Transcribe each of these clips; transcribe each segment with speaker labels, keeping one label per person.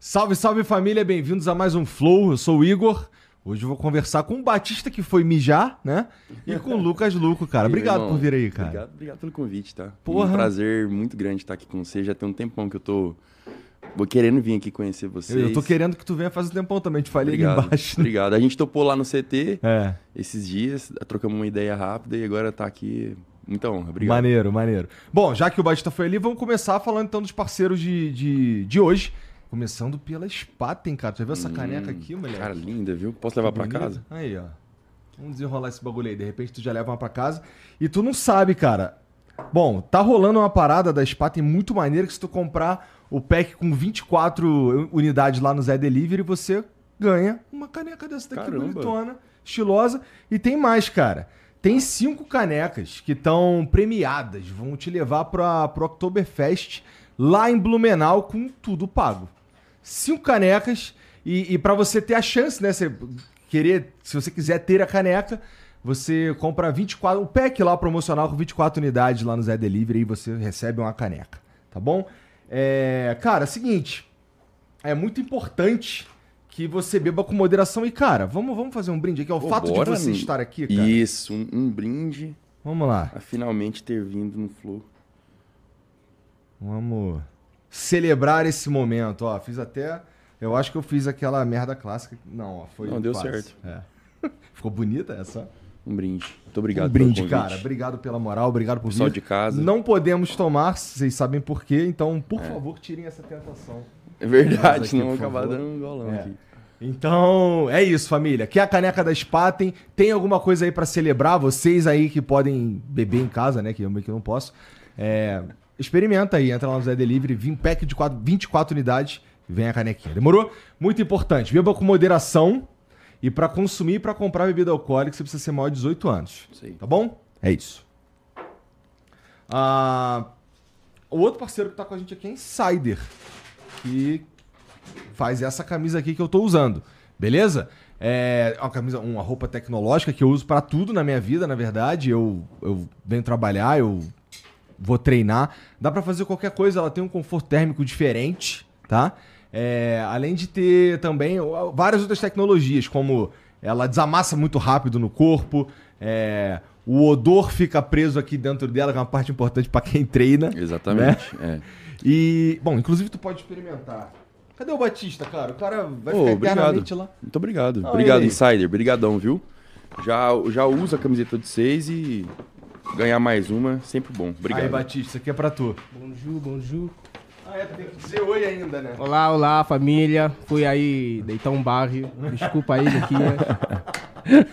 Speaker 1: Salve, salve família, bem-vindos a mais um Flow. Eu sou o Igor. Hoje eu vou conversar com o Batista, que foi mijar, né? E com o Lucas Luco, cara. Obrigado
Speaker 2: Irmão,
Speaker 1: por vir aí, cara.
Speaker 2: Obrigado, obrigado pelo convite, tá?
Speaker 1: Porra.
Speaker 2: Um prazer muito grande estar aqui com você. Já tem um tempão que eu tô vou querendo vir aqui conhecer vocês.
Speaker 1: Eu, eu tô querendo que tu venha faz um tempão também, te falei
Speaker 2: Obrigado,
Speaker 1: ali embaixo. né?
Speaker 2: Obrigado. A gente topou lá no CT
Speaker 1: É,
Speaker 2: esses dias, trocamos uma ideia rápida e agora tá aqui. Muita honra, obrigado.
Speaker 1: maneiro, maneiro. Bom, já que o Batista foi ali, vamos começar falando então dos parceiros de, de, de hoje. Começando pela Spaten, cara. Tu já viu essa caneca aqui, moleque?
Speaker 2: Hum, Cara, linda, viu? Posso levar pra
Speaker 1: Bonito.
Speaker 2: casa?
Speaker 1: Aí, ó. Vamos desenrolar esse bagulho aí. De repente tu já leva uma pra casa. E tu não sabe, cara. Bom, tá rolando uma parada da Spaten muito maneira que se tu comprar o pack com 24 unidades lá no Zé Delivery, você ganha uma caneca dessa daqui
Speaker 2: Caramba.
Speaker 1: bonitona, estilosa. E tem mais, cara. Tem cinco canecas que estão premiadas. Vão te levar pra, pro Oktoberfest lá em Blumenau com tudo pago cinco canecas e, e para você ter a chance, né? Você querer, se você quiser ter a caneca, você compra 24, o pack lá promocional com 24 unidades lá no Zé Delivery e você recebe uma caneca, tá bom? É, cara, seguinte, é muito importante que você beba com moderação e cara, vamos, vamos fazer um brinde aqui, é o
Speaker 2: Pô,
Speaker 1: fato de
Speaker 2: bora,
Speaker 1: você
Speaker 2: amigo.
Speaker 1: estar aqui, cara.
Speaker 2: Isso, um, um brinde
Speaker 1: Vamos lá.
Speaker 2: a finalmente ter vindo no Flow.
Speaker 1: Vamos celebrar esse momento, ó. Fiz até. Eu acho que eu fiz aquela merda clássica. Não, ó, foi.
Speaker 2: Não, deu certo.
Speaker 1: É. Ficou bonita essa?
Speaker 2: Um brinde. Muito obrigado
Speaker 1: um brinde,
Speaker 2: pelo
Speaker 1: cara.
Speaker 2: convite.
Speaker 1: Obrigado pela moral, obrigado por
Speaker 2: Pessoal
Speaker 1: vir.
Speaker 2: de casa.
Speaker 1: Não podemos tomar, vocês sabem por quê, então, por favor, tirem essa tentação.
Speaker 2: É
Speaker 1: Mas
Speaker 2: verdade,
Speaker 1: aqui,
Speaker 2: não
Speaker 1: por
Speaker 2: acabar
Speaker 1: favor.
Speaker 2: dando um golão
Speaker 1: É.
Speaker 2: aqui.
Speaker 1: Então, é isso, família. Quer a caneca da Spaten? Tem alguma coisa aí pra celebrar? Vocês aí que podem beber em casa, né? Que eu meio que não posso. É, experimenta aí, entra lá no Zé Delivery, vim pack de quatro- 24 unidades, vem a canequinha. Demorou? Muito importante. Beba com moderação. E pra consumir e pra comprar bebida alcoólica, você precisa ser maior de 18 anos.
Speaker 2: Isso aí.
Speaker 1: Tá bom? É isso. Ah, o outro parceiro que tá com a gente aqui é Insider. Que faz essa camisa aqui que eu tô usando, beleza? É uma camisa, uma roupa tecnológica que eu uso pra tudo na minha vida, na verdade. Eu, eu venho trabalhar, eu vou treinar. Dá pra fazer qualquer coisa, ela tem um conforto térmico diferente, tá? É, além de ter também ó, várias outras tecnologias, como ela desamassa muito rápido no corpo, é, o odor fica preso aqui dentro dela, que é uma parte importante pra quem treina.
Speaker 2: Exatamente.
Speaker 1: Né?
Speaker 2: É.
Speaker 1: E, bom, inclusive tu pode experimentar. Cadê o Batista, cara? O cara vai
Speaker 2: Ô,
Speaker 1: ficar
Speaker 2: obrigado.
Speaker 1: eternamente lá.
Speaker 2: Muito obrigado.
Speaker 1: Olha
Speaker 2: obrigado,
Speaker 1: ele aí.
Speaker 2: Insider. Obrigadão, viu? Já, já uso a camiseta de vocês e ganhar mais uma, sempre bom.
Speaker 1: Aí,
Speaker 2: Obrigado.
Speaker 1: Batista, isso aqui é pra tu.
Speaker 3: Bonjour, bonjour.
Speaker 1: Ah, é, tem que dizer oi ainda, né?
Speaker 3: Olá, olá, família. Fui aí deitar um barrio. Desculpa aí, Luquinha.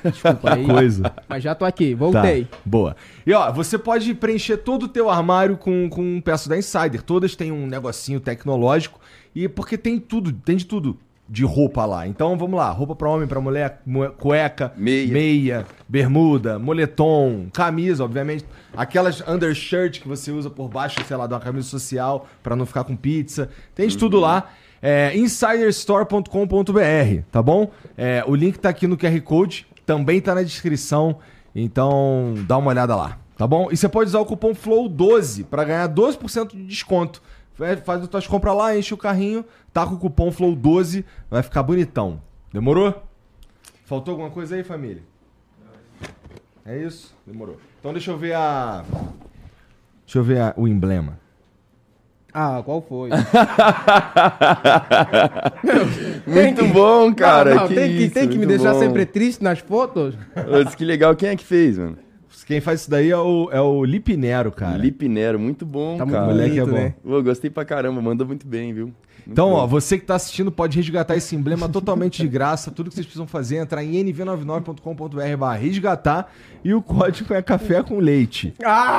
Speaker 3: Desculpa aí.
Speaker 1: Coisa.
Speaker 3: Mas já tô aqui, voltei.
Speaker 1: Tá, boa. E ó, você pode preencher todo o teu armário com, com peças da Insider. Todas têm um negocinho tecnológico. E porque tem tudo, tem de tudo de roupa lá. Então vamos lá, roupa pra homem, pra mulher, mu- cueca,
Speaker 2: Meia.
Speaker 1: bermuda, moletom, camisa, obviamente, aquelas undershirt que você usa por baixo, sei lá, de uma camisa social pra não ficar com pizza. Tem de tudo lá. É insiderstore.com.br, tá bom? É, o link tá aqui no QR Code, também tá na descrição. Então, dá uma olhada lá, tá bom? E você pode usar o cupom FLOW12 para ganhar 12% de desconto. Vai- Faz as tuas compras lá, enche o carrinho, tá com o cupom FLOW12, vai ficar bonitão. Demorou? Faltou alguma coisa aí, família? É isso? Demorou. Então deixa eu ver a. Deixa eu ver a- o emblema.
Speaker 3: Ah, qual foi?
Speaker 2: Muito bom, cara.
Speaker 3: Não, não, tem, que,
Speaker 2: isso,
Speaker 3: tem que me
Speaker 2: muito
Speaker 3: deixar
Speaker 2: bom.
Speaker 3: sempre triste nas fotos.
Speaker 2: Putz, Que legal. Quem é que fez, mano?
Speaker 1: Quem faz isso daí é o, é o Lipe Nero, cara.
Speaker 2: Lipe Nero. Muito bom,
Speaker 3: Tá muito
Speaker 2: cara.
Speaker 1: moleque é
Speaker 3: bonito,
Speaker 1: bom.
Speaker 3: né?
Speaker 2: Pô, gostei pra caramba. Manda muito bem, viu? Muito
Speaker 1: Então,
Speaker 2: bom.
Speaker 1: ó, você que tá assistindo pode resgatar esse emblema totalmente de graça. Tudo que vocês precisam fazer é entrar em nv99.com.br barra resgatar e o código é café com leite.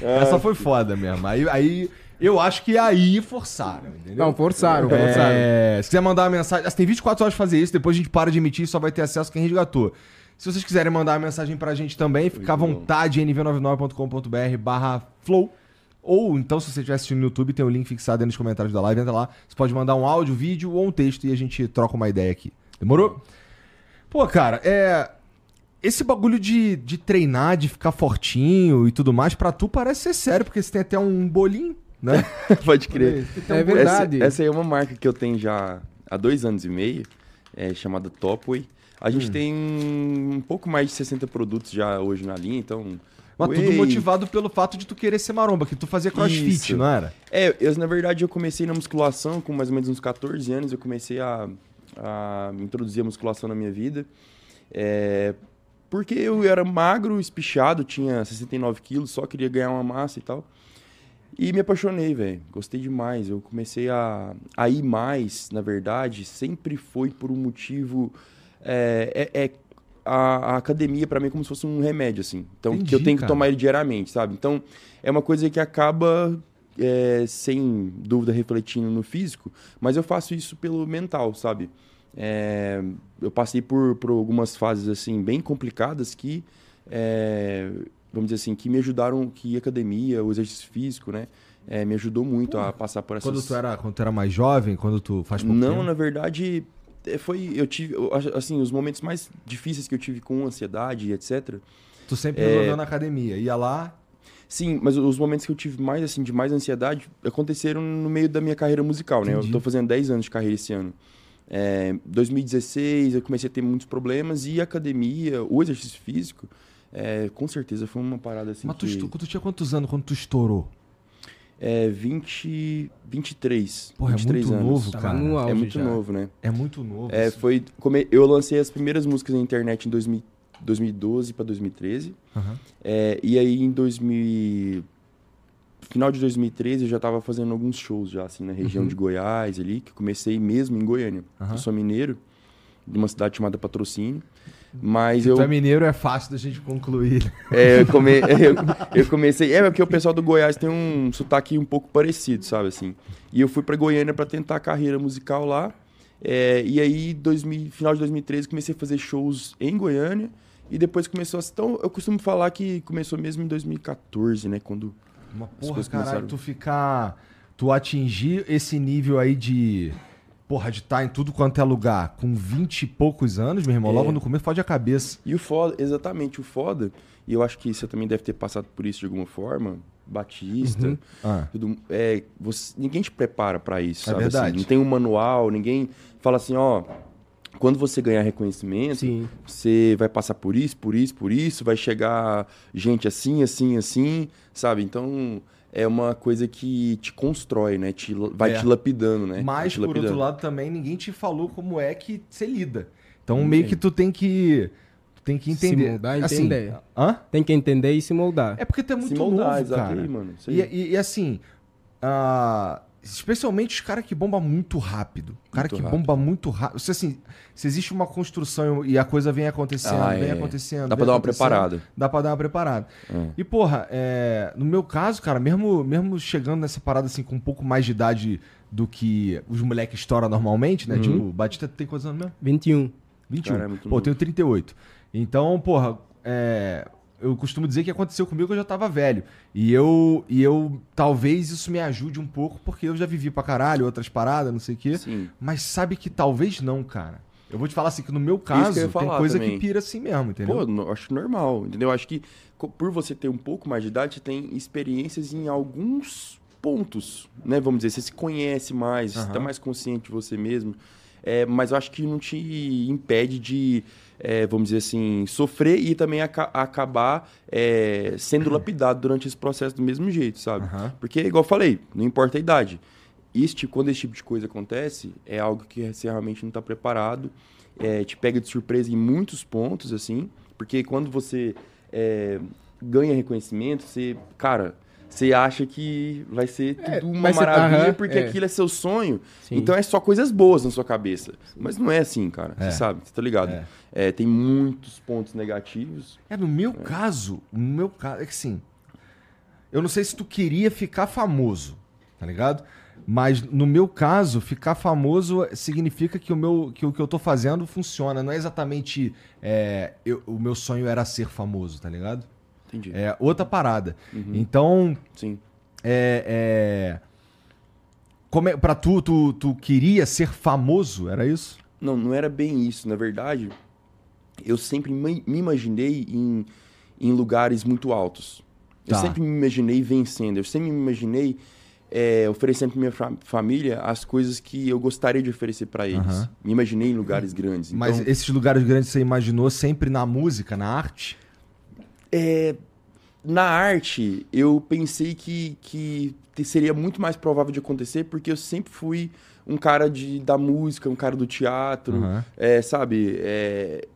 Speaker 1: Essa foi foda mesmo. Aí, aí eu acho que aí forçaram, entendeu?
Speaker 3: Não, forçaram, forçaram.
Speaker 1: É, se quiser mandar uma mensagem, você tem 24 horas pra fazer isso, depois a gente para de emitir e só vai ter acesso quem resgatou. Se vocês quiserem mandar uma mensagem pra gente também, fica à
Speaker 2: Muito bom.
Speaker 1: vontade, nv99.com.br barra flow. Ou então, se você estiver assistindo no YouTube, tem o link fixado aí nos comentários da live, entra lá. Você pode mandar um áudio, vídeo ou um texto e a gente troca uma ideia aqui. Demorou? Pô, cara, é. Esse bagulho de, de treinar, de ficar fortinho e tudo mais, pra tu parece ser sério, porque você tem até um bolinho né?
Speaker 2: Pode crer.
Speaker 3: É verdade.
Speaker 2: Essa, essa aí é uma marca que eu tenho já há dois anos e meio, é chamada Topway. A gente tem um pouco mais de 60 produtos já hoje na linha, então.
Speaker 1: Mas tudo
Speaker 2: whey-
Speaker 1: motivado pelo fato de tu querer ser maromba, que tu fazia crossfit,
Speaker 2: Isso.
Speaker 1: não era?
Speaker 2: É, eu, na verdade eu comecei na musculação com mais ou menos uns 14 anos, eu comecei a, a introduzir a musculação na minha vida. É, porque eu era magro, espichado, tinha 69 quilos, só queria ganhar uma massa e tal. E me apaixonei, velho. Gostei demais. Eu comecei a, a ir mais, na verdade, sempre foi por um motivo. É, é- é- a, a academia, pra mim, é como se fosse um remédio, assim. Então, que eu
Speaker 1: Entendi,
Speaker 2: tenho que
Speaker 1: cara.
Speaker 2: tomar ele diariamente, sabe? Então, é uma coisa que acaba, é, sem dúvida, refletindo no físico, mas eu faço isso pelo mental, sabe? É, eu passei por, por algumas fases, assim, bem complicadas que. é, vamos dizer assim, que me ajudaram, que academia, o exercício físico, né? é, me ajudou muito a passar por essas...
Speaker 1: Quando tu, era, quando tu era mais jovem, quando tu faz pouco
Speaker 2: Não,
Speaker 1: tempo.
Speaker 2: na verdade, é, foi... Eu tive, eu acho- assim, os momentos mais difíceis que eu tive com ansiedade e etc.
Speaker 1: Tu sempre resolveu na academia. Ia lá,
Speaker 2: Sim, mas os momentos que eu tive mais, assim, de mais ansiedade aconteceram no meio da minha carreira musical, né?
Speaker 1: Entendi.
Speaker 2: Eu tô fazendo 10 anos de carreira esse ano. É, 2016 eu comecei a ter muitos problemas e a academia, o exercício físico, é, com certeza foi uma parada assim
Speaker 1: mas tu,
Speaker 2: que...
Speaker 1: estu- tu tinha quantos anos quando tu estourou?
Speaker 2: É 20, 23.
Speaker 1: Porra, é
Speaker 2: 23
Speaker 1: muito
Speaker 2: anos.
Speaker 1: novo,
Speaker 3: Tava
Speaker 1: cara.
Speaker 3: no auge
Speaker 2: É muito
Speaker 3: já.
Speaker 2: novo, né?
Speaker 1: É muito novo.
Speaker 2: É,
Speaker 1: isso.
Speaker 2: foi, come- eu lancei as primeiras músicas na internet em 2000 2012 para 2013.
Speaker 1: Aham.
Speaker 2: É, e aí em 2000 final de 2013 eu já tava fazendo alguns shows já assim na região de Goiás ali, que eu comecei mesmo em Goiânia.
Speaker 1: Uhum. Aham.
Speaker 2: Eu sou mineiro, de uma cidade chamada Patrocínio, mas eu
Speaker 1: Tu é mineiro, é fácil da gente concluir.
Speaker 2: é, eu, come- eu- eu comecei. É, porque o pessoal do Goiás tem um sotaque um pouco parecido, sabe assim. E eu fui pra Goiânia pra tentar a carreira musical lá. É, e aí, 2000, final de 2013, comecei a fazer shows em Goiânia. E depois começou a. Então, eu costumo falar que começou mesmo em 2014, né? Quando.
Speaker 1: Uma porra,
Speaker 2: coisas
Speaker 1: caralho,
Speaker 2: começaram-
Speaker 1: tu ficar. Tu atingir esse nível aí de. Porra, de estar em tudo quanto é lugar com 20 e poucos anos, meu irmão, logo no começo fode a cabeça.
Speaker 2: E o foda, exatamente, o foda, e eu acho que você também deve ter passado por isso de alguma forma, Batista,
Speaker 1: Ah.
Speaker 2: Tudo- é, você- ninguém te prepara pra isso,
Speaker 1: É
Speaker 2: sabe?
Speaker 1: verdade.
Speaker 2: assim? não tem um manual, ninguém fala assim, ó, quando você ganhar reconhecimento,
Speaker 3: Sim.
Speaker 2: você vai passar por isso, por isso, por isso, vai chegar gente assim, assim, assim, sabe? Então é uma coisa que te constrói, né? Te, la- vai
Speaker 1: É.
Speaker 2: te lapidando, né? Vai
Speaker 1: Mas,
Speaker 2: te
Speaker 1: por outro
Speaker 2: lapidando.
Speaker 1: lado, também ninguém te falou como é que você lida. Então, meio que tu tem que. Tu tem que
Speaker 3: Se
Speaker 1: entender.
Speaker 3: moldar,
Speaker 1: Assim,
Speaker 3: entender.
Speaker 1: hã?
Speaker 3: Tem que entender e se moldar.
Speaker 1: É porque tu é muito
Speaker 2: se moldar,
Speaker 1: novo,
Speaker 2: exato,
Speaker 1: cara.
Speaker 2: aí, mano. isso aí.
Speaker 1: E, e- e assim, ah, especialmente os caras que bomba muito rápido. O cara
Speaker 2: Muito
Speaker 1: que
Speaker 2: rápido.
Speaker 1: bomba muito rápido. Se, assim, se existe uma construção e a coisa vem acontecendo,
Speaker 2: Ah,
Speaker 1: vem
Speaker 2: é.
Speaker 1: acontecendo. vem
Speaker 2: Dá pra dar uma
Speaker 1: acontecendo,
Speaker 2: preparada.
Speaker 1: Dá pra dar uma preparada.
Speaker 2: É.
Speaker 1: E, porra, é, no meu caso, cara, mesmo, mesmo chegando nessa parada assim com um pouco mais de idade do que os moleques estouram normalmente, né? Tipo, o Batista tem quantos anos mesmo?
Speaker 3: 21.
Speaker 1: 21.
Speaker 2: Uhum. Cara, é muito
Speaker 1: Pô, eu
Speaker 2: novo.
Speaker 1: tenho 38. Então, porra, é, eu costumo dizer que aconteceu comigo que eu já tava velho. E eu, e eu talvez isso me ajude um pouco, porque eu já vivi pra caralho outras paradas, não sei o quê.
Speaker 2: Sim.
Speaker 1: Mas sabe que talvez não, cara. Eu vou te falar assim, que no meu
Speaker 2: Isso que eu
Speaker 1: caso,
Speaker 2: ia
Speaker 1: tem
Speaker 2: falar
Speaker 1: coisa que
Speaker 2: também.
Speaker 1: pira assim mesmo, entendeu?
Speaker 2: Pô, no- acho normal, entendeu? Acho que co- por você ter um pouco mais de idade, você tem experiências em alguns pontos, né? Vamos dizer, você se conhece mais,
Speaker 1: Aham.
Speaker 2: está mais consciente de você mesmo. É, mas eu acho que não te impede de, é, vamos dizer assim, sofrer e também aca- acabar é, sendo lapidado durante esse processo do mesmo jeito, sabe?
Speaker 1: Aham.
Speaker 2: Porque, igual eu falei, não importa a idade. Este, quando esse tipo de coisa acontece, é algo que você realmente não está preparado. é, te pega de surpresa em muitos pontos, assim. Porque quando você é, ganha reconhecimento, você, cara, você acha que vai ser tudo
Speaker 3: É,
Speaker 2: uma
Speaker 3: vai ser-
Speaker 2: maravilha,
Speaker 3: aham,
Speaker 2: porque
Speaker 3: é.
Speaker 2: aquilo é seu sonho.
Speaker 3: Sim.
Speaker 2: Então é só coisas boas na sua cabeça. Mas não é assim, cara. Você sabe, você tá ligado?
Speaker 1: É.
Speaker 2: É, tem muitos pontos negativos.
Speaker 1: É, no meu caso, no meu caso, é que assim. Eu não sei se tu queria ficar famoso, tá ligado? Mas no meu caso, ficar famoso significa que o, meu, que, o que eu tô fazendo funciona. Não é exatamente é, eu- o meu sonho era ser famoso, tá ligado?
Speaker 2: Entendi.
Speaker 1: É outra parada.
Speaker 2: Uhum.
Speaker 1: Então,
Speaker 2: Sim.
Speaker 1: é. é como é- pra tu, tu, tu queria ser famoso? Era isso?
Speaker 2: Não, não era bem isso. Na verdade, eu sempre me me imaginei em, em lugares muito altos.
Speaker 1: Tá.
Speaker 2: Eu sempre me imaginei vencendo. Eu sempre me imaginei é, oferecendo pra minha fa- família as coisas que eu gostaria de oferecer pra eles.
Speaker 1: Aham.
Speaker 2: Me imaginei em lugares grandes. Então,
Speaker 1: Mas esses lugares grandes você imaginou sempre na música, na arte?
Speaker 2: é, na arte, eu pensei que, que te- seria muito mais provável de acontecer, porque eu sempre fui um cara de, da música, um cara do teatro,
Speaker 1: Aham.
Speaker 2: é, sabe? É,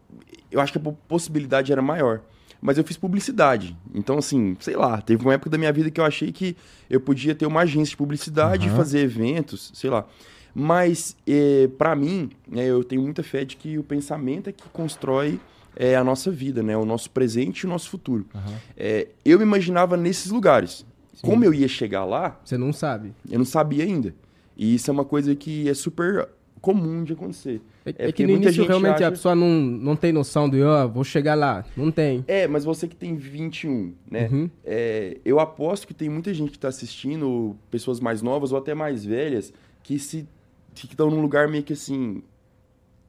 Speaker 2: eu acho que a po- possibilidade era maior. Mas eu fiz publicidade. Então, assim, sei lá, teve uma época da minha vida que eu achei que eu podia ter uma agência de publicidade,
Speaker 1: Aham.
Speaker 2: fazer eventos, sei lá. Mas, é, para mim, né, eu tenho muita fé de que o pensamento é que constrói é, a nossa vida, né? O nosso presente e o nosso futuro.
Speaker 1: Aham.
Speaker 2: É, eu me imaginava nesses lugares. Como eu ia chegar lá,
Speaker 3: Você não sabe.
Speaker 2: eu não sabia ainda. E isso é uma coisa que é super comum de acontecer.
Speaker 3: É,
Speaker 2: É
Speaker 3: é
Speaker 2: porque
Speaker 3: que no
Speaker 2: muita
Speaker 3: início
Speaker 2: gente
Speaker 3: realmente a
Speaker 2: acha-
Speaker 3: pessoa não, não tem noção do, ó, vou chegar lá. Não tem.
Speaker 2: É, mas você que tem 21, né?
Speaker 3: Uhum.
Speaker 2: É, eu aposto que tem muita gente que tá assistindo, ou pessoas mais novas ou até mais velhas, que se que estão num lugar meio que assim,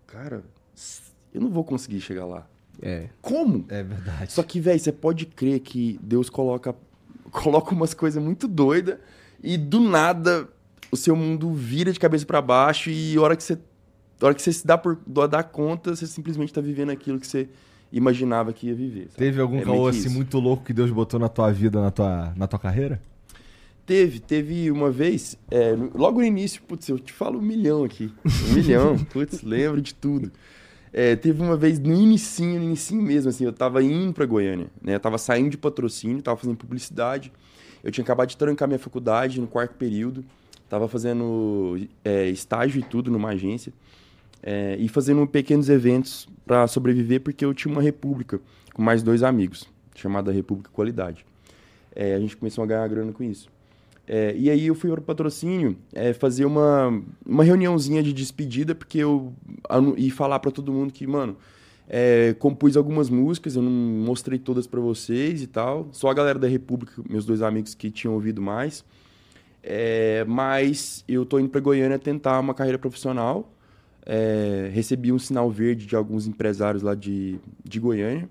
Speaker 2: cara, eu não vou conseguir chegar lá.
Speaker 3: É.
Speaker 2: Como?
Speaker 1: É verdade.
Speaker 2: Só que, velho, você pode crer que Deus coloca, coloca umas coisas muito doidas e do nada o seu mundo vira de cabeça pra baixo e a hora que você, a hora que você se dá por dá conta, você simplesmente tá vivendo aquilo que você imaginava que ia viver. sabe?
Speaker 1: Teve algum
Speaker 2: É meio
Speaker 1: caô
Speaker 2: que
Speaker 1: assim
Speaker 2: isso.
Speaker 1: muito louco que Deus botou na tua vida, na tua, na tua carreira?
Speaker 2: Teve, teve uma vez, é, no- logo no início, putz, eu te falo um milhão aqui. Um milhão, putz, lembro de tudo. É, teve uma vez no inicinho, no inicinho mesmo, assim, eu tava indo pra Goiânia, né? Eu tava saindo de patrocínio, tava fazendo publicidade. Eu tinha acabado de trancar minha faculdade no quarto período. Tava fazendo é, estágio e tudo numa agência. é, e fazendo pequenos eventos pra sobreviver, porque eu tinha uma república com mais dois amigos, chamada República Qualidade. É, a gente começou a ganhar grana com isso. É, e aí eu fui para o patrocínio é, fazer uma, uma reuniãozinha de despedida, porque eu anu- e falar para todo mundo que, mano, é, compus algumas músicas, eu não mostrei todas para vocês e tal. Só a galera da República, meus dois amigos que tinham ouvido mais. É, mas eu tô indo para Goiânia tentar uma carreira profissional. É, recebi um sinal verde de alguns empresários lá de, de Goiânia.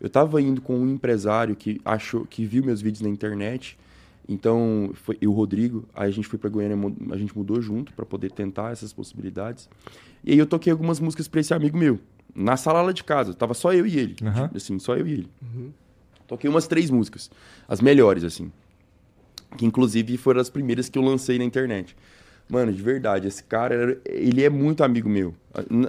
Speaker 2: Eu tava indo com um empresário que achou que viu meus vídeos na internet. Então, foi eu e o Rodrigo, aí a gente foi pra Goiânia, mu- a gente mudou junto pra poder tentar essas possibilidades. E aí eu toquei algumas músicas pra esse amigo meu, na sala lá de casa, tava só eu e ele.
Speaker 1: Aham.
Speaker 2: Assim, só eu e ele. Toquei umas três músicas, as melhores assim. Que inclusive foram as primeiras que eu lancei na internet. Mano, de verdade, esse cara, era- ele é muito amigo meu. N-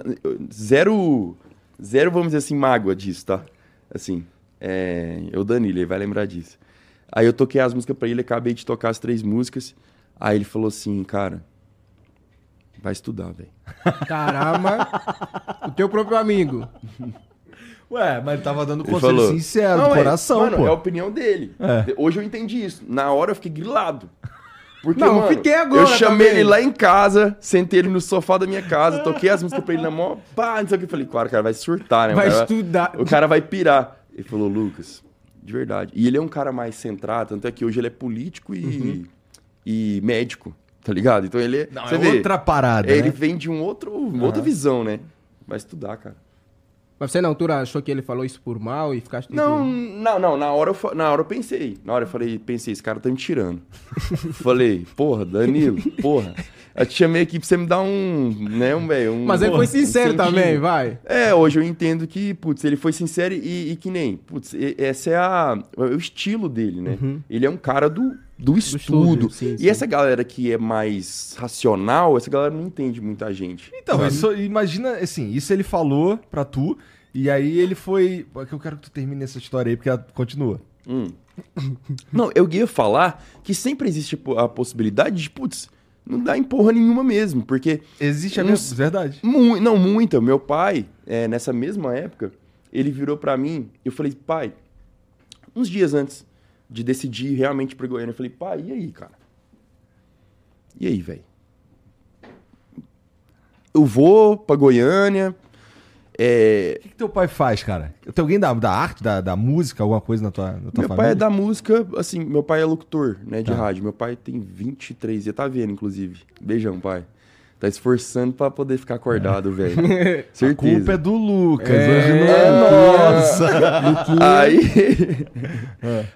Speaker 2: Zero, zero, vamos dizer assim, mágoa disso, tá? Assim, é, eu Danilo, ele vai lembrar disso. Aí eu toquei as músicas pra ele, acabei de tocar as três músicas. Aí ele falou assim, cara, vai estudar, velho.
Speaker 3: Caramba. o teu próprio amigo.
Speaker 1: Ué, mas ele tava dando
Speaker 2: Ele
Speaker 1: conselho
Speaker 2: falou.
Speaker 1: sincero, do
Speaker 2: é-
Speaker 1: coração,
Speaker 2: mano,
Speaker 1: pô.
Speaker 2: é a opinião dele.
Speaker 1: É.
Speaker 2: Hoje eu entendi isso. Na hora eu fiquei grilado. Porque,
Speaker 3: Não, eu
Speaker 2: mano,
Speaker 3: fiquei agora
Speaker 2: Eu chamei
Speaker 3: também.
Speaker 2: ele lá em casa, sentei ele no sofá da minha casa, toquei as músicas pra ele na mão, pá, não sei o que. Falei, claro, o cara vai surtar, né? O
Speaker 3: Vai
Speaker 2: cara
Speaker 3: estudar.
Speaker 2: O cara vai pirar. Ele falou, Lucas, de verdade. E ele é um cara mais centrado, tanto é que hoje ele é político e, e médico, tá ligado? Então ele é.
Speaker 1: Uhum. Não,
Speaker 2: você
Speaker 1: é
Speaker 2: vê,
Speaker 1: outra parada,
Speaker 2: é, ele
Speaker 1: né?
Speaker 2: vem de um outro, uma outra visão, né? Vai estudar, cara.
Speaker 3: Mas você na altura achou que ele falou isso por mal e ficaste...
Speaker 2: Não,
Speaker 3: Uhum.
Speaker 2: não, não, na hora eu, fa- na hora eu pensei. Na hora eu falei, pensei, esse cara tá me tirando. falei, porra, Danilo, porra. Eu te chamei aqui pra você me dar um, né, um, velho, um-
Speaker 3: Mas ele
Speaker 2: porra,
Speaker 3: foi
Speaker 2: um
Speaker 3: sincero
Speaker 2: incentivo.
Speaker 3: também, vai.
Speaker 2: É, hoje eu entendo que, putz, ele foi sincero e, e que nem, putz, e- essa é a, é o estilo dele, né? Ele é um cara do, do estudo.
Speaker 3: estudo, Uhum. sim,
Speaker 2: e
Speaker 3: sim.
Speaker 2: essa galera que é mais racional, essa galera não entende muita gente.
Speaker 1: Então,
Speaker 2: sabe?
Speaker 1: isso, imagina, assim, isso ele falou pra tu, e aí ele foi... É que Eu quero que tu termine essa história aí, porque ela continua.
Speaker 2: Hum. Não, eu ia falar que sempre existe po- a possibilidade de, putz, não dá em porra nenhuma mesmo, porque,
Speaker 1: Existe a
Speaker 2: Não
Speaker 1: mesma... Verdade.
Speaker 2: mu- não, muita, meu pai, é, nessa mesma época, ele virou pra mim, eu falei, pai, uns dias antes de decidir realmente ir pra Goiânia, eu falei, pai, e aí, cara? E aí, velho? Eu vou pra Goiânia, é,
Speaker 1: O que, que teu pai faz, cara? Tem alguém da, da arte, da, da música, alguma coisa na tua, na tua
Speaker 2: Meu
Speaker 1: família?
Speaker 2: pai é da música, assim, meu pai é locutor, né, de
Speaker 1: Tá.
Speaker 2: rádio. Meu pai tem 23, ia tá vendo, inclusive. Beijão, pai. Tá esforçando pra poder ficar acordado, velho. Certeza.
Speaker 1: É. A culpa é do Lucas.
Speaker 3: É,
Speaker 1: hoje não
Speaker 2: Aí.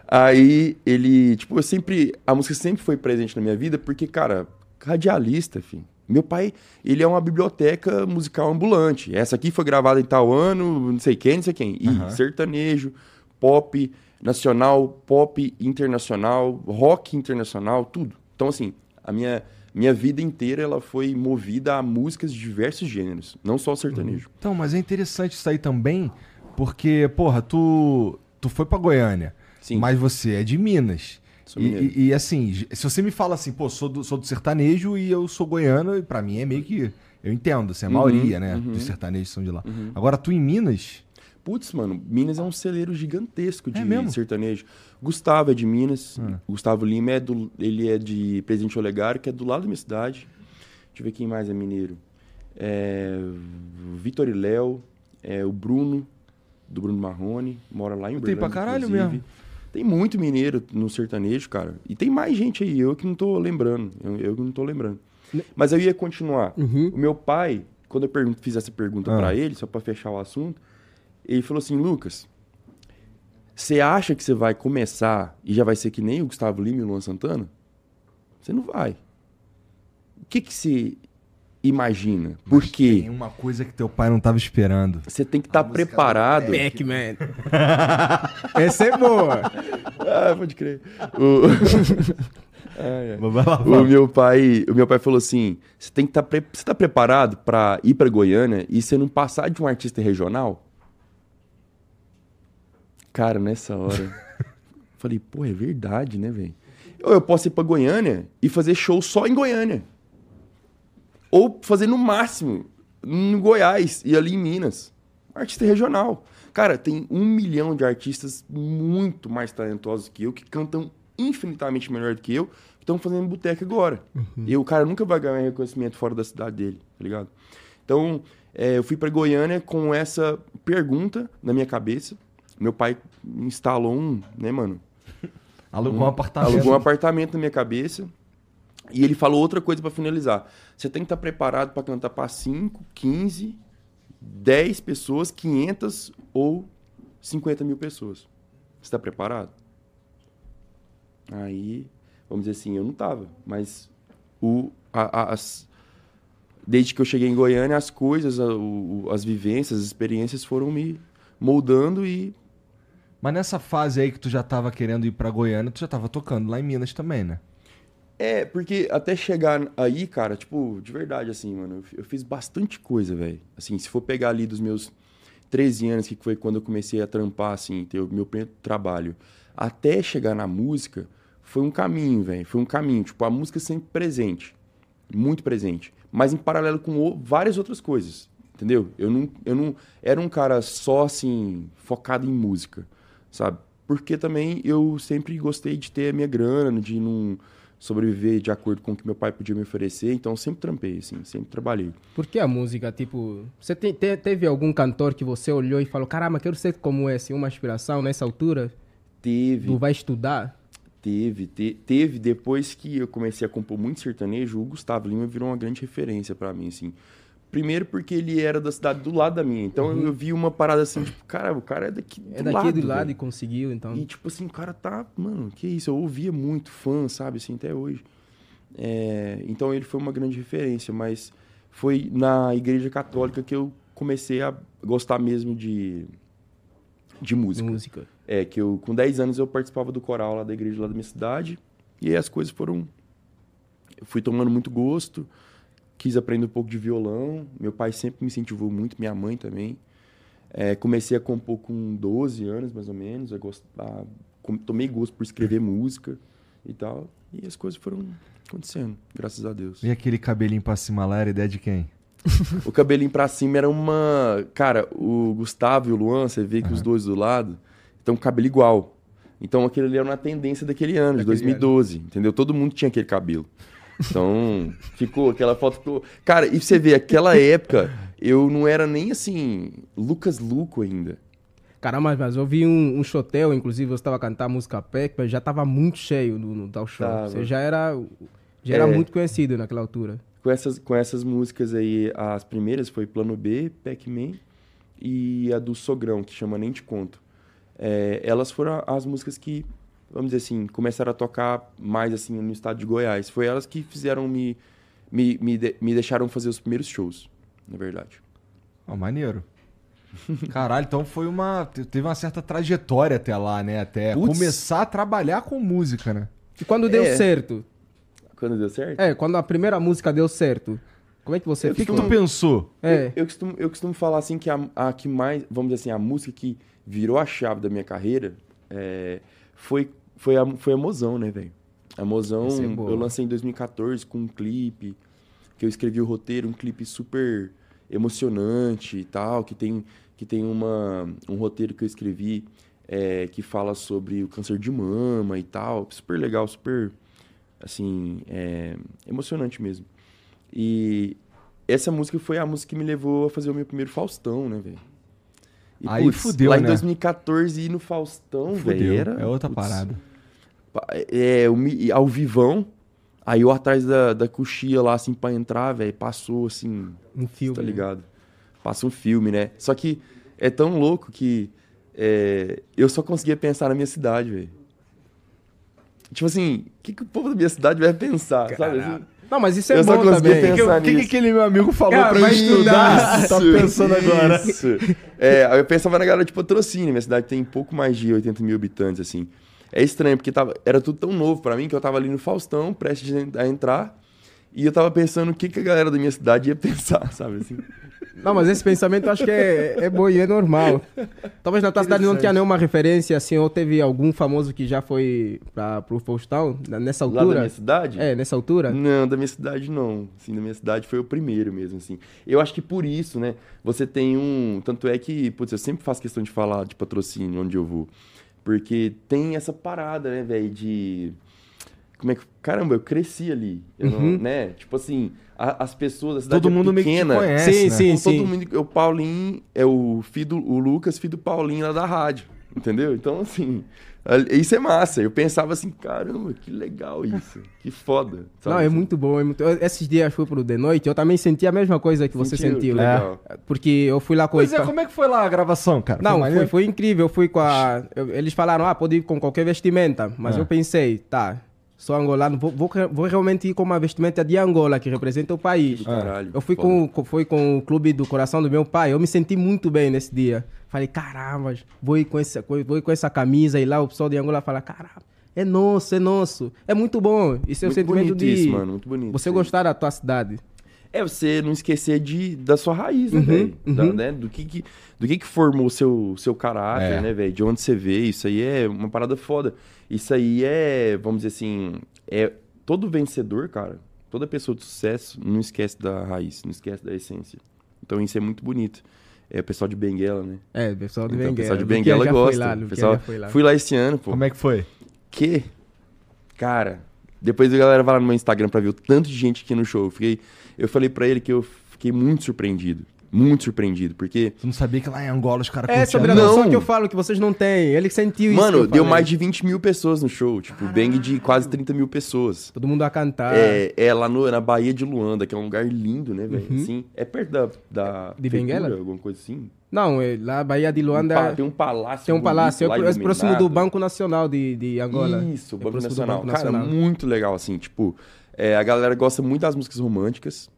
Speaker 2: Aí ele. Tipo, eu sempre. A música sempre foi presente na minha vida, porque, cara, radialista, filho. Meu pai, ele é uma biblioteca musical ambulante. Essa aqui foi gravada em tal ano, não sei quem, não sei quem. E sertanejo, pop nacional, pop internacional, rock internacional, tudo. Então, assim, a minha, minha vida inteira ela foi movida a músicas de diversos gêneros, não só o sertanejo.
Speaker 1: Então, mas é interessante isso aí também, porque, porra, tu, tu foi pra Goiânia,
Speaker 2: Sim.
Speaker 1: mas você é de Minas.
Speaker 2: Sou
Speaker 1: E,
Speaker 2: mineiro.
Speaker 1: e- e, assim, j- se você me fala assim, pô, sou do, sou do sertanejo e eu sou goiano, e pra mim é meio que. Eu entendo, assim, a maioria, né? Dos sertanejos são de lá. Agora, tu em Minas.
Speaker 2: Putz, mano, Minas é um celeiro gigantesco de
Speaker 1: É mesmo? Ah.
Speaker 2: sertanejo. Gustavo é de Minas, Gustavo Lima é do, ele é de Presidente Olegário, que é do lado da minha cidade. Deixa eu ver quem mais é mineiro. É, o Vitor e Léo, é, o Bruno, do Bruno Marrone, mora lá
Speaker 1: Tem
Speaker 2: em
Speaker 1: pra
Speaker 2: Uberlândia,
Speaker 1: caralho
Speaker 2: inclusive.
Speaker 1: mesmo.
Speaker 2: Tem muito mineiro no sertanejo, cara. E tem mais gente aí, eu que não tô lembrando. Eu, eu que não tô lembrando. Mas eu ia continuar. O meu pai, quando eu pergun- fiz essa pergunta
Speaker 1: Ah.
Speaker 2: pra ele, só pra fechar o assunto, ele falou assim: Lucas, você acha que você vai começar e já vai ser que nem o Gustavo Lima e o Luan Santana? Você não vai. O que que você imagina? Por quê?
Speaker 1: Tem uma coisa que teu pai não tava esperando.
Speaker 2: Você tem que estar
Speaker 1: música do
Speaker 2: preparado.
Speaker 3: Pac-Man. Essa é boa.
Speaker 2: Ah, pode crer. O... Ai, ai.
Speaker 1: Mas vai lá,
Speaker 2: O
Speaker 1: fala.
Speaker 2: meu pai, o meu pai falou assim: você tem que estar você tá preparado pra ir pra Goiânia e você não passar de um artista regional? Cara, nessa hora, falei, pô, é verdade, né, velho? Ou eu posso ir pra Goiânia e fazer show só em Goiânia. Ou fazer no máximo no Goiás e ali em Minas. Artista regional. Cara, tem um milhão de artistas muito mais talentosos que eu, que cantam infinitamente melhor do que eu, que estão fazendo boteca agora. E o cara nunca vai ganhar reconhecimento fora da cidade dele, tá ligado? Então, é, eu fui pra Goiânia com essa pergunta na minha cabeça. Meu pai instalou um, né, mano?
Speaker 1: Alugou um apartamento.
Speaker 2: Alugou um apartamento na minha cabeça. E ele falou outra coisa pra finalizar. Você tem que estar preparado pra cantar pra 5, 15, 10 pessoas, 500 ou 50 mil pessoas. Você tá preparado? Aí, vamos dizer assim, eu não tava. Mas o, a- a- as, desde que eu cheguei em Goiânia, as coisas, a- o- o- as vivências, as experiências foram me moldando e
Speaker 1: Mas nessa fase aí que tu já tava querendo ir pra Goiânia, tu já tava tocando lá em Minas também, né?
Speaker 2: É, porque até chegar aí, cara, tipo, de verdade, assim, mano, eu fi- eu fiz bastante coisa, velho. Assim, se for pegar ali dos meus 13 anos, que foi quando eu comecei a trampar, assim, ter o meu primeiro trabalho, até chegar na música, foi um caminho, velho. Foi um caminho. Tipo, a música sempre presente. Muito presente. Mas em paralelo com o- várias outras coisas. Entendeu? Eu não, eu não era um cara só, assim, focado em música, sabe? Porque também eu sempre gostei de ter a minha grana, de não sobreviver de acordo com o que meu pai podia me oferecer. Então, eu sempre trampei, assim, sempre trabalhei.
Speaker 3: Por que a música, tipo... Você te- te- teve algum cantor que você olhou e falou, caramba, quero ser como esse, uma inspiração nessa altura?
Speaker 2: Teve.
Speaker 3: Tu vai estudar?
Speaker 2: Teve, te- teve. Depois que eu comecei a compor muito sertanejo, o Gustavo Lima virou uma grande referência pra mim, assim. Primeiro porque ele era da cidade do lado da minha. Então eu vi uma parada assim, tipo, cara, o cara é daqui do
Speaker 3: Uhum. É daqui
Speaker 2: lado.
Speaker 3: do lado e
Speaker 2: velho.
Speaker 3: conseguiu, então.
Speaker 2: E tipo assim, o cara tá, mano, que isso? Eu ouvia muito fã, sabe, assim, até hoje. É, então ele foi uma grande referência, mas foi na igreja católica que eu comecei a gostar mesmo de, de música.
Speaker 3: música.
Speaker 2: É, que eu, com 10 anos eu participava do coral lá da igreja lá da minha cidade. E aí as coisas foram. Eu fui tomando muito gosto, quis aprender um pouco de violão. Meu pai sempre me incentivou muito, minha mãe também. É, comecei a compor com 12 anos, mais ou menos. Eu gost... a- com- Tomei gosto por escrever música e tal. E as coisas foram acontecendo, graças a Deus.
Speaker 1: E aquele cabelinho pra cima lá era ideia de quem?
Speaker 2: O cabelinho pra cima era uma. Cara, o Gustavo e o Luan, você vê que os dois do lado estão com cabelo igual. Então aquilo ali era uma tendência daquele ano, de 2012, entendeu? Todo mundo tinha aquele cabelo. Então, ficou, aquela foto ficou. Cara, e você vê, aquela época, eu não era nem assim, Lucas Luco ainda.
Speaker 3: Caramba, mas eu vi um, um shotel, inclusive, você estava a cantar música Pac, mas já estava muito cheio no, no tal show.
Speaker 2: Tava.
Speaker 3: Você já era, já era
Speaker 2: É.
Speaker 3: muito conhecido naquela altura.
Speaker 2: Com essas, com essas músicas aí, as primeiras foi Plano B, Pac-Man e a do Sogrão, que chama Nem Te Conto. É, elas foram as músicas que, vamos dizer assim, começaram a tocar mais assim no estado de Goiás. Foi elas que fizeram me, me, me, de- me deixaram fazer os primeiros shows, na verdade.
Speaker 1: Ó, maneiro. Caralho, então foi uma. te- Teve uma certa trajetória até lá, né? Até
Speaker 2: Putz.
Speaker 1: começar a trabalhar com música, né?
Speaker 3: E quando deu
Speaker 2: É.
Speaker 3: certo?
Speaker 2: Quando deu certo?
Speaker 3: É, quando a primeira música deu certo. Como é que você
Speaker 2: Eu
Speaker 1: O que, que
Speaker 3: ficou?
Speaker 1: tu pensou?
Speaker 3: É.
Speaker 2: Eu, costumo, eu costumo falar assim que a, a que mais, vamos dizer assim, a música que virou a chave da minha carreira é, foi, foi, a, foi a Mozão, né, velho? A Mozão
Speaker 3: Essa é boa.
Speaker 2: eu lancei em 2014 com um clipe, que eu escrevi o roteiro, um clipe super emocionante e tal, que tem, que tem uma, um roteiro que eu escrevi é, que fala sobre o câncer de mama e tal. Super legal, super, assim, é, emocionante mesmo. E essa música foi a música que me levou a fazer o meu primeiro Faustão, né, velho? E,
Speaker 1: Aí fudeu,
Speaker 2: lá em
Speaker 1: né?
Speaker 2: 2014 ir no Faustão, velho, era...
Speaker 1: é outra
Speaker 2: putz,
Speaker 1: parada.
Speaker 2: pa- é, eu me- ao vivão, aí eu atrás da, da coxia lá, assim, pra entrar, velho, passou, assim,
Speaker 3: Um filme.
Speaker 2: tá ligado? Passa um filme, né? Só que é tão louco que é, eu só conseguia pensar na minha cidade, velho. Tipo assim, o que, que o povo da minha cidade vai pensar, sabe? assim?
Speaker 3: Não, mas isso é
Speaker 2: Eu só
Speaker 3: bom
Speaker 2: consegui
Speaker 3: também.
Speaker 1: Que-
Speaker 2: pensar-
Speaker 1: O que, que
Speaker 2: nisso.
Speaker 1: aquele meu amigo falou
Speaker 3: Cara,
Speaker 1: pra eu
Speaker 3: vai
Speaker 1: estudar?
Speaker 3: estudar.
Speaker 1: Tá pensando agora.
Speaker 2: Isso. É, aí eu pensava na galera de patrocínio. Minha cidade tem pouco mais de 80 mil habitantes, assim. É estranho, porque tava, era tudo tão novo pra mim que eu tava ali no Faustão, prestes a entrar. E eu tava pensando o que, que a galera da minha cidade ia pensar, sabe? Assim.
Speaker 3: Não, mas esse pensamento eu acho que é, é bom e é normal. Talvez na tua cidade não tinha nenhuma referência, assim, ou teve algum famoso que já foi pra, pro Faustão, na- nessa
Speaker 2: Lá da
Speaker 3: altura?
Speaker 2: minha cidade? Hum,
Speaker 3: É, nessa altura?
Speaker 2: Não, da minha cidade não. Assim, da minha cidade foi o primeiro mesmo, assim. Eu acho que por isso, né? Você tem um. Tanto é que, putz, eu sempre faço questão de falar de patrocínio onde eu vou. Porque tem essa parada, né, velho, de. Como é que. Caramba, eu cresci ali. Eu não-
Speaker 3: Uhum.
Speaker 2: né? Tipo assim, a- as pessoas da cidade
Speaker 1: Todo
Speaker 2: é
Speaker 1: mundo meio que te
Speaker 2: pequena.
Speaker 1: conhece.
Speaker 3: Sim,
Speaker 1: né?
Speaker 3: sim.
Speaker 2: Então, todo mundo. O Paulinho é o filho do o Lucas, filho do Paulinho lá da rádio. Entendeu? Então, assim, a- isso é massa. Eu pensava assim, caramba, que legal isso. Que foda. sabe?
Speaker 3: não, é
Speaker 2: Assim,
Speaker 3: muito bom. É muito... eu- Esses dias foi pro The Noite, eu também senti a mesma coisa que você sentiu. né?
Speaker 2: que né? legal.
Speaker 3: Porque eu fui lá com
Speaker 1: Pois é,
Speaker 3: Ipa-
Speaker 1: como é que foi lá a gravação, cara?
Speaker 3: Não, foi,
Speaker 1: maneiro?
Speaker 3: foi incrível. Eu fui com a. eu- eles falaram, ah, pode ir com qualquer vestimenta. Mas
Speaker 1: Ah.
Speaker 3: eu pensei, tá, sou angolano, vou, vou, vou realmente ir com uma vestimenta de Angola, que representa o país.
Speaker 2: Caralho,
Speaker 3: Eu fui
Speaker 2: foda.
Speaker 3: com, com- foi com o clube do coração do meu pai. Eu me senti muito bem nesse dia. Falei, caramba, vou ir com essa, co- vou ir com essa camisa. E lá o pessoal de Angola fala, caramba, é nosso, é nosso. É muito bom. Isso é
Speaker 2: Muito
Speaker 3: o sentimento
Speaker 2: bonito
Speaker 3: de
Speaker 2: isso, mano, muito bonito
Speaker 3: você
Speaker 2: isso.
Speaker 3: gostar da tua cidade.
Speaker 2: É você não esquecer de, da sua raiz, né,
Speaker 3: Uhum,
Speaker 2: velho? Da-
Speaker 3: uhum.
Speaker 2: né, Do, que, que, do que que formou o seu, seu caráter,
Speaker 1: É.
Speaker 2: né, velho? De onde você veio. Isso aí é uma parada foda. Isso aí é, vamos dizer assim, é todo vencedor, cara, toda pessoa de sucesso não esquece da raiz, não esquece da essência. Então isso é muito bonito. É o pessoal de Benguela, né?
Speaker 3: É, o pessoal de
Speaker 2: Então,
Speaker 3: Benguela.
Speaker 2: o pessoal de
Speaker 3: Luquinha
Speaker 2: Benguela
Speaker 3: já foi
Speaker 2: gosta.
Speaker 3: lá,
Speaker 2: O
Speaker 3: Luquinha
Speaker 2: pessoal,
Speaker 3: já foi lá.
Speaker 2: Fui lá esse ano, pô.
Speaker 1: Como é que foi?
Speaker 2: que, cara, depois a galera vai lá no meu Instagram pra ver o tanto de gente aqui no show. Eu, fiquei, eu falei pra ele que eu fiquei muito surpreendido. Muito surpreendido, porque.
Speaker 1: Tu não sabia que lá em Angola os caras
Speaker 3: É
Speaker 1: curtiam
Speaker 3: sobre a
Speaker 2: Não.
Speaker 3: noção que eu falo que vocês não têm. Ele sentiu isso. que
Speaker 2: Mano,
Speaker 3: eu
Speaker 2: deu
Speaker 3: falei.
Speaker 2: mais de 20 mil pessoas no show. Tipo, bang de quase 30 mil pessoas.
Speaker 3: Todo mundo a cantar.
Speaker 2: É, é lá no- na Bahia de Luanda, que é um lugar lindo, né, velho? Assim, é perto da. da
Speaker 3: Uhum. De
Speaker 2: prefeitura,
Speaker 3: Benguela?
Speaker 2: Alguma coisa assim.
Speaker 3: Não, é, lá Bahia de
Speaker 2: Um pa-
Speaker 3: Luanda
Speaker 2: tem um palácio.
Speaker 3: tem um
Speaker 2: bonito
Speaker 3: palácio.
Speaker 2: lá,
Speaker 3: É, pro- é próximo do
Speaker 2: iluminado.
Speaker 3: Banco Nacional de, de Angola.
Speaker 2: Isso, o
Speaker 3: É
Speaker 2: Banco
Speaker 3: próximo do
Speaker 2: Nacional.
Speaker 3: Banco
Speaker 2: Cara,
Speaker 3: Nacional.
Speaker 2: muito legal, assim, tipo, é, a galera gosta muito das músicas românticas.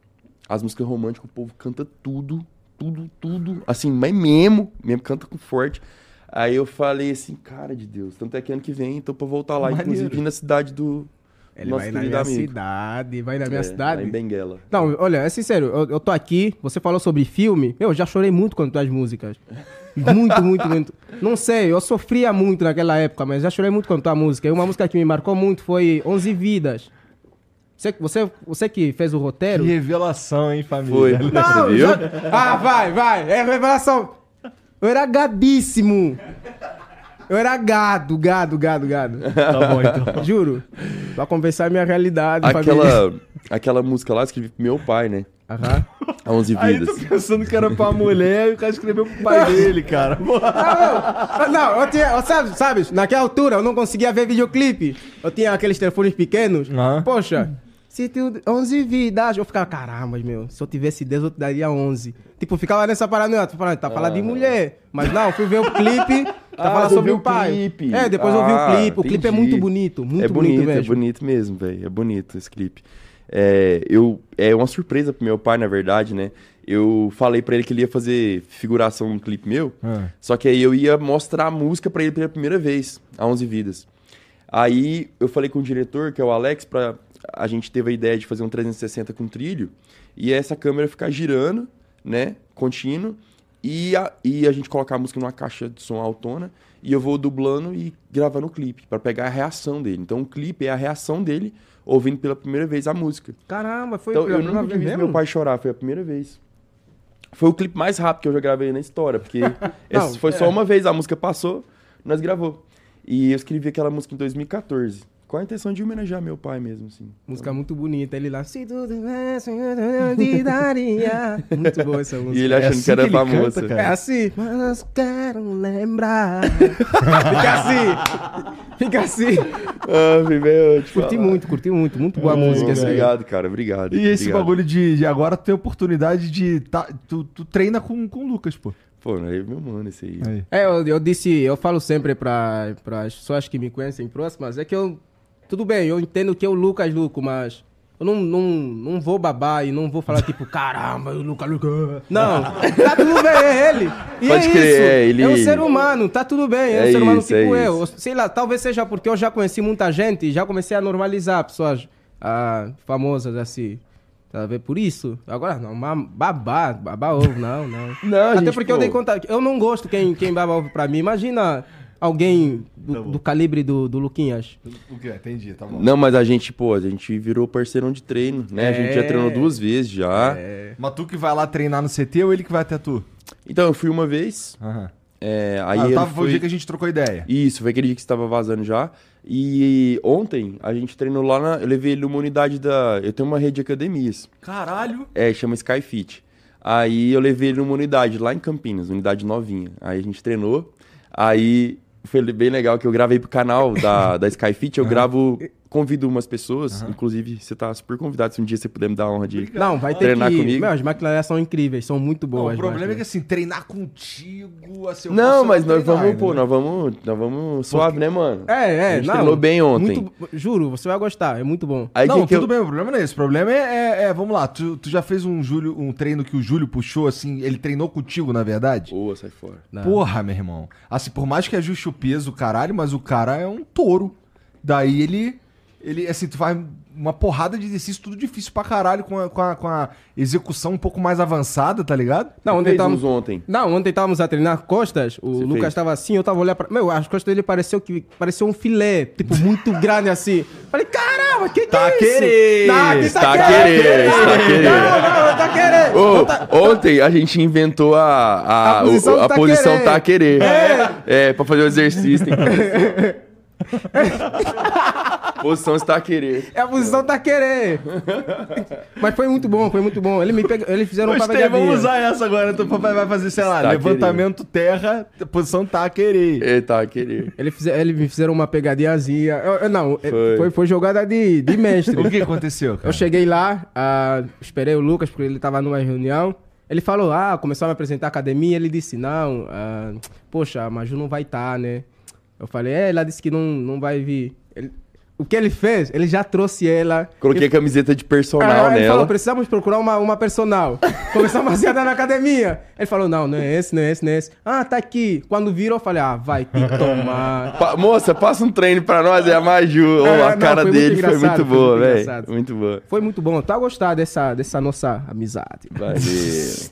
Speaker 2: As músicas românticas, o povo canta tudo, tudo, tudo, assim, mas mesmo, mesmo canta com forte. Aí eu falei assim, cara de Deus, tanto é que ano que vem, então pra voltar lá,
Speaker 1: Maneiro.
Speaker 2: inclusive na cidade do
Speaker 3: Ele
Speaker 2: nosso
Speaker 3: vai na
Speaker 2: querido
Speaker 3: minha
Speaker 2: amigo.
Speaker 3: cidade, vai na minha
Speaker 2: É, Lá em
Speaker 3: cidade.
Speaker 2: Benguela.
Speaker 3: Não, olha, é sincero, eu, eu tô aqui, você falou sobre filme, eu já chorei muito com as tuas músicas. Muito, muito, muito. Não sei, eu sofria muito naquela época, mas já chorei muito com a tua música. E uma música que me marcou muito foi 11 Vidas. Você, você, você que fez o
Speaker 1: Que
Speaker 3: roteiro?
Speaker 1: revelação, hein,
Speaker 2: Foi.
Speaker 1: família?
Speaker 3: Não,
Speaker 2: Você viu?
Speaker 3: já- Ah, vai, vai. É revelação. Eu era gadíssimo. Eu era gado, gado, gado, gado.
Speaker 1: Tá bom, então.
Speaker 3: Juro. Pra compensar a minha realidade, família.
Speaker 2: Aquela, aquela música lá eu escrevi pro meu pai, né?
Speaker 3: Aham.
Speaker 2: Há 11
Speaker 1: Aí
Speaker 2: vidas.
Speaker 1: tô pensando que era pra mulher e o cara escreveu pro pai dele, cara.
Speaker 3: Ah, Não, eu tinha, eu sabe, sabes, naquela altura eu não conseguia ver videoclipe. Eu tinha aqueles telefones pequenos.
Speaker 1: Aham.
Speaker 3: Poxa, Se tu, 11 vidas. Eu ficava, caramba, meu, se eu tivesse 10, eu te daria 11. Tipo, ficava nessa paranoia. Tô falando, tá falando de mulher. Mas não, fui ver o clipe, tá
Speaker 2: É. Ah,
Speaker 3: falando
Speaker 2: tu
Speaker 3: sobre
Speaker 2: viu
Speaker 3: o
Speaker 2: o
Speaker 3: pai.
Speaker 2: clipe.
Speaker 3: É, depois eu vi
Speaker 2: Ah,
Speaker 3: o clipe. O clipe é
Speaker 2: entendi.
Speaker 3: muito bonito, muito
Speaker 2: é bonito,
Speaker 3: bonito
Speaker 2: é
Speaker 3: mesmo.
Speaker 2: bonito mesmo, velho. É bonito esse clipe. É, eu, é uma surpresa pro meu pai, na verdade, né? Eu falei pra ele que ele ia fazer figuração no clipe meu,
Speaker 1: Ah.
Speaker 2: só que aí eu ia mostrar a música pra ele pela primeira vez, a 11 Vidas. Aí eu falei com o diretor, que é o Alex, pra... a gente teve a ideia de fazer um 360 com trilho, e é essa câmera ficar girando, né, contínuo, e a, e a gente colocar a música numa caixa de som autona, e eu vou dublando e gravando o clipe, pra pegar a reação dele. Então o clipe é a reação dele ouvindo pela primeira vez a música.
Speaker 3: Caramba, foi
Speaker 2: Então
Speaker 3: pela
Speaker 2: eu nunca
Speaker 3: primeira
Speaker 2: vi
Speaker 3: vez
Speaker 2: meu
Speaker 3: mesmo?
Speaker 2: pai chorar, foi a primeira vez. Foi o clipe mais rápido que eu já gravei na história, porque essa
Speaker 3: Não,
Speaker 2: foi
Speaker 1: é.
Speaker 2: só uma vez, a música passou, nós gravou. E eu escrevi aquela música em 2014, com a intenção de homenagear meu pai mesmo, assim.
Speaker 3: Música muito bonita, ele lá. Se tu tivesse, eu te daria. Muito boa essa música.
Speaker 2: E ele achando
Speaker 1: assim
Speaker 2: que era
Speaker 1: que ele
Speaker 2: famoso.
Speaker 1: canta,
Speaker 3: É
Speaker 1: cara.
Speaker 3: assim. Mas quero lembrar. Fica assim. Fica assim.
Speaker 2: ah, meu, eu te
Speaker 3: Curti
Speaker 2: falar.
Speaker 3: muito, curti muito. Muito boa a
Speaker 1: Ai,
Speaker 3: música. essa aí.
Speaker 2: Obrigado, cara, obrigado.
Speaker 1: E esse
Speaker 2: obrigado.
Speaker 1: bagulho de, de agora ter oportunidade de. tá- tu, tu treina com, com o Lucas, pô.
Speaker 2: Pô, não é meu mano esse aí.
Speaker 1: Aí.
Speaker 3: É, eu, eu disse, eu falo sempre para as pessoas que me conhecem próximas, é que eu. Tudo bem, eu entendo que é o Lucas Luco, mas. Eu não, não, não vou babar e não vou falar tipo, caramba, o Lucas Luco. Não, tá tudo bem, é ele. E
Speaker 2: Pode
Speaker 3: é
Speaker 2: crer,
Speaker 3: isso.
Speaker 2: é, ele-
Speaker 3: É um ser humano, tá tudo bem, é, um
Speaker 2: É
Speaker 3: ser humano
Speaker 2: isso,
Speaker 3: tipo
Speaker 2: é
Speaker 3: eu. Sei lá, talvez seja porque eu já conheci muita gente e já comecei a normalizar pessoas ah, famosas assim. Tá a ver? Por isso. Agora, não, ma- babar, babar ovo, não, não.
Speaker 2: Não,
Speaker 3: Até
Speaker 2: gente,
Speaker 3: porque eu
Speaker 2: pô.
Speaker 3: dei conta. Eu não gosto quem, quem baba ovo pra mim. Imagina alguém
Speaker 1: Tá
Speaker 3: do, do calibre do, do Luquinhas.
Speaker 1: O que? Entendi, tá bom.
Speaker 2: Não, mas a gente, pô, a gente virou parceirão de treino, né? A gente já
Speaker 3: É.
Speaker 2: treinou duas vezes já.
Speaker 1: É. Mas tu que vai lá treinar no CT ou ele que vai até tu?
Speaker 2: Então, eu fui uma vez,
Speaker 1: Aham.
Speaker 2: é, aí
Speaker 1: Ah, eu
Speaker 2: ele
Speaker 1: tava, foi o
Speaker 2: foi-
Speaker 1: dia que a gente trocou ideia.
Speaker 2: Isso, foi aquele dia que você tava vazando já. E ontem a gente treinou lá na. Eu levei ele numa unidade da. Eu tenho uma rede de academias.
Speaker 1: Caralho!
Speaker 2: É, chama Skyfit. Aí eu levei ele numa unidade lá em Campinas, unidade novinha. Aí a gente treinou. Aí foi bem legal que eu gravei pro canal da, da Skyfit. Eu gravo, convido umas pessoas. Inclusive, você tá super convidado se um dia você puder me dar a honra de.
Speaker 3: Não, vai ter
Speaker 2: Treinar
Speaker 3: que.
Speaker 2: comigo?
Speaker 3: Meu, as máquinas lá são incríveis, são muito
Speaker 1: Não,
Speaker 3: boas.
Speaker 1: o problema é que
Speaker 3: máquinas.
Speaker 1: assim, treinar contigo, assim, eu posso
Speaker 2: Não, mas
Speaker 1: não treinar
Speaker 2: nós vamos,
Speaker 1: ainda,
Speaker 2: pô,
Speaker 1: né?
Speaker 2: nós vamos, nós vamos suave, né, mano?
Speaker 3: É, é,
Speaker 2: A gente treinou bem ontem.
Speaker 3: muito- juro, você vai gostar, é muito bom.
Speaker 2: Aí
Speaker 1: não,
Speaker 2: que que eu-
Speaker 1: tudo bem, o problema não é esse. O problema é, é- é, vamos lá, tu, tu já fez um Júlio, um treino que o Júlio puxou, assim, ele treinou contigo, na verdade?
Speaker 2: Boa, sai fora.
Speaker 3: Não.
Speaker 1: Porra, meu irmão. Assim, por mais que ajuste o peso, caralho, mas o cara é um touro. Daí ele, ele assim, tu faz uma porrada de exercício, tudo difícil pra caralho, com a, com a- com a execução um pouco mais avançada, tá ligado?
Speaker 3: Não, ontem
Speaker 2: Fez uns
Speaker 3: estávamos.
Speaker 2: ontem.
Speaker 3: Não, ontem estávamos a treinar costas, o
Speaker 2: Você
Speaker 3: Lucas
Speaker 2: fez?
Speaker 3: estava assim, eu estava olhando pra. Meu, as costas dele pareceu que pareceu um filé, tipo, muito grande assim. Falei, caramba, que que
Speaker 2: Tá
Speaker 3: é
Speaker 2: querendo,
Speaker 3: isso? Não, que
Speaker 2: tá querendo, tá querendo.
Speaker 3: Não, não, tá querendo.
Speaker 2: Ô, ontem a gente inventou a, a,
Speaker 3: A
Speaker 2: o- a posição,
Speaker 3: posição tá
Speaker 2: tá,
Speaker 3: querer.
Speaker 2: querer. É. pra fazer o exercício. Tem que- posição está a querer.
Speaker 3: É a posição tá querer. Mas foi muito bom, foi muito bom. Ele me pega, eles fizeram um
Speaker 1: Gostei, vamos
Speaker 3: pagodinho.
Speaker 1: usar essa agora. Tu vai vai fazer, sei lá,
Speaker 2: Tá,
Speaker 1: levantamento terra, posição tá querer.
Speaker 2: É, tá a querer.
Speaker 3: Ele fizer, eles me fizeram uma pegadinhazinha. Eu- eu não, é,
Speaker 2: Foi.
Speaker 3: foi. Foi, jogada de, de
Speaker 1: O
Speaker 3: mestre.
Speaker 1: que aconteceu, cara?
Speaker 3: Eu cheguei lá, ah, esperei o Lucas, porque ele estava numa reunião. Ele falou, ah, começou a me apresentar a academia. Ele disse, não, ah, poxa, a Maju não vai estar, né? Eu falei, é, ela disse que não, não vai vir. Ele- o que ele fez? Ele já trouxe ela.
Speaker 2: Coloquei a camiseta de personal
Speaker 3: Ah, ele falou,
Speaker 2: nela.
Speaker 3: precisamos procurar uma, uma personal. Começamos a se andar na academia. Ele falou, não, não é esse, não é esse, não é esse. Ah, tá aqui. Quando virou, eu falei, ah, vai te tomar.
Speaker 2: Pa- moça, passa um treino pra nós, é a Maju. Ô,
Speaker 3: Ah,
Speaker 2: a
Speaker 3: não,
Speaker 2: cara
Speaker 3: foi muito
Speaker 2: dele foi
Speaker 3: engraçado,
Speaker 2: muito
Speaker 3: foi
Speaker 2: boa,
Speaker 3: muito
Speaker 2: velho.
Speaker 3: engraçado.
Speaker 2: Muito boa.
Speaker 3: Foi muito bom. Tá gostar dessa, dessa nossa amizade.
Speaker 2: Valeu.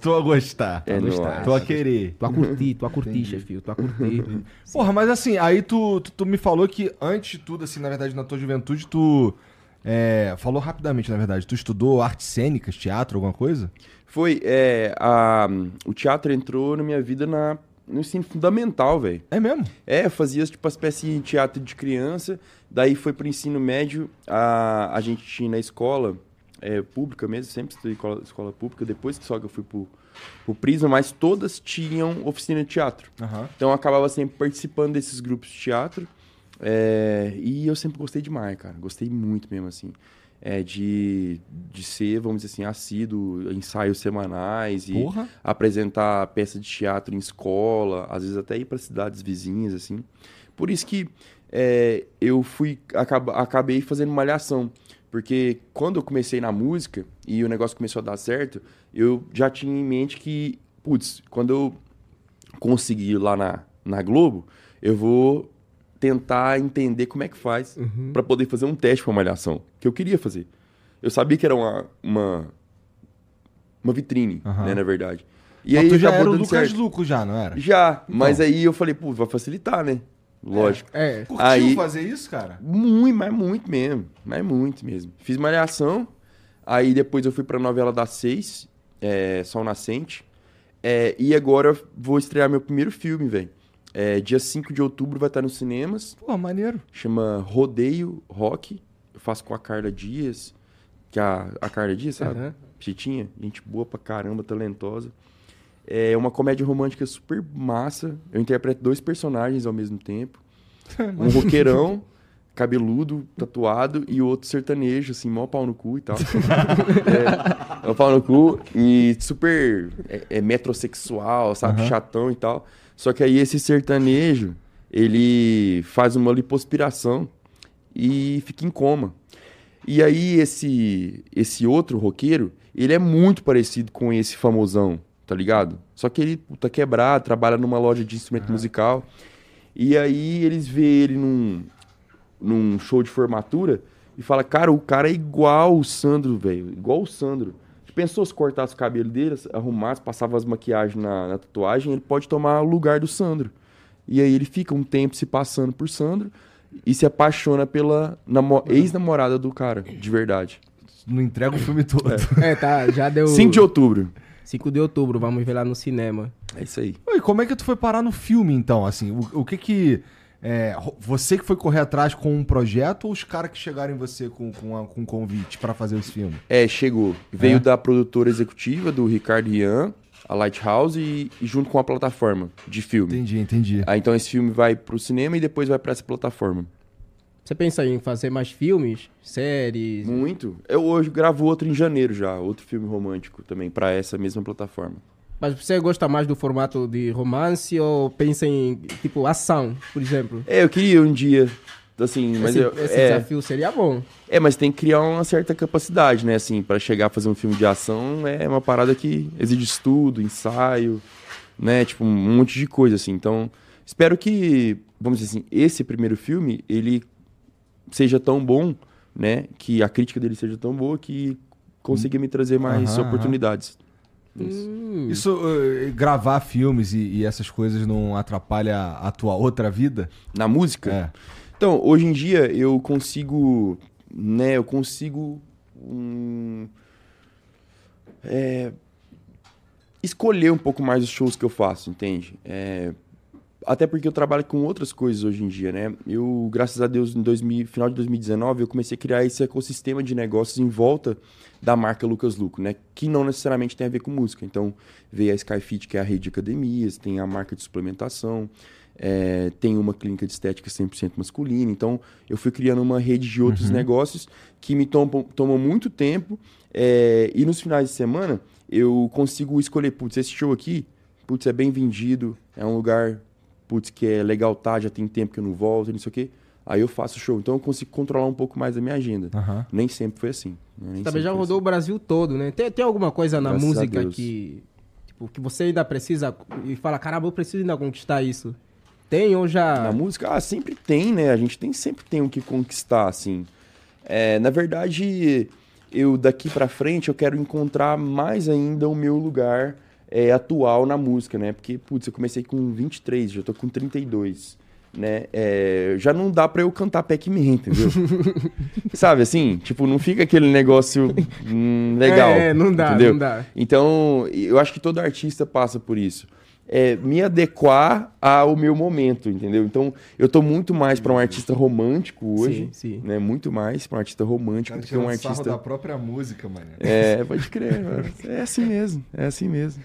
Speaker 1: Tô a gostar.
Speaker 3: Tá
Speaker 2: É nóis.
Speaker 1: Tô a querer.
Speaker 3: Tô a curtir, tô a curtir, chefe. Tô a curtir.
Speaker 1: Porra, mas assim, aí tu, tu, tu me falou que antes de tudo, assim, na verdade, na tua juventude, tu. é, falou rapidamente, na verdade. Tu estudou artes cênicas, teatro, alguma coisa?
Speaker 2: Foi, é, a- o teatro entrou na minha vida na, no ensino fundamental, velho.
Speaker 1: É mesmo?
Speaker 2: É, eu fazia tipo as peças de teatro de criança, daí foi pro ensino médio, a, a gente tinha na escola, é, pública mesmo, sempre estudei escola, escola pública, depois que só que eu fui pro, pro Prisma, mas todas tinham oficina de teatro.
Speaker 1: Aham.
Speaker 2: Então eu acabava sempre participando desses eh, grupos de teatro, é, e eu sempre gostei demais, cara, gostei muito mesmo, assim. é, de, de ser, vamos dizer assim, assíduo, ensaios semanais e
Speaker 1: Porra.
Speaker 2: apresentar peça de teatro em escola, às vezes até ir para cidades vizinhas, assim. Por isso que é, eu fui acaba- acabei fazendo malhação. Porque quando eu comecei na música e o negócio começou a dar certo, eu já tinha em mente que, putz, quando eu conseguir lá na, na Globo, eu vou tentar entender como é que faz pra poder fazer um teste pra malhação, que eu queria fazer. Eu sabia que era uma uma, uma vitrine,
Speaker 1: Aham.
Speaker 2: né, na verdade. E
Speaker 1: E
Speaker 2: aí
Speaker 1: tu já
Speaker 2: acabou
Speaker 1: era o
Speaker 2: dando
Speaker 1: Lucas Então.
Speaker 2: certo.
Speaker 1: Luco já, não era?
Speaker 2: Já, mas aí eu falei, pô, vai facilitar, né? Lógico.
Speaker 3: É.
Speaker 1: Curtiu
Speaker 2: Aí-
Speaker 1: fazer isso, cara?
Speaker 2: Muito, mas muito mesmo. Mas muito mesmo. Fiz malhação, aí depois eu fui pra novela das seis, é, Sol Nascente. É, e agora eu vou estrear meu primeiro filme, velho. É, dia 5 de outubro vai estar nos cinemas.
Speaker 1: Pô, maneiro.
Speaker 2: Chama Rodeio Rock. Eu faço com a Carla Dias. Que é a, a Carla Dias, sabe?
Speaker 3: Aham.
Speaker 2: Chitinha, gente boa pra caramba, talentosa. É uma comédia romântica super massa. Eu interpreto dois personagens ao mesmo tempo. Um roqueirão, cabeludo, tatuado, e outro sertanejo, assim, mó pau no cu e tal. é, mó pau no cu e super é, é metrosexual, sabe? Chatão e tal. Só que aí esse sertanejo, ele faz uma lipospiração e fica em coma. E aí esse esse outro roqueiro, ele é muito parecido com esse famosão, tá ligado? Só que ele puta quebrado, trabalha numa loja de instrumento musical. E aí eles vê ele num num show de formatura e fala: "Cara, o cara é igual o Sandro, velho, igual o Sandro". Pensou se cortasse o cabelo dele, arrumasse, passava as maquiagens na, na tatuagem, ele pode tomar o lugar do Sandro. E aí ele fica um tempo se passando por Sandro e se apaixona pela namo- ex-namorada do cara, de verdade.
Speaker 1: Não entrega o filme todo.
Speaker 3: É, tá, já deu.
Speaker 2: 5 de outubro.
Speaker 3: 5 de outubro, vamos ver lá no cinema.
Speaker 2: É isso aí.
Speaker 1: E como é que tu foi parar no filme, então? Assim, o, o que que... é, ro- você que foi correr atrás com um projeto ou os caras que chegaram em você com, com, a- com um convite pra fazer esse filme?
Speaker 2: É, chegou. Veio da produtora executiva do Ricardo Rian, a Lighthouse, e, e junto com a plataforma de filme.
Speaker 1: Entendi, entendi.
Speaker 2: Ah, então esse filme vai pro cinema e depois vai pra essa plataforma.
Speaker 3: Você pensa em fazer mais filmes, séries?
Speaker 2: Muito. Eu hoje gravo outro em janeiro já, outro filme romântico também, pra essa mesma plataforma.
Speaker 3: Mas você gosta mais do formato de romance ou pensa em, tipo, ação, por exemplo?
Speaker 2: É, eu queria um dia, assim, mas
Speaker 3: esse
Speaker 2: eu,
Speaker 3: esse
Speaker 2: é,
Speaker 3: desafio seria bom.
Speaker 2: É, mas tem que criar uma certa capacidade, né? Assim, para chegar a fazer um filme de ação é uma parada que exige estudo, ensaio, né? Tipo, um monte de coisa, assim. Então, espero que, vamos dizer assim, esse primeiro filme, ele seja tão bom, né? Que a crítica dele seja tão boa que consiga me trazer mais
Speaker 1: Aham, aham.
Speaker 2: oportunidades. Isso.
Speaker 1: Isso, eh, gravar filmes e, e essas coisas não atrapalha a tua outra vida?
Speaker 2: Na música?
Speaker 1: É.
Speaker 2: Então, hoje em dia eu consigo, né, eu consigo hum, é, escolher um pouco mais os shows que eu faço, entende? É, até porque eu trabalho com outras coisas hoje em dia, né? Eu, graças a Deus, em 2000, final de 2019, eu comecei a criar esse ecossistema de negócios em volta da marca Lucas Luco, né? Que não necessariamente tem a ver com música. Então, veio a Skyfit, que é a rede de academias, tem a marca de suplementação, é, tem uma clínica de estética 100% masculina. Então, eu fui criando uma rede de outros negócios que me tomam, tomam muito tempo. é, e nos finais de semana, eu consigo escolher, putz, esse show aqui, putz, é bem vendido, é um lugar putz, que é legal tá, já tem tempo que eu não volto, não sei o quê. Aí eu faço show. Então eu consigo controlar um pouco mais a minha agenda.
Speaker 1: Aham.
Speaker 2: Nem sempre foi assim. né? Nem
Speaker 3: Também
Speaker 2: sempre
Speaker 3: já
Speaker 2: foi
Speaker 3: rodou o Brasil todo, né? Tem, tem alguma coisa na
Speaker 2: Graças a
Speaker 3: música
Speaker 2: Deus.
Speaker 3: que, tipo, que você ainda precisa e fala, caramba, eu preciso ainda conquistar isso? Tem ou
Speaker 2: assim.
Speaker 3: já...
Speaker 2: Na música, ah, sempre tem, né? A gente tem, sempre tem o que conquistar, assim. É, na verdade, eu daqui pra frente, eu quero encontrar mais ainda o meu lugar é, atual na música, né? Porque, putz, eu comecei com 23, já tô com 32, né? É, já não dá pra eu cantar Pac-Man, entendeu? Sabe assim? Tipo, não fica aquele negócio hum, legal.
Speaker 3: É, não dá,
Speaker 2: entendeu?
Speaker 3: não dá.
Speaker 2: Então, eu acho que todo artista passa por isso. É, me adequar ao meu momento, entendeu? Então, eu tô muito mais pra um artista romântico hoje,
Speaker 3: Sim, sim.
Speaker 2: né? Muito mais pra um artista romântico do que um artista.
Speaker 1: própria música, mano.
Speaker 2: É, pode crer, mano. É assim mesmo, é assim mesmo.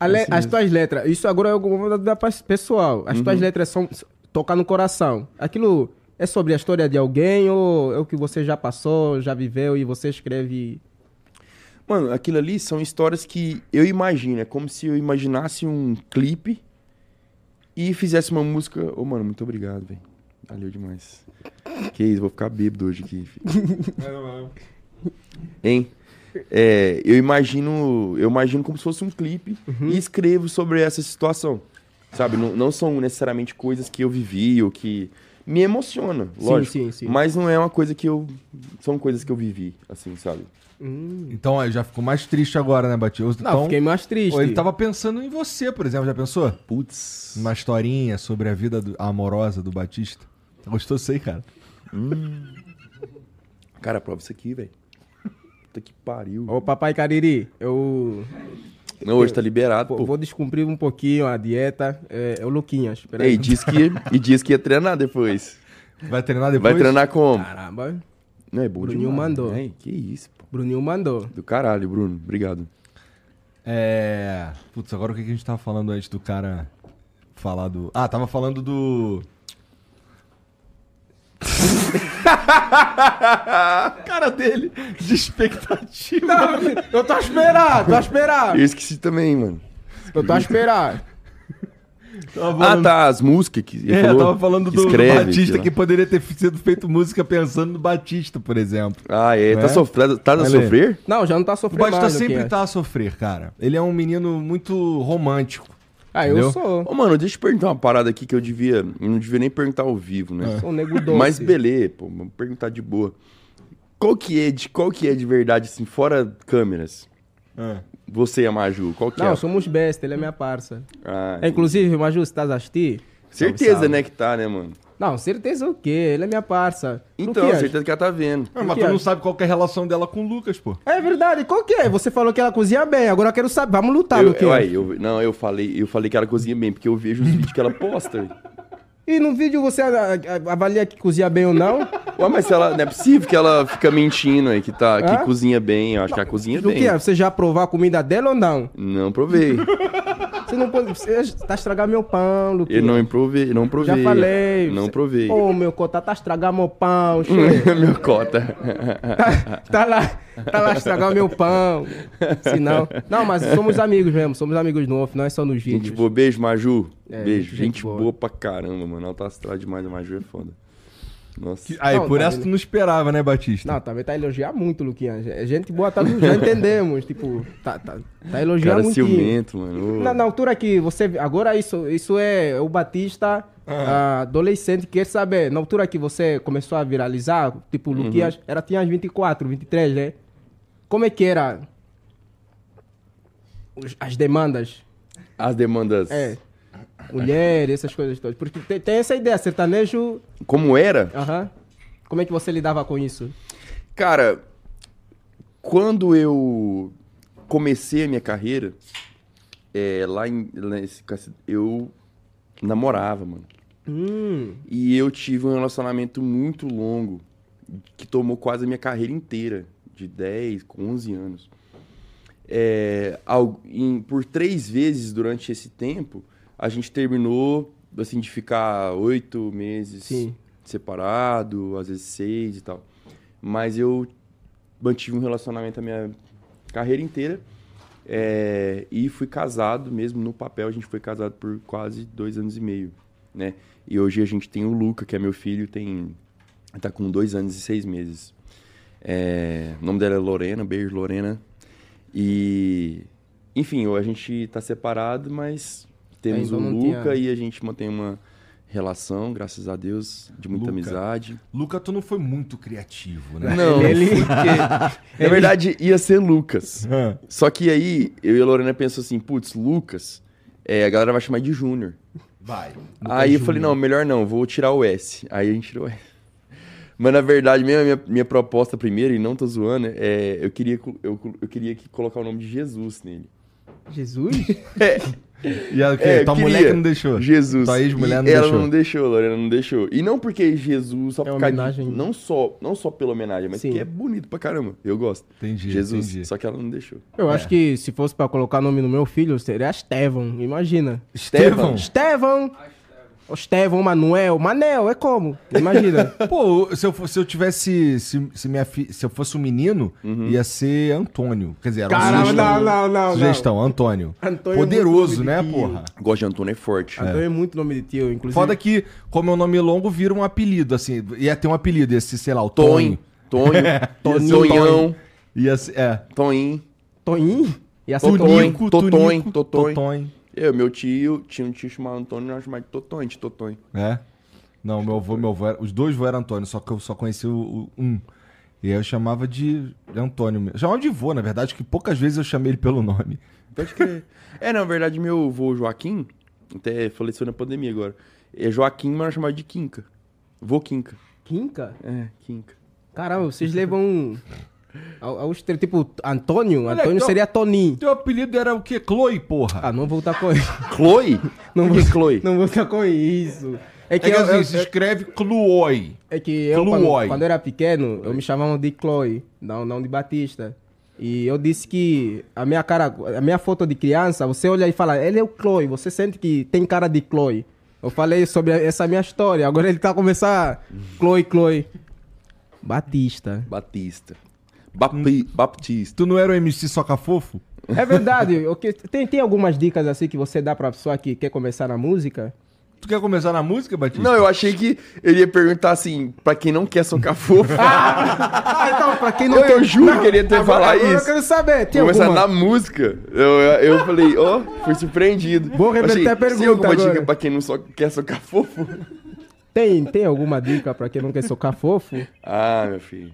Speaker 3: A le- as tuas letras,
Speaker 1: Uhum.
Speaker 3: isso agora é alguma da pessoal. As tuas letras são tocar no coração. Aquilo É sobre a história de alguém ou é o que você já passou, já viveu e você escreve.
Speaker 2: Mano, aquilo ali são histórias que eu imagino. É como se eu imaginasse um clipe e fizesse uma música. Ô, mano, muito obrigado, velho. Valeu demais. Que isso, vou ficar bêbado hoje aqui, filho. Hein? É, eu imagino. Eu imagino como se fosse um clipe
Speaker 3: Uhum.
Speaker 2: e escrevo sobre essa situação. Sabe? Não, não são necessariamente coisas que eu vivi ou que. Me emociona,
Speaker 3: Sim,
Speaker 2: lógico.
Speaker 3: sim, sim.
Speaker 2: Mas não é uma coisa que eu. São coisas que eu vivi, assim, sabe?
Speaker 1: Então, aí já ficou mais triste agora, né, Batista?
Speaker 3: Não,
Speaker 1: então,
Speaker 3: fiquei mais triste.
Speaker 1: Ou ele tava pensando em você, por exemplo, já pensou?
Speaker 2: Putz.
Speaker 1: Uma historinha sobre a vida do- amorosa do Batista. Gostou disso aí, cara?
Speaker 2: Cara, prova isso aqui, velho. Puta que pariu.
Speaker 3: Ô, papai Cariri, eu
Speaker 2: Não, hoje tá liberado,
Speaker 3: pô,
Speaker 2: pô.
Speaker 3: vou descumprir um pouquinho a dieta. É, é o Luquinhas. Peraí.
Speaker 2: Ei, diz que, e diz que ia treinar depois.
Speaker 1: Vai treinar depois?
Speaker 2: Vai treinar como?
Speaker 3: Caramba,
Speaker 2: Não, é bom
Speaker 3: Ah, Bruninho
Speaker 2: demais,
Speaker 3: mandou.
Speaker 2: né? Que isso, pô.
Speaker 3: Bruninho mandou.
Speaker 2: Do caralho, Bruno. Obrigado.
Speaker 1: É. Putz, agora o que que a gente tava falando antes do cara falar do. Ah, tava falando do. cara dele, de expectativa.
Speaker 3: eu tô a esperar, tô a esperar.
Speaker 2: Eu esqueci também, mano.
Speaker 3: Eu tô a esperar.
Speaker 1: Tava
Speaker 2: Ah,
Speaker 1: falando-
Speaker 2: tá. As músicas que ele
Speaker 1: É,
Speaker 2: falou.
Speaker 1: eu tava falando
Speaker 2: que
Speaker 1: do, do
Speaker 2: escreve, sei
Speaker 1: Batista
Speaker 2: lá.
Speaker 1: que poderia ter sido feito música pensando no Batista, por exemplo.
Speaker 2: Ah, é.
Speaker 1: Né?
Speaker 2: Tá, sofrendo, tá a
Speaker 1: Vai ler.
Speaker 2: sofrer?
Speaker 3: Não, já não tá
Speaker 1: O
Speaker 3: sofrendo
Speaker 1: Batista
Speaker 3: mais,
Speaker 1: sempre
Speaker 3: Luquinhas.
Speaker 1: tá a sofrer, cara. Ele é um menino muito romântico.
Speaker 3: Ah, eu
Speaker 1: entendeu?
Speaker 3: sou.
Speaker 2: Ô, mano, deixa eu perguntar uma parada aqui que eu devia. Eu não devia nem perguntar ao vivo, né?
Speaker 1: É.
Speaker 3: Sou um nego doce.
Speaker 2: Mas beleza, pô, vou perguntar de boa. Qual que é de, qual que é de verdade, assim, fora câmeras?
Speaker 3: É.
Speaker 1: É,
Speaker 2: Você e a Maju, qual que é?
Speaker 3: Não, somos besta, ele é minha parça.
Speaker 1: é,
Speaker 2: Ah,
Speaker 3: É, Inclusive, Maju, se estás a assistir?
Speaker 2: certeza,
Speaker 3: salve, salve.
Speaker 2: né, que tá, né, mano?
Speaker 3: Não, certeza o quê? Ele é minha parça.
Speaker 2: Então,
Speaker 1: é?
Speaker 3: Luquinhas,
Speaker 2: certeza que ela tá vendo.
Speaker 1: Ah, mas
Speaker 3: que
Speaker 1: tu
Speaker 3: é?
Speaker 1: não sabe qual que é a relação dela com o Lucas, pô.
Speaker 3: É verdade, qual que é? Você falou que ela cozinha bem, agora eu quero saber. Vamos lutar,
Speaker 2: eu,
Speaker 1: é?
Speaker 3: Luquinhas.
Speaker 2: eu- aí, eu- não, eu falei, eu falei que ela cozinha bem, porque eu vejo os vídeos que ela posta.
Speaker 3: E no vídeo você a- a- avalia que cozinha bem ou não?
Speaker 2: Ué, mas ela, não é possível que ela fica mentindo aí, que, tá, que
Speaker 3: Hã?
Speaker 2: cozinha bem. Eu acho que ela cozinha bem.
Speaker 3: Luquinhas, você já provou a comida dela ou não?
Speaker 2: Não provei.
Speaker 3: Você não pode. Você tá estragando meu pão, Luquinhas.
Speaker 2: Eu não provei, não provei.
Speaker 3: Já falei.
Speaker 2: Não
Speaker 3: Você-
Speaker 2: provei.
Speaker 3: Ô, meu cota, tá estragando meu pão, chefe.
Speaker 2: Meu cota.
Speaker 3: tá lá, tá lá estragar o meu pão. Se não. Não, mas somos amigos mesmo, somos amigos no off, não é só nos vídeos.
Speaker 2: Gente boa, beijo, Maju.
Speaker 3: É,
Speaker 2: beijo.
Speaker 3: gente
Speaker 2: Gente,
Speaker 3: boa.
Speaker 2: boa. pra caramba, mano. Ela tá astral demais, a Maju é foda. Nossa.
Speaker 1: Aí,
Speaker 3: Não,
Speaker 1: por
Speaker 3: tá
Speaker 1: essa
Speaker 3: vendo?
Speaker 1: tu não esperava, né, Batista?
Speaker 3: Não, também tá a elogiar muito, Luquinha. É Gente boa, tá, já entendemos. Tipo, tá, tá, tá elogiando
Speaker 2: Cara
Speaker 3: muito.
Speaker 2: ciumento, mano. Ô.
Speaker 3: Na, na altura que você. Agora isso, isso é o Batista ah, adolescente, quer saber. Na altura que você começou a viralizar, tipo,
Speaker 2: Uhum.
Speaker 3: Luquias, era tinha as 24, 23, né? Como é que era? Os- As demandas.
Speaker 2: As demandas.
Speaker 3: É. Mulher, essas coisas todas. Porque tem, tem essa ideia, sertanejo.
Speaker 2: Como era?
Speaker 3: Aham. Como é que você lidava com isso?
Speaker 2: Cara, quando eu comecei a minha carreira, é, lá em. lá em- Eu namorava, mano.
Speaker 3: Hum.
Speaker 2: E eu tive um relacionamento muito longo, que tomou quase a minha carreira inteira, de 10, com 11 anos. É, al- em- por três vezes durante esse tempo, a gente terminou, assim, de ficar oito meses
Speaker 3: Sim.
Speaker 2: separado, às vezes seis e tal. Mas eu mantive um relacionamento a minha carreira inteira. é, e fui casado mesmo no papel, a gente foi casado por quase dois anos e meio, né? E hoje a gente tem o Luca, que é meu filho, tem tá com dois anos e seis meses. É, o nome dela é Lorena, beijo Lorena. E enfim, a gente tá separado, mas temos
Speaker 3: Ainda
Speaker 2: o
Speaker 3: não tinha-
Speaker 2: Luca e a gente mantém uma relação, graças a Deus, de muita
Speaker 1: Luca.
Speaker 2: amizade.
Speaker 1: Luca, tu não foi muito criativo, né?
Speaker 2: Não,
Speaker 3: Ele-
Speaker 2: porque, na verdade ia ser Lucas.
Speaker 1: Hã?
Speaker 2: Só que aí eu e a Lorena pensou assim, putz, Lucas, é, a galera vai chamar de Júnior.
Speaker 1: Vai.
Speaker 2: Aí eu falei, não, melhor não, vou tirar o S. Aí a gente tirou o S. Mas na verdade, mesmo a minha, minha proposta primeiro, e não tô zoando, é, eu queria, co- eu, co- eu queria que colocar o nome de Jesus nele.
Speaker 3: Jesus?
Speaker 1: E a,
Speaker 2: É,
Speaker 1: tua
Speaker 2: eu
Speaker 1: mulher
Speaker 2: queria.
Speaker 1: que não deixou.
Speaker 2: Jesus.
Speaker 1: Tua ex-mulher
Speaker 2: E
Speaker 1: não
Speaker 2: ela
Speaker 1: deixou.
Speaker 2: não deixou, Lorena, não deixou. E não porque Jesus, só
Speaker 3: É uma
Speaker 2: por causa de-
Speaker 3: homenagem.
Speaker 2: não só Não só pela homenagem, mas
Speaker 3: Sim.
Speaker 2: porque é bonito pra caramba. Eu gosto.
Speaker 1: Entendi,
Speaker 2: Jesus,
Speaker 1: entendi.
Speaker 2: só que ela não deixou.
Speaker 3: Eu acho que se fosse pra colocar nome no meu filho, seria Estevão, imagina.
Speaker 1: Estevão.
Speaker 3: Estevão! O Estevão, o Manuel. Manel, é como? Imagina.
Speaker 1: Pô, se eu, fosse- se eu tivesse. Se, se minha fi- se eu fosse um menino,
Speaker 2: Uhum.
Speaker 1: ia ser Antônio. Quer dizer, era um uma
Speaker 3: Caramba,
Speaker 1: sugestão.
Speaker 3: não, não, não, não.
Speaker 1: Sugestão, Antônio.
Speaker 3: Antônio é
Speaker 1: Poderoso,
Speaker 3: muito
Speaker 1: né,
Speaker 3: bonito.
Speaker 1: porra? Ah,
Speaker 2: Gosto de Antônio é forte.
Speaker 3: Antônio é muito nome de tio, inclusive.
Speaker 1: Foda que, como é um nome longo, vira um apelido, assim. Ia ter um apelido, ia ser, sei lá, o
Speaker 2: Tonho.
Speaker 1: Tonho.
Speaker 2: Tonho.
Speaker 3: É,
Speaker 1: Tonho.
Speaker 2: Tonhão.
Speaker 1: um Ia ser, é.
Speaker 2: Toninho.
Speaker 3: Toim? E a
Speaker 2: Totonho.
Speaker 3: Toim?
Speaker 2: Totonho,
Speaker 1: Tonico,
Speaker 2: Totonho.
Speaker 1: Totonho.
Speaker 2: Eu, meu tio, tinha um tio chamado Antônio, nós chamava de Totonho, de Totonho.
Speaker 1: É. Não, meu avô, meu avô era- os dois avô eram Antônio, só que eu só conheci o, o- um. E aí eu chamava de Antônio mesmo. Chamava de vô, na verdade, que poucas vezes eu chamei ele pelo nome.
Speaker 2: Pode crer. é, na verdade, meu avô Joaquim, até faleceu na pandemia agora. É Joaquim, mas nós chamava de Quinca. Vô Quinca.
Speaker 3: Quinca?
Speaker 2: É, Quinca.
Speaker 3: Caramba, vocês levam um ao, ao extremo. Tipo, Antônio?
Speaker 1: Olha,
Speaker 3: Antônio
Speaker 1: então-
Speaker 3: seria Toninho.
Speaker 1: Teu apelido era o quê? Chloe, porra.
Speaker 3: Ah, não vou voltar com isso.
Speaker 2: Chloe?
Speaker 3: Não
Speaker 2: Por
Speaker 3: vou,
Speaker 2: que Chloe?
Speaker 3: não vou voltar com isso. É
Speaker 1: é
Speaker 3: que,
Speaker 1: que
Speaker 3: eu,
Speaker 1: assim,
Speaker 3: eu-
Speaker 1: se escreve Chloe.
Speaker 3: é que eu
Speaker 1: Chloe.
Speaker 3: quando, quando eu era pequeno, eu me chamavam de Chloe, não, não de Batista. E eu disse que a minha cara, a minha foto de criança, você olha e fala, ele é o Chloe, você sente que tem cara de Chloe. Eu falei sobre essa minha história, agora ele tá começando Chloe, Chloe. Batista.
Speaker 2: Batista. Bapi- Baptista.
Speaker 1: Tu não era o MC Soca Fofo?
Speaker 3: É verdade. o que- tem, tem algumas dicas assim que você dá pra pessoa que quer começar na música?
Speaker 1: Tu quer começar na música, Batista?
Speaker 2: Não, eu achei que ele ia perguntar assim, pra quem não quer socar fofo.
Speaker 3: Ah, então, pra quem
Speaker 2: Eu- eu juro que ele ia ter falar
Speaker 3: Eu
Speaker 2: isso.
Speaker 3: quero saber. Tem
Speaker 2: Começar
Speaker 3: alguma?
Speaker 2: na música. Eu, eu falei, ó, fui surpreendido.
Speaker 3: Vou repetir a pergunta
Speaker 2: Tem alguma
Speaker 3: agora."
Speaker 2: dica pra quem não so- quer socar fofo?
Speaker 3: Tem, tem alguma dica pra quem não quer socar fofo?
Speaker 2: Ah, meu filho.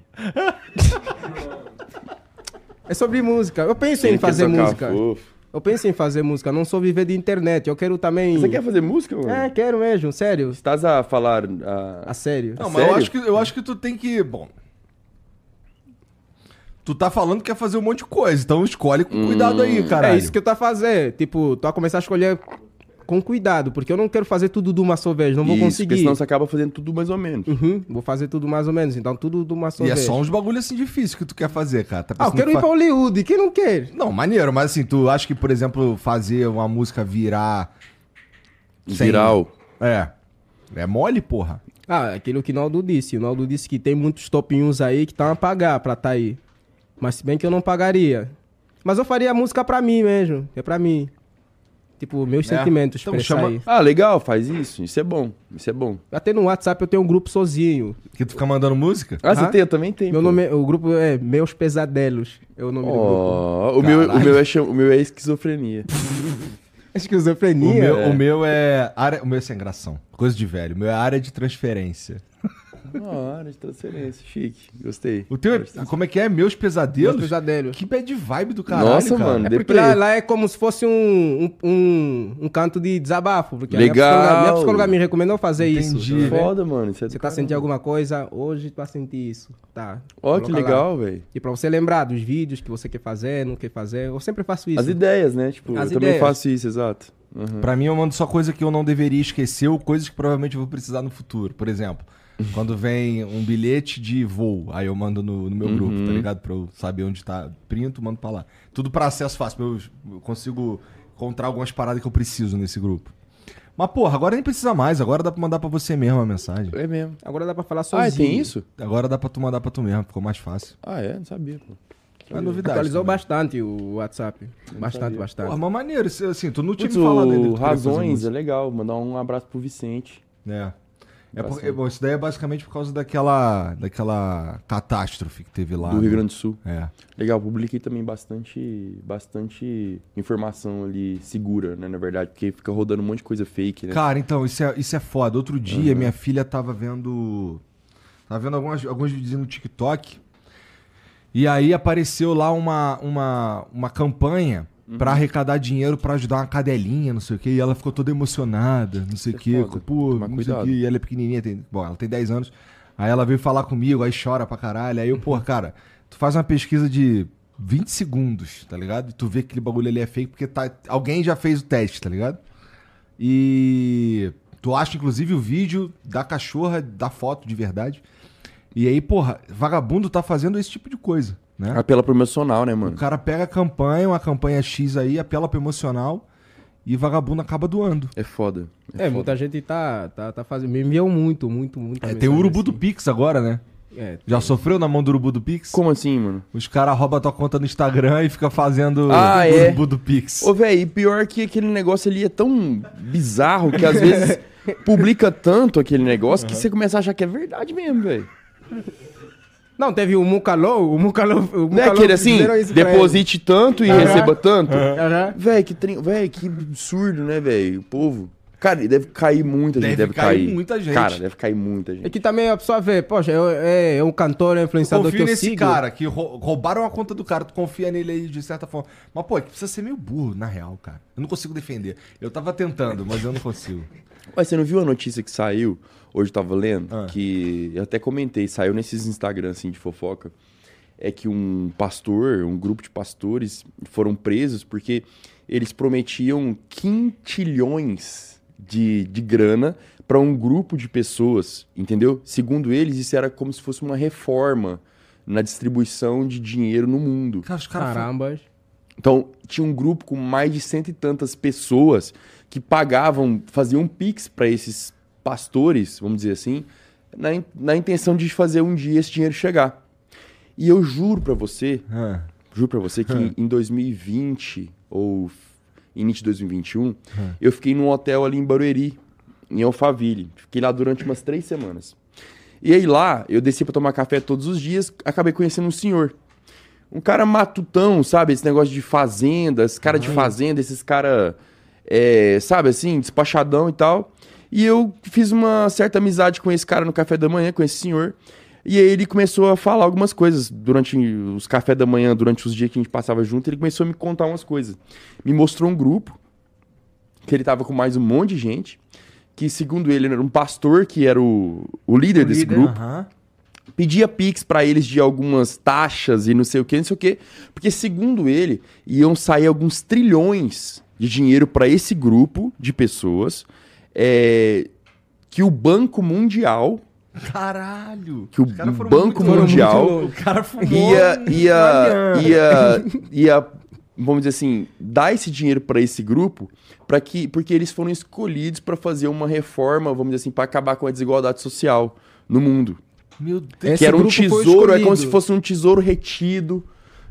Speaker 3: É sobre música. Eu penso
Speaker 2: Quem é
Speaker 3: em
Speaker 2: quer
Speaker 3: fazer
Speaker 2: socar
Speaker 3: música.
Speaker 2: Fofo.
Speaker 3: Eu penso em fazer música, não sou viver de internet. Eu quero também.
Speaker 2: Você quer fazer música, mano?
Speaker 3: É, Assim, quero mesmo, sério.
Speaker 2: Estás a falar. ah, a-
Speaker 3: A sério.
Speaker 1: Não, mas eu
Speaker 2: Sério?
Speaker 1: acho, que, eu acho que tu tem que. Bom. Tu tá falando que quer fazer um monte de coisa, então escolhe com cuidado aí, caralho.
Speaker 3: É isso que eu tô a fazer. Tipo, tô a começar a escolher com cuidado, porque eu não quero fazer tudo de uma só vez, não vou
Speaker 2: Isso,
Speaker 3: conseguir.
Speaker 2: Porque senão você acaba fazendo tudo mais ou menos.
Speaker 3: Uhum, vou fazer tudo mais ou menos, então tudo de uma só
Speaker 1: E é
Speaker 3: vez.
Speaker 1: só uns bagulho assim difícil que tu quer fazer, cara. Tá
Speaker 3: Ah, eu
Speaker 2: assim
Speaker 1: pensando
Speaker 3: quero
Speaker 1: que
Speaker 3: ir
Speaker 1: fa-
Speaker 3: pra Hollywood, quem não quer?
Speaker 1: Não, maneiro, mas assim, tu acha que, por exemplo, fazer uma música virar. sem-
Speaker 2: Viral.
Speaker 1: É. É mole, porra.
Speaker 3: Ah, aquilo que o Naldo disse. O Naldo disse que tem muitos top 1s aí que estão a pagar pra tá aí. Mas se bem que eu não pagaria. Mas eu faria a música pra mim mesmo. É pra mim. Tipo, meus
Speaker 1: Né?
Speaker 3: sentimentos
Speaker 1: Então
Speaker 3: expressar
Speaker 1: chama-
Speaker 3: aí.
Speaker 2: Ah, legal, faz isso. Isso é bom. Isso é bom.
Speaker 3: Até no WhatsApp eu tenho um grupo sozinho.
Speaker 1: Que tu fica mandando música?
Speaker 2: Ah, você
Speaker 3: Aham.
Speaker 2: tem? Eu também tenho.
Speaker 3: Meu
Speaker 2: pô.
Speaker 3: nome, é- o grupo é Meus Pesadelos. É o nome do grupo.
Speaker 2: Ó, o, meu, o, meu é, cha- o meu é esquizofrenia.
Speaker 1: O
Speaker 3: Esquizofrenia.
Speaker 1: meu, o meu é. Área... O meu é sem gração. Coisa de velho. O meu é área de transferência.
Speaker 2: Uma hora de transferência. Chique. Gostei.
Speaker 1: O teu é. Como é que é? Meus pesadelos?
Speaker 3: Meus Pesadelos.
Speaker 1: Que bad vibe do caralho,
Speaker 2: Nossa,
Speaker 1: cara.
Speaker 2: mano.
Speaker 3: É porque
Speaker 2: Deprê.
Speaker 3: lá, lá é como se fosse um, um, um, um canto de desabafo. Porque a
Speaker 2: Legal.
Speaker 3: Minha psicóloga, minha psicóloga me recomendou fazer isso.
Speaker 1: Entendi.
Speaker 3: tá vendo?
Speaker 2: Foda, mano. Isso é
Speaker 3: Você
Speaker 2: do
Speaker 3: tá
Speaker 2: caralho.
Speaker 3: sentindo alguma coisa, hoje tu vai sentir isso. Tá.
Speaker 2: Ó, que
Speaker 3: coloca lá.
Speaker 2: legal, velho.
Speaker 3: E pra você lembrar dos vídeos que você quer fazer, não quer fazer. Eu sempre faço isso.
Speaker 2: As ideias, né? Tipo,
Speaker 3: As
Speaker 2: eu também
Speaker 3: ideias.
Speaker 2: faço isso, exato. Uhum.
Speaker 1: Pra mim, eu mando só coisa que eu não deveria esquecer ou coisas que provavelmente eu vou precisar no futuro. Por exemplo, quando vem um bilhete de voo, aí eu mando no, no meu grupo, tá ligado? Pra eu saber onde tá. Printo, mando pra lá. Tudo pra acesso fácil. Eu, eu consigo encontrar algumas paradas que eu preciso nesse grupo. Mas, porra, agora nem precisa mais. Agora dá pra mandar pra você mesmo a mensagem.
Speaker 2: É mesmo.
Speaker 3: Agora dá pra falar sozinho.
Speaker 2: Ah, tem isso?
Speaker 1: Agora dá pra tu mandar pra tu mesmo. Ficou mais fácil.
Speaker 2: Ah, é? Não sabia, pô.
Speaker 1: Não é novidade.
Speaker 3: Atualizou
Speaker 2: né?
Speaker 1: também.
Speaker 3: bastante o WhatsApp. Bastante, bastante.
Speaker 1: Porra, mas maneiro. isso, Assim, tu não tinha
Speaker 2: Putz,
Speaker 1: me falado
Speaker 3: né,
Speaker 1: ainda que
Speaker 2: o
Speaker 1: tu queria fazer
Speaker 2: Razões
Speaker 1: música.
Speaker 2: é legal. Mandar um abraço pro Vicente.
Speaker 1: É. É
Speaker 2: Tá
Speaker 1: porque,
Speaker 2: certo.
Speaker 1: bom, isso daí é basicamente por causa daquela, daquela catástrofe que teve lá.
Speaker 2: do Rio
Speaker 1: né?
Speaker 2: Grande do Sul.
Speaker 1: É.
Speaker 2: Legal, publiquei também bastante, bastante informação ali segura, né, na verdade, porque fica rodando um monte de coisa fake, né?
Speaker 1: Cara, então, isso é, isso é foda. Outro dia, minha filha tava vendo. Tava vendo algumas, alguns vídeos no TikTok. E aí apareceu lá uma, uma, uma campanha pra
Speaker 2: Uhum.
Speaker 1: arrecadar dinheiro pra ajudar uma cadelinha, não sei o quê. E ela ficou toda emocionada, não sei o
Speaker 2: Isso é
Speaker 1: quê.
Speaker 2: foda.
Speaker 1: com- Pô,
Speaker 2: Tomar
Speaker 1: não sei o
Speaker 2: cuidado.
Speaker 1: quê. E ela é pequenininha, tem, bom, ela tem 10 anos. Aí ela veio falar comigo, aí chora pra caralho. Aí eu, pô, cara, tu faz uma pesquisa de 20 segundos, tá ligado? E tu vê que aquele bagulho ali é fake porque tá, alguém já fez o teste, tá ligado? E tu acha, inclusive, o vídeo da cachorra, da foto de verdade. E aí, porra, vagabundo tá fazendo esse tipo de coisa, né?
Speaker 2: Apela promocional, né, mano?
Speaker 1: O cara pega a campanha, uma campanha X aí, apela pro emocional. e vagabundo acaba doando.
Speaker 2: É foda.
Speaker 3: É,
Speaker 2: foda.
Speaker 3: muita gente tá, tá, tá fazendo. Me enviam muito, muito, muito.
Speaker 1: É, tem o Urubu do
Speaker 2: assim.
Speaker 1: Pix agora, né?
Speaker 3: É,
Speaker 1: Já sofreu na mão do Urubu do Pix?
Speaker 2: Como assim, mano?
Speaker 1: Os caras roubam a tua conta no Instagram e fica fazendo
Speaker 2: Ah, é.
Speaker 1: Urubu do Pix.
Speaker 2: Ô, velho, e pior que aquele negócio ali é tão bizarro que às vezes publica tanto aquele negócio que você começa a achar que é verdade mesmo, velho.
Speaker 3: Não, teve o Mucalou, o Mucalou. O
Speaker 2: Não é aquele assim? Deposite tanto e
Speaker 3: Aham.
Speaker 2: receba tanto?
Speaker 3: Aham.
Speaker 2: Véi, que, trin... véi, que absurdo, né, velho? O povo. Cara, deve cair muita gente.
Speaker 1: Deve
Speaker 2: Deve,
Speaker 1: cair
Speaker 2: cair.
Speaker 1: muita gente.
Speaker 2: Cara, deve cair muita gente.
Speaker 3: É que também a pessoa vê, poxa, eu- é, é um cantor, é um influenciador
Speaker 1: Confio
Speaker 3: que eu
Speaker 1: nesse
Speaker 3: sigo.
Speaker 1: cara, que rou- roubaram a conta do cara, tu confia nele aí de certa forma. Mas, pô, é que precisa ser meio burro, na real, cara. Eu não consigo defender. Eu tava tentando, mas eu não consigo.
Speaker 2: Mas você não viu a notícia que saiu? Hoje eu tava lendo,
Speaker 1: Ah.
Speaker 2: que eu até comentei, saiu nesses Instagram assim de fofoca. É que um pastor, um grupo de pastores foram presos porque eles prometiam quintilhões de, de grana para um grupo de pessoas, entendeu? Segundo eles, isso era como se fosse uma reforma na distribuição de dinheiro no mundo.
Speaker 1: Cara, os caras falam,
Speaker 3: Carambas.
Speaker 2: Então, tinha um grupo com mais de cento e tantas pessoas que pagavam, faziam pix para esses pastores, vamos dizer assim, na, in- na intenção de fazer um dia esse dinheiro chegar. E eu juro para você,
Speaker 1: "Ah,
Speaker 2: juro para você que em 2020 ou f- início de 2021, eu fiquei num hotel ali em Barueri, em Alphaville. Fiquei lá durante umas três semanas. E aí lá, eu desci pra tomar café todos os dias, acabei conhecendo um senhor. Um cara matutão, sabe? Esse negócio de fazenda, esse cara de fazenda, esses cara, é, sabe assim, despachadão e tal. E eu fiz uma certa amizade com esse cara no café da manhã, com esse senhor. E aí ele começou a falar algumas coisas durante os cafés da manhã, durante os dias que a gente passava junto, ele começou a me contar umas coisas. Me mostrou um grupo, que ele tava com mais um monte de gente, que segundo ele era um pastor, que era o, o líder
Speaker 1: o
Speaker 2: desse
Speaker 1: líder,
Speaker 2: grupo
Speaker 1: aham.
Speaker 2: pedia pix pra eles de algumas taxas e não sei o que, não sei o que, porque segundo ele, iam sair alguns trilhões de dinheiro pra esse grupo de pessoas é, que o Banco Mundial
Speaker 1: Caralho.
Speaker 2: Que o
Speaker 1: Os caras foram
Speaker 2: Banco
Speaker 1: muito longe.
Speaker 2: Mundial
Speaker 1: O cara fumou.
Speaker 2: ia,
Speaker 1: um
Speaker 2: ia,
Speaker 1: madeira.
Speaker 2: ia, ia, vamos dizer assim, dar esse dinheiro pra esse grupo, para que, porque eles foram escolhidos pra fazer uma reforma, vamos dizer assim, pra acabar com a desigualdade social no mundo.
Speaker 1: Meu Deus.
Speaker 3: Esse
Speaker 2: que era um
Speaker 3: grupo foi
Speaker 2: tesouro, é como
Speaker 3: escolhido.
Speaker 2: se fosse um tesouro retido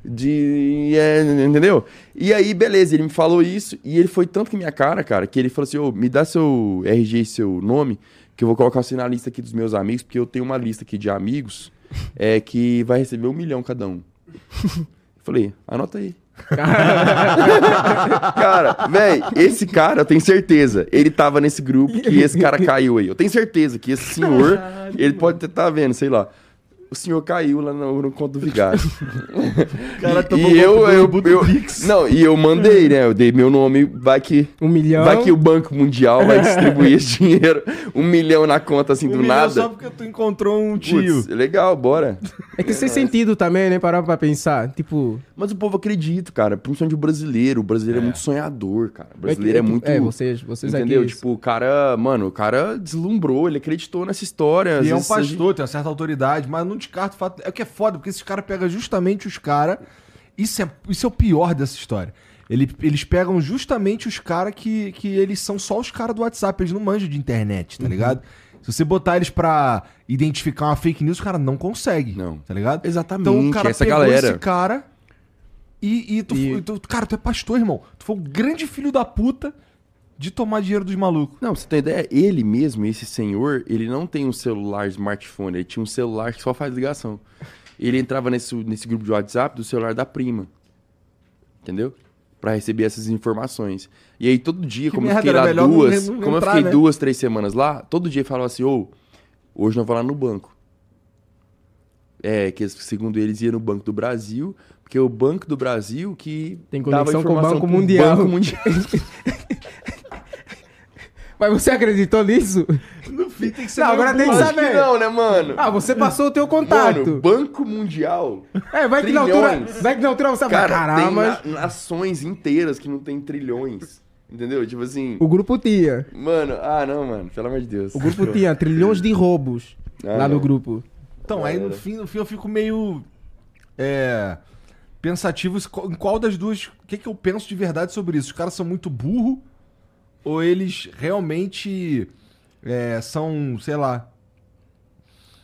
Speaker 2: de. é, entendeu? E aí, beleza, ele me falou isso e ele foi tanto que minha cara, cara, que ele falou assim: ô, me dá seu RG e seu nome, que eu vou colocar você na lista aqui dos meus amigos, porque eu tenho uma lista aqui de amigos é, que vai receber um milhão cada um. Eu Falei, anota aí. cara, véi, esse cara, eu tenho certeza, ele tava nesse grupo que esse cara caiu aí. Eu tenho certeza que esse senhor, ele pode estar vendo, sei lá. O senhor caiu lá no, no conto do vigário.
Speaker 1: O cara tomou conta
Speaker 2: e eu,
Speaker 1: do
Speaker 2: eu,
Speaker 1: Urubu do
Speaker 2: eu-
Speaker 1: Pix.
Speaker 2: não, e eu mandei, né? Eu dei meu nome, vai que,
Speaker 3: Um milhão.
Speaker 2: vai que o Banco Mundial vai distribuir esse dinheiro, um milhão na conta assim
Speaker 1: Um
Speaker 2: do
Speaker 1: milhão
Speaker 2: nada.
Speaker 1: Só porque tu encontrou um tio.
Speaker 2: Putz, legal, bora.
Speaker 3: É que sem sentido também, né? Parar pra pensar. Tipo.
Speaker 2: Mas o povo acredita, cara. Principalmente o brasileiro. O brasileiro é, muito sonhador, cara. O brasileiro é, muito.
Speaker 3: É, vocês, vocês
Speaker 2: entendeu?
Speaker 3: aqui.
Speaker 2: tipo, o cara, mano, o cara deslumbrou, ele acreditou nessa história. às
Speaker 1: E é um
Speaker 2: vezes a gente-
Speaker 1: pastor, tem uma certa autoridade, mas não descarta o fato. É o que é foda, porque esses caras pegam justamente os caras. Isso é, isso é o pior dessa história. Ele- eles pegam justamente os caras que, que eles são só os caras do WhatsApp, eles não manjam de internet,
Speaker 2: Uhum.
Speaker 1: tá ligado? Se você botar eles pra identificar uma fake news, o cara não consegue.
Speaker 2: Não.
Speaker 1: Tá ligado?
Speaker 2: Exatamente,
Speaker 1: Então o cara
Speaker 2: essa
Speaker 1: pegou
Speaker 2: galera.
Speaker 1: esse cara e, e tu,
Speaker 3: E-
Speaker 1: tu- Cara, tu é pastor, irmão. Tu foi um grande filho da puta de tomar dinheiro dos malucos.
Speaker 2: Não, pra você tem ideia? Ele mesmo, esse senhor, ele não tem um celular smartphone, ele tinha um celular que só faz ligação. Ele entrava nesse, nesse grupo de WhatsApp do celular da prima. Entendeu? Pra receber essas informações. E aí todo dia,
Speaker 1: Que
Speaker 2: como eu
Speaker 1: merda,
Speaker 2: fiquei
Speaker 1: era
Speaker 2: lá
Speaker 1: melhor não
Speaker 2: duas,
Speaker 1: nem- não
Speaker 2: como eu
Speaker 1: entrar,
Speaker 2: fiquei
Speaker 1: né?
Speaker 2: duas, três semanas lá, todo dia ele falava assim, ô, hoje não vou lá no banco. É, que segundo eles ia no Banco do Brasil, porque é o Banco do Brasil que
Speaker 3: Tem
Speaker 2: dava
Speaker 3: conexão com o
Speaker 2: informação
Speaker 3: Banco
Speaker 2: pro
Speaker 3: Mundial.
Speaker 2: Banco Mundial.
Speaker 3: Mas você acreditou nisso?
Speaker 1: No fim tem que
Speaker 3: Não, agora
Speaker 1: meio
Speaker 3: tem que
Speaker 1: burro.
Speaker 2: Acho que
Speaker 3: saber.
Speaker 2: não, né, mano?
Speaker 3: Ah, você passou o teu
Speaker 2: Mano,
Speaker 3: contato.
Speaker 2: Banco Mundial.
Speaker 3: é, vai que na
Speaker 2: trilhões.
Speaker 3: altura. Vai que na altura você vai.
Speaker 2: Cara,
Speaker 3: Caramba.
Speaker 2: tem na- nações inteiras que não tem trilhões. Entendeu? Tipo assim.
Speaker 3: O grupo tinha.
Speaker 2: Mano, ah, não, mano. Pelo amor de Deus.
Speaker 3: O grupo tinha trilhões de roubos
Speaker 2: Ah,
Speaker 3: lá no
Speaker 2: não.
Speaker 3: grupo.
Speaker 1: Então, aí no fim, no fim eu fico meio. É. Pensativo se- em qual das duas. O que, que eu penso de verdade sobre isso? Os caras são muito burro ou eles realmente é, são, sei lá,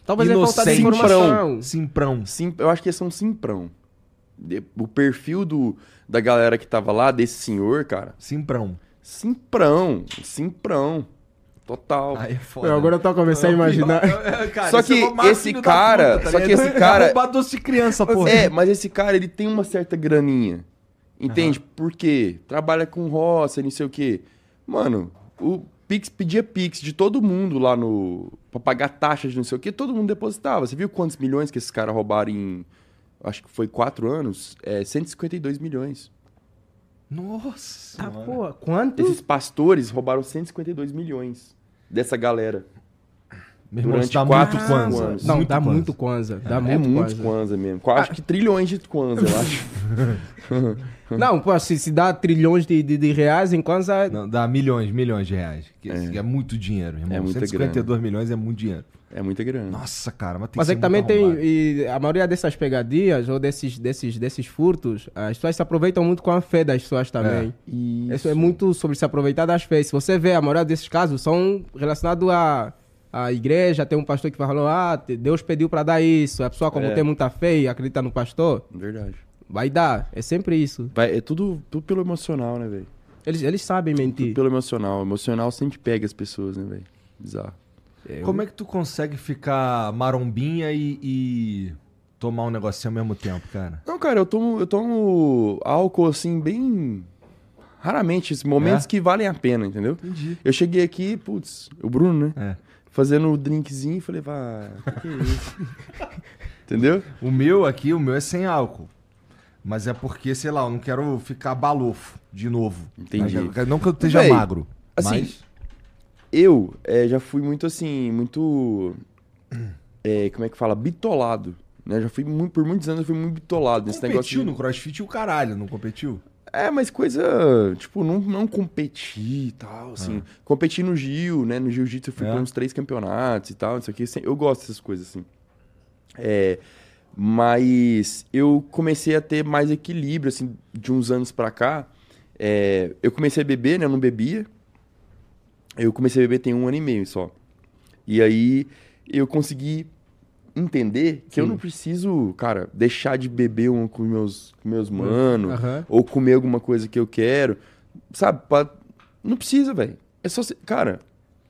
Speaker 3: Talvez é falta
Speaker 1: inocentes.
Speaker 3: de informação.
Speaker 1: simprão.
Speaker 2: Sim, eu acho que esse é um simprão. De- O perfil do, da galera que tava lá, desse senhor, cara,
Speaker 1: Simprão.
Speaker 2: simprão, simprão, total.
Speaker 1: Aí é foda.
Speaker 3: Eu agora eu tô começando a imaginar.
Speaker 1: Cara,
Speaker 2: Só
Speaker 1: esse
Speaker 2: que
Speaker 1: é o maior
Speaker 2: esse
Speaker 1: filho da
Speaker 2: cara-
Speaker 1: tá
Speaker 2: só que
Speaker 1: ligado?
Speaker 2: esse cara-
Speaker 1: É roubador de criança, porra.
Speaker 2: É, mas esse cara, ele tem uma certa graninha. Entende? Por quê? Trabalha com roça, não sei o quê. Mano, o Pix pedia Pix de todo mundo lá no. pra pagar taxas de não sei o quê, todo mundo depositava. Você viu quantos milhões que esses caras roubaram em. Acho que foi quatro anos? É, 152 milhões.
Speaker 1: Nossa. senhora.
Speaker 3: Tá, porra, quanto?
Speaker 2: Esses pastores roubaram 152 milhões dessa galera.
Speaker 1: Meu irmão, isso
Speaker 2: durante
Speaker 1: dá
Speaker 2: quatro
Speaker 1: muito
Speaker 2: anos.
Speaker 1: Kwanzaa.
Speaker 3: Não,
Speaker 1: Muito
Speaker 3: dá
Speaker 1: Kwanzaa.
Speaker 3: muito Kwanza. Dá
Speaker 2: é
Speaker 3: muito
Speaker 2: muito
Speaker 3: Kwanza.
Speaker 2: Kwanza mesmo. Acho que trilhões de Kwanza, eu acho.
Speaker 3: Não, pô, se, se dá trilhões de, de, de reais em Kwanza.
Speaker 1: Não, dá milhões, milhões de reais. Que isso É, muito dinheiro, irmão.
Speaker 2: É muita
Speaker 1: 152 milhões é muito dinheiro.
Speaker 2: É muita grana.
Speaker 1: Nossa, cara, mas tem
Speaker 3: Mas
Speaker 1: ser
Speaker 3: é que também
Speaker 1: muito
Speaker 3: tem.
Speaker 1: arrombado.
Speaker 3: e a maioria dessas pegadinhas ou desses, desses, desses furtos, as pessoas se aproveitam muito com a fé das pessoas também.
Speaker 2: Isso.
Speaker 3: Isso. é muito sobre se aproveitar das fés. Se você vê, a maioria desses casos são relacionados à, à igreja. Tem um pastor que vai falar, ah, te- Deus pediu pra dar isso. A pessoa, como
Speaker 2: É.
Speaker 3: tem muita fé e acredita no pastor,
Speaker 2: Verdade.
Speaker 3: vai dar. É sempre isso.
Speaker 2: Vai, é tudo, tudo pelo emocional, né, velho?
Speaker 3: Eles, eles sabem mentir.
Speaker 2: Tudo pelo emocional. O emocional sempre pega as pessoas, né, velho? Bizarro.
Speaker 1: Como é que tu consegue ficar marombinha e, e tomar um negocinho ao mesmo tempo, cara?
Speaker 2: Não, cara, eu tomo, eu tomo álcool, assim, bem... Raramente, esses momentos
Speaker 1: É?
Speaker 2: que valem a pena, entendeu?
Speaker 1: Entendi.
Speaker 2: Eu cheguei aqui, putz, o Bruno,
Speaker 1: É.
Speaker 2: né? Fazendo o drinkzinho, e falei, vá, que, que é isso? entendeu?
Speaker 1: O meu aqui, o meu é sem álcool. Mas é porque, sei lá, eu não quero ficar balofo de novo. é,
Speaker 2: Entendi.
Speaker 1: Não que eu esteja
Speaker 2: Véi,
Speaker 1: magro.
Speaker 2: assim,
Speaker 1: mas
Speaker 2: Eu eh, já fui muito assim, muito. eh, como é que fala? Bitolado. Né? Já fui muito, por muitos anos eu fui muito bitolado nesse negócio.
Speaker 1: competiu
Speaker 2: de-
Speaker 1: no crossfit e o caralho, não competiu?
Speaker 2: É, mas coisa. Tipo, não, não competi e tal, assim. Competi no Gil, né? No Jiu-Jitsu eu fui
Speaker 1: É.
Speaker 2: pra uns três campeonatos e tal, não sei o que. Eu gosto dessas coisas, assim. É, mas eu comecei a ter mais equilíbrio, assim, de uns anos pra cá. É, eu comecei a beber, né? Eu não bebia. Eu comecei a beber tem um ano e meio só. E aí eu consegui entender que eu não preciso, cara, deixar de beber um com meus, com meus mano,
Speaker 3: Aham.
Speaker 2: ou comer alguma coisa que eu quero. Sabe? pra- Não precisa, velho. É só. se- Cara,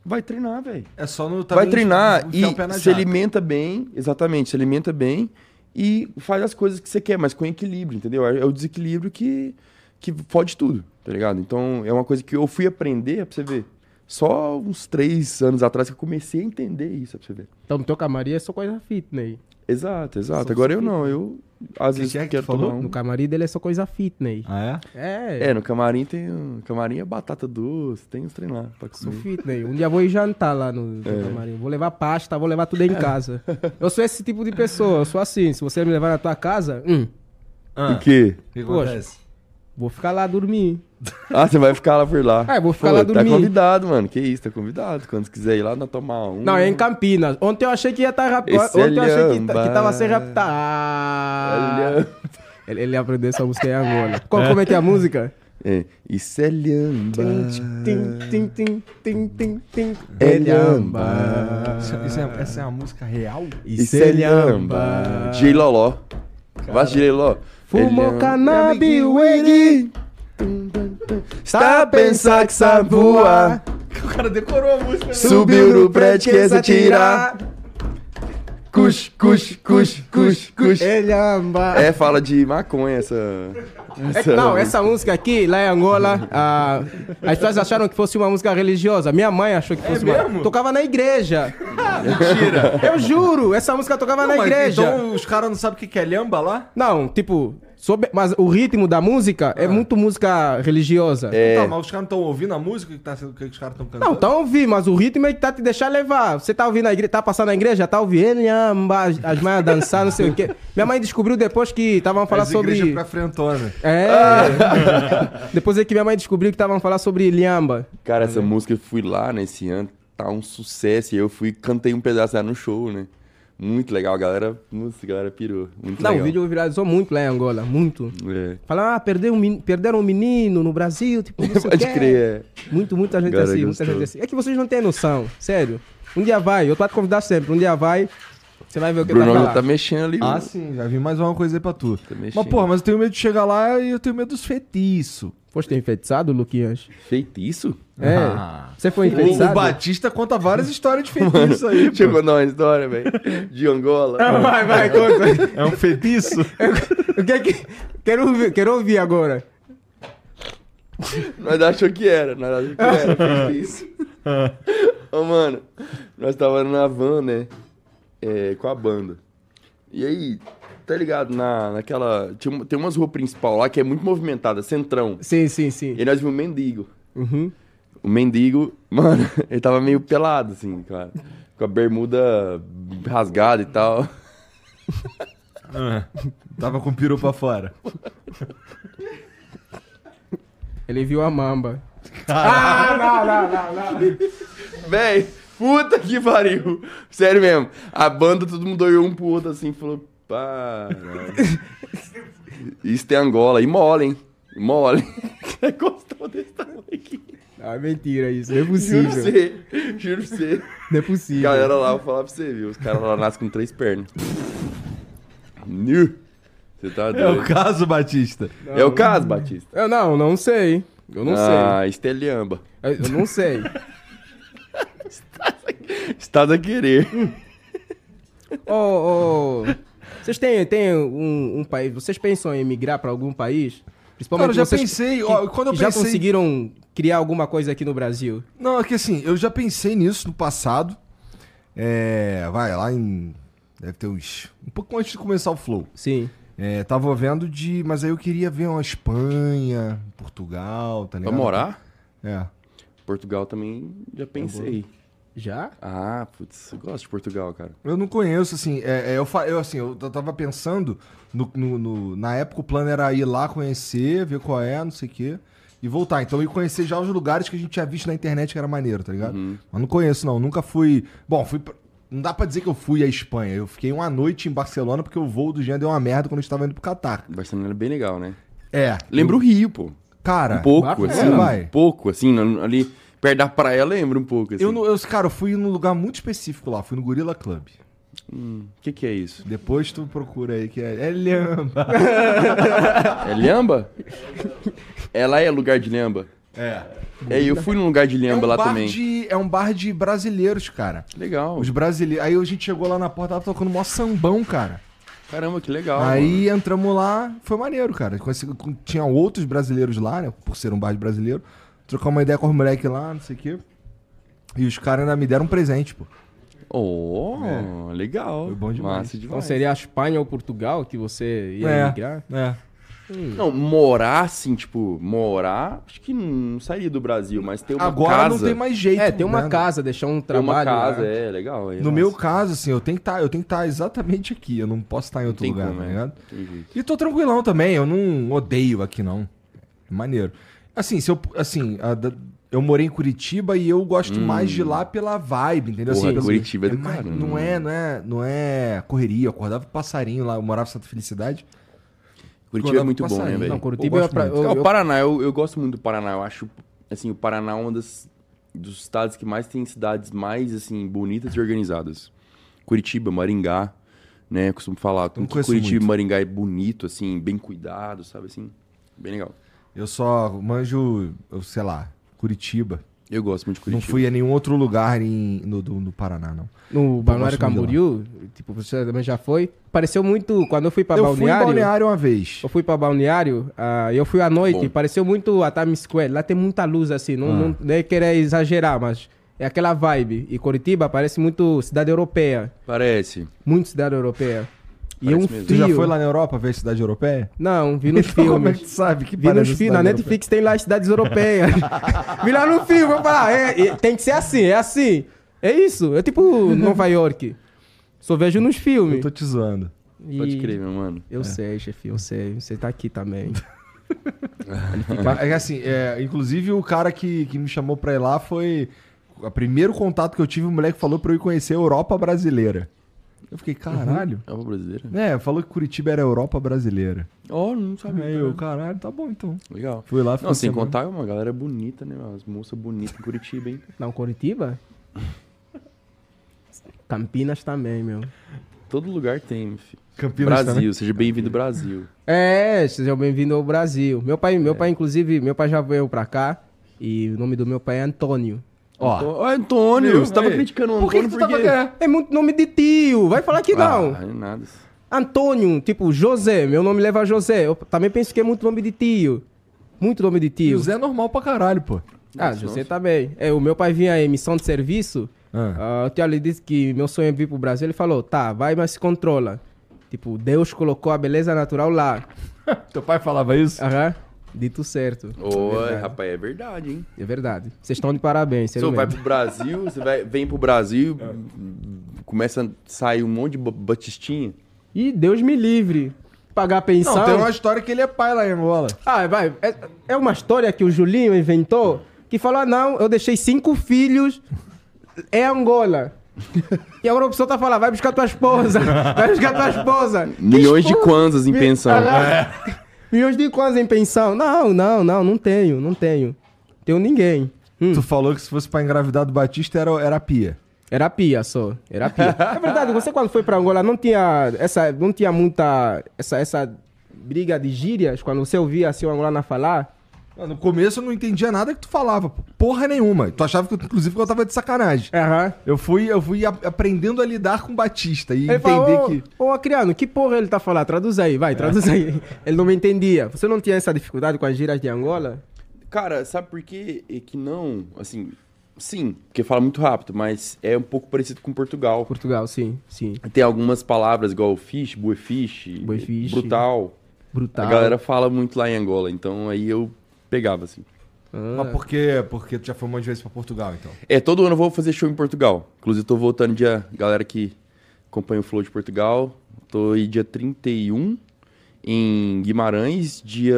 Speaker 2: vai treinar, velho.
Speaker 1: É só no.
Speaker 2: Vai
Speaker 1: também
Speaker 2: treinar
Speaker 1: enfiar o pé
Speaker 2: e
Speaker 1: na
Speaker 2: se
Speaker 1: jaca.
Speaker 2: alimenta bem, exatamente, se alimenta bem e faz as coisas que você quer, mas com equilíbrio, entendeu? É é o desequilíbrio que, que fode tudo, tá ligado? Então é uma coisa que eu fui aprender, pra você ver. Só uns três anos atrás que eu comecei a entender isso, pra você ver.
Speaker 3: Então, teu camarim é só coisa fitness.
Speaker 2: Exato, exato.
Speaker 3: Só-
Speaker 2: Agora
Speaker 3: só
Speaker 2: eu não, eu às
Speaker 1: Que
Speaker 2: vezes
Speaker 1: que é que tu
Speaker 2: quero
Speaker 1: falou?
Speaker 2: tomar um.
Speaker 3: No camarim dele é só coisa fitness.
Speaker 1: Ah,
Speaker 3: É,
Speaker 2: É, no camarim tem. um- Camarim é batata doce, tem uns trem lá tá pra
Speaker 3: sou
Speaker 2: comer.
Speaker 3: fitness. Um dia eu vou ir jantar lá
Speaker 2: É.
Speaker 3: no, no camarim. Vou levar pasta, vou levar tudo aí em casa. Eu sou esse tipo de pessoa, eu sou assim. Se você me levar na tua casa, hum,
Speaker 1: é? Ah,
Speaker 2: O quê?
Speaker 1: o que
Speaker 3: Poxa.
Speaker 1: acontece?
Speaker 3: vou ficar lá dormir.
Speaker 2: Ah, você vai ficar lá por lá.
Speaker 3: Ah, eu vou ficar lá
Speaker 2: tá
Speaker 3: dormindo.
Speaker 2: convidado, mano. Que isso, tá convidado. Quando quiser ir lá, nós tomar um.
Speaker 3: Não, é em Campinas. Ontem eu achei que ia estar raptado.
Speaker 2: Esse é
Speaker 3: Ontem eu achei que,
Speaker 2: lhamba. né?
Speaker 3: ta- que tava sem raptado.
Speaker 2: É
Speaker 3: Ah,
Speaker 2: Olha.
Speaker 3: ele, ele aprendeu essa música em Angola. Qual, Como é que é a música?
Speaker 2: É, Isso é lhamba.
Speaker 3: Tim, tim, tim, tim, tim, tim.
Speaker 2: É
Speaker 3: lhamba.
Speaker 1: Isso- isso é- essa é uma música real?
Speaker 2: Isso é lhamba. DJ Loló. Vai, DJ Loló.
Speaker 3: Fumou
Speaker 2: É Lhamba.
Speaker 3: canabiwiri. Tá
Speaker 2: Está a pensar que sabe voar.
Speaker 1: O cara decorou a música.
Speaker 2: Subiu no prédio, quer se tirar. Cus, cus, cus, cus, cus.
Speaker 3: É lhamba.
Speaker 2: É, fala de maconha essa.
Speaker 3: É que não, essa música aqui, lá em Angola, ah, as pessoas acharam que fosse uma música religiosa. Minha mãe achou que fosse uma.
Speaker 1: É mesmo?
Speaker 3: Tocava na igreja. Mentira! Eu juro, essa música tocava na
Speaker 1: Mas
Speaker 3: igreja.
Speaker 1: Então os caras não sabem o que que é lhamba lá?
Speaker 3: Não, tipo, soube- mas o ritmo da música
Speaker 1: Ah.
Speaker 3: é muito música religiosa.
Speaker 2: É.
Speaker 1: Tá, mas os caras não estão ouvindo a música que, tá sendo- que os caras estão cantando?
Speaker 3: Não, tá ouvindo, mas o ritmo é que tá te deixar levar. Você tá ouvindo a igreja, tá passando na igreja, tá ouvindo, lhamba, as as mães a dançar, não sei o quê. Minha mãe descobriu depois que estavam falando
Speaker 1: As igrejas
Speaker 3: sobre.
Speaker 1: pra frentona.
Speaker 3: É. Depois é que minha mãe descobriu que estavam falando sobre Lhamba.
Speaker 2: Cara, essa música eu fui lá nesse ano, tá um sucesso. E eu fui, cantei um pedaço lá no show, né? Muito legal, a galera. Nossa, a galera pirou. Muito
Speaker 3: Não,
Speaker 2: legal.
Speaker 3: o vídeo viralizou muito lá em Angola, muito.
Speaker 2: É.
Speaker 3: Falaram, ah, perdeu um men- perderam um menino no Brasil, tipo, não sei o
Speaker 2: Pode
Speaker 3: quê.
Speaker 2: crer. é.
Speaker 3: Muito, muita gente
Speaker 2: Galera
Speaker 3: assim, muita
Speaker 2: gostou.
Speaker 3: gente assim. É que vocês não têm noção, sério. Um dia vai, eu tô a te convidar sempre, um dia vai, você vai ver o que
Speaker 2: Bruno
Speaker 3: vai
Speaker 2: já
Speaker 3: falar.
Speaker 2: tá mexendo ali.
Speaker 1: Ah,
Speaker 2: mano.
Speaker 1: sim, já vi mais uma coisa aí pra tu. Mas,
Speaker 2: mexendo.
Speaker 1: porra, mas eu tenho medo de chegar lá e eu tenho medo dos feitiços.
Speaker 3: Foste enfeitiçado, Luquinhas?
Speaker 2: Feitiço?
Speaker 3: É.
Speaker 1: Ah.
Speaker 3: Você foi
Speaker 1: O, o
Speaker 3: enfeitiçado?
Speaker 1: Batista conta várias histórias de feitiço aí.
Speaker 2: Deixa eu contar uma história, velho. De Angola.
Speaker 3: Vai, vai, conta.
Speaker 1: É um feitiço?
Speaker 3: O que é que... Quero ouvir, quero ouvir agora.
Speaker 2: Nós achou que era, nós achou que era,
Speaker 3: Ah.
Speaker 2: foi isso. Ô, mano, nós tava na van, né? é, com a banda. E aí, tá ligado? Na, naquela. tinha um- tem umas ruas principal lá que é muito movimentada, centrão.
Speaker 3: Sim, sim, sim.
Speaker 2: E aí nós vimos um mendigo.
Speaker 3: Uhum.
Speaker 2: O mendigo, mano, ele tava meio pelado, assim, com a, com a bermuda rasgada e tal.
Speaker 1: Ah, Tava com o peru pra fora.
Speaker 3: Ele viu a mamba. Ah, não, não, não, não.
Speaker 2: Véi, puta que pariu. Sério mesmo. A banda, todo mundo olhou um pro outro assim e falou: para. Isso tem Angola. E mole, hein? E mole. É gostou desse tamanho aqui.
Speaker 3: Ah, mentira isso. Não é
Speaker 2: Juro pra
Speaker 3: possível.
Speaker 2: você. Juro pra você.
Speaker 3: Não é possível.
Speaker 2: Galera lá, vou falar pra você, viu? Os caras lá nascem com três pernas. Nu. Você tá
Speaker 1: É o
Speaker 2: doido.
Speaker 1: caso, Batista.
Speaker 2: É o caso, Batista.
Speaker 3: Eu não, não sei. Eu não
Speaker 2: ah, Esteliamba.
Speaker 3: sei. Eu- Eu não sei.
Speaker 2: Estado a querer.
Speaker 3: Ô, ô. Vocês têm, têm um, um país. Vocês pensam em emigrar para algum país? Principalmente
Speaker 1: Cara, eu já
Speaker 3: vocês
Speaker 1: pensei, ó, quando eu
Speaker 3: que já
Speaker 1: pensei-
Speaker 3: conseguiram criar alguma coisa aqui no Brasil.
Speaker 1: Não, é que assim, eu já pensei nisso no passado. É, vai, lá em. Deve ter uns. Um pouco antes de começar o Flow.
Speaker 3: Sim.
Speaker 1: É, tava vendo de. Mas aí eu queria ver uma Espanha, Portugal, tá
Speaker 2: Pra
Speaker 1: ligado?
Speaker 2: morar?
Speaker 1: É.
Speaker 2: Portugal também já
Speaker 1: Tá
Speaker 2: pensei.
Speaker 3: Já?
Speaker 2: Ah, putz, eu gosto de Portugal, cara.
Speaker 1: Eu não conheço, assim. é, é, eu, fa- eu, assim, eu t- tava pensando. no- no- no- na época o plano era ir lá conhecer, ver qual é, não sei o quê. E voltar. Então, eu ia conhecer já os lugares que a gente tinha visto na internet que era maneiro, tá ligado?
Speaker 2: Uhum.
Speaker 1: Mas não conheço, não. Nunca fui. Bom, fui. pra- Não dá pra dizer que eu fui à Espanha. Eu fiquei uma noite em Barcelona porque o voo do Jean deu uma merda quando a gente tava indo pro Catar.
Speaker 2: Barcelona é bem legal, né?
Speaker 1: É.
Speaker 2: Lembra o Rio, pô.
Speaker 1: Cara.
Speaker 2: Um pouco,
Speaker 1: bacana.
Speaker 2: assim.
Speaker 1: É, vai.
Speaker 2: Um pouco, assim, no- ali perto da praia lembra um pouco, assim.
Speaker 1: Eu, não- eu, cara, eu fui num lugar muito específico lá. Fui no Gorilla Club.
Speaker 2: O que que é isso?
Speaker 1: Depois tu procura aí que é. É lamba.
Speaker 2: É Lhamba? Ela é lugar de Lhamba?
Speaker 1: É.
Speaker 2: É, eu fui num lugar de
Speaker 1: É um,
Speaker 2: Lhamba lá
Speaker 1: bar
Speaker 2: também.
Speaker 1: De, é um bar de brasileiros, cara.
Speaker 2: Legal.
Speaker 1: Os brasileiros. Aí a gente chegou lá na porta, tava tocando mó sambão, cara.
Speaker 2: Caramba, que legal.
Speaker 1: aí entramos lá, foi maneiro, cara. Conheci- com- Tinha outros brasileiros lá, né? Por ser um bar de brasileiro. Trocar uma ideia com os moleques lá, não sei o quê. E os caras ainda me deram um presente, pô.
Speaker 2: mano. Oh, legal.
Speaker 1: É. Foi bom demais.
Speaker 2: Massa
Speaker 3: Então
Speaker 2: demais.
Speaker 3: seria a Espanha ou Portugal que você ia
Speaker 1: É.
Speaker 3: emigrar?
Speaker 1: É.
Speaker 2: Não, morar, assim, tipo, morar, acho que não sairia do Brasil, mas ter uma
Speaker 1: Agora
Speaker 2: casa.
Speaker 1: não tem mais jeito.
Speaker 3: É, ter uma
Speaker 1: né?
Speaker 3: casa, deixar um
Speaker 2: ter uma
Speaker 3: trabalho.
Speaker 2: casa,
Speaker 3: lá.
Speaker 2: é, legal. é
Speaker 1: No
Speaker 2: massa.
Speaker 1: meu caso, assim, eu tenho que tá, estar exatamente aqui. Eu não posso estar em outro
Speaker 2: Tem
Speaker 1: lugar,
Speaker 2: como,
Speaker 1: tá
Speaker 2: né?
Speaker 1: ligado?
Speaker 2: Tem jeito.
Speaker 1: E tô tranquilão também, eu não odeio aqui não. É maneiro. Assim, se eu, assim, a da- eu morei em Curitiba e eu gosto mais de lá pela vibe, entendeu?
Speaker 2: Hum. Porra,
Speaker 1: assim, pelo-
Speaker 2: Curitiba é do
Speaker 1: mais-
Speaker 2: caramba.
Speaker 1: Não é, não é, não é correria, eu acordava com passarinho lá, eu morava em Santa Felicidade.
Speaker 2: Curitiba
Speaker 1: Acordava
Speaker 2: é muito bom, né,
Speaker 1: passarinho.
Speaker 2: velho?
Speaker 3: Não,
Speaker 1: Eu
Speaker 3: Curitiba é
Speaker 1: gosto
Speaker 3: pra-
Speaker 1: muito.
Speaker 3: eu-
Speaker 2: É, o
Speaker 3: eu-
Speaker 2: Paraná, eu, eu gosto muito do Paraná. Eu acho, assim, o Paraná é um das, dos estados que mais tem cidades mais, assim, bonitas e organizadas. Curitiba, Maringá, né? Eu costumo falar como que
Speaker 1: conheço
Speaker 2: Curitiba
Speaker 1: muito.
Speaker 2: e Maringá é bonito, assim, bem cuidado, sabe, assim? Bem legal.
Speaker 1: Eu só manjo, eu sei lá, Curitiba.
Speaker 2: Eu gosto muito de
Speaker 1: Não
Speaker 2: Curitiba.
Speaker 1: fui a nenhum outro lugar em, no, do- no Paraná, não.
Speaker 3: No Balneário
Speaker 1: gosto muito de
Speaker 3: Camboriú, tipo, você também já foi. Pareceu muito quando eu fui pra
Speaker 1: eu
Speaker 3: Balneário.
Speaker 1: fui em Balneário uma vez.
Speaker 3: Eu fui pra Balneário, ah, eu fui à noite,
Speaker 2: Bom. Ah.
Speaker 3: pareceu muito a Times Square. Lá tem muita luz, assim, não, não não é querer exagerar, mas é aquela vibe. E Curitiba parece muito cidade europeia,
Speaker 2: Parece.
Speaker 3: muito cidade europeia. e é um
Speaker 2: Parece mesmo.
Speaker 1: Tu já
Speaker 3: frio.
Speaker 1: foi lá na Europa ver cidade europeia?
Speaker 3: Não, vi nos
Speaker 1: Como é que
Speaker 3: filmes.
Speaker 1: tu sabe que
Speaker 3: Vi nos
Speaker 1: parece
Speaker 3: filmes, na
Speaker 1: cidade
Speaker 3: Netflix tem lá as cidades europeias. vi lá no filme, vou falar, é, é, tem que ser assim, é assim. É isso, é tipo Nova York. Só vejo nos
Speaker 1: europeia?
Speaker 3: filmes.
Speaker 1: Eu tô te zoando.
Speaker 2: Pode
Speaker 3: E-
Speaker 2: crer, meu mano.
Speaker 3: Eu sei, chefe, eu sei. Você tá aqui também.
Speaker 1: Mas, é que assim, é, inclusive o cara que, que me chamou pra ir lá foi. O primeiro contato que eu tive, o moleque falou pra eu ir conhecer a Europa brasileira. Eu fiquei, caralho.
Speaker 2: É uma brasileira?
Speaker 1: É, falou que Curitiba era a Europa brasileira.
Speaker 2: Oh, não sabia.
Speaker 1: Aí eu, caralho, tá bom então.
Speaker 2: Legal.
Speaker 1: Fui lá,
Speaker 2: Não, sem
Speaker 1: semana-
Speaker 2: contar é uma galera bonita, né? As moças bonitas em Curitiba, hein?
Speaker 3: Não, Curitiba? Campinas também, meu.
Speaker 2: Todo lugar tem, filho.
Speaker 1: Campinas
Speaker 2: Brasil,
Speaker 1: também.
Speaker 2: seja bem-vindo, Brasil.
Speaker 3: É, sejam bem-vindos ao Brasil. Meu pai, meu pai, inclusive, meu pai já veio pra cá e o nome do meu pai é Antônio.
Speaker 1: Ó,
Speaker 2: Ó, Antônio,
Speaker 1: Viu?
Speaker 2: você tava
Speaker 1: Aí.
Speaker 2: criticando o
Speaker 1: por que, que
Speaker 2: Antônio
Speaker 1: tu tava
Speaker 2: porque...
Speaker 1: querendo?
Speaker 3: É muito nome de tio, vai falar que não.
Speaker 2: Ah, nada.
Speaker 3: Antônio, tipo José, meu nome leva a José. Eu também penso que é muito nome de tio. Muito nome de tio.
Speaker 1: José é normal pra caralho, pô.
Speaker 3: Ah,
Speaker 2: Nossa,
Speaker 3: José
Speaker 2: nossa.
Speaker 3: também. É, o meu pai vinha em missão de serviço.
Speaker 1: Ah.
Speaker 3: Ah, o tio lhe disse que meu sonho é vir pro Brasil. Ele falou, tá, vai, mas se controla. Tipo, Deus colocou a beleza natural lá.
Speaker 1: Teu pai falava isso?
Speaker 3: Aham. Dito certo.
Speaker 2: Oi,
Speaker 3: Verdade.
Speaker 2: rapaz, é verdade, hein?
Speaker 3: É verdade. Vocês estão de parabéns,
Speaker 2: Você
Speaker 3: sério
Speaker 2: vai
Speaker 3: mesmo.
Speaker 2: pro Brasil, você vai, vem pro Brasil,
Speaker 1: É.
Speaker 2: começa a sair um monte de ba- batistinha.
Speaker 3: E Deus me livre. Pagar
Speaker 1: Não,
Speaker 3: pensão.
Speaker 1: tem uma história que ele é pai lá em Angola.
Speaker 3: Ah, vai. É, é uma história que o Julinho inventou que falou: ah, não, eu deixei cinco filhos em Angola. E agora o pessoal tá falando, vai buscar tua esposa, vai buscar tua esposa. Que
Speaker 2: Milhões de
Speaker 3: esposa?
Speaker 2: kwanzas em
Speaker 3: Mi-
Speaker 2: pensão.
Speaker 3: Ah, Milhões de quantos em pensão? Não, não, não, não tenho, não tenho. Tenho ninguém. Hum,
Speaker 1: Tu falou que se fosse pra engravidar do Batista era, era a pia.
Speaker 3: era pia só, era pia. É verdade, você quando foi pra Angola não tinha essa, não tinha muita, essa, essa briga de gírias, quando você ouvia assim o angolano falar,
Speaker 1: Não, No começo eu não entendia nada que tu falava, pô. porra nenhuma. Tu achava que, eu- inclusive, que eu tava de sacanagem.
Speaker 3: aham.
Speaker 1: Eu fui, eu fui a- aprendendo a lidar com o Batista e
Speaker 3: Ele
Speaker 1: entender
Speaker 3: falou,
Speaker 1: que.
Speaker 3: Ô, Acriano, que porra ele tá falando? Traduz aí, vai, traduz aí. Ele não me entendia. Você não tinha essa dificuldade com as gírias de Angola?
Speaker 2: É. Cara, sabe por que, é que não? Assim, sim, porque fala muito rápido, mas é um pouco parecido com Portugal.
Speaker 3: Portugal, sim, sim.
Speaker 2: Tem algumas palavras igual fish, buefish,
Speaker 3: Buefish.
Speaker 2: brutal.
Speaker 3: Brutal.
Speaker 2: A galera fala muito lá em Angola, então aí eu pegava assim.
Speaker 3: Ah,
Speaker 1: Mas por quê? Porque tu já foi um monte de vezes pra Portugal, então.
Speaker 2: É, todo ano eu vou fazer show em Portugal. Inclusive, tô voltando dia. Galera que acompanha o Flow de Portugal. Tô aí dia 31 em Guimarães, dia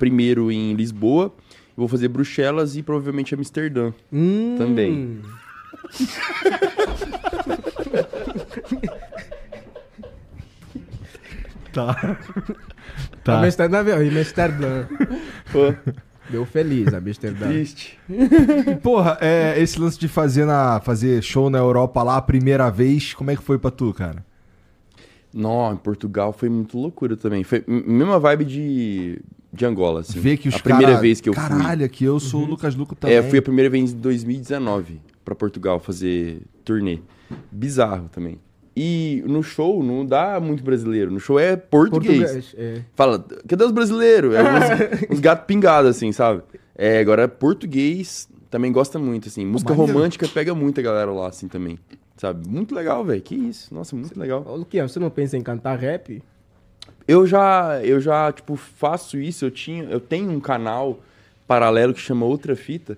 Speaker 2: 1 em Lisboa. Eu Vou fazer Bruxelas e provavelmente Amsterdã.
Speaker 3: hum.
Speaker 2: Também.
Speaker 1: Tá.
Speaker 3: tá. A Amsterdã veio, e Amsterdã. Deu feliz, a Amsterdã.
Speaker 2: Triste.
Speaker 1: E, porra, é, esse lance de fazer, na, fazer show na Europa lá a primeira vez, como é que foi pra tu, cara?
Speaker 2: Não, em Portugal foi muito loucura também. Foi m- mesma vibe de, de Angola, assim.
Speaker 1: Ver que os
Speaker 2: A primeira
Speaker 1: cara-
Speaker 2: vez que eu
Speaker 1: Caralho,
Speaker 2: fui.
Speaker 1: aqui eu sou o Lucas Luco também.
Speaker 2: É, eu fui a primeira vez em 2019 pra Portugal fazer turnê. Bizarro também. E no show não dá muito brasileiro. No show é português.
Speaker 3: Português. é.
Speaker 2: Fala, cadê os brasileiros? É uns, uns gatos pingados, assim, sabe? É, agora português também gosta muito, assim. Música
Speaker 1: maneiro.
Speaker 2: romântica pega muita galera lá, assim, também. Sabe? Muito legal, velho. Que isso. Nossa, muito legal.
Speaker 3: Ô, Luquinha, você não pensa em cantar rap?
Speaker 2: Eu já, eu já, tipo, faço isso, eu tinha, eu tenho um canal paralelo que chama Outra Fita.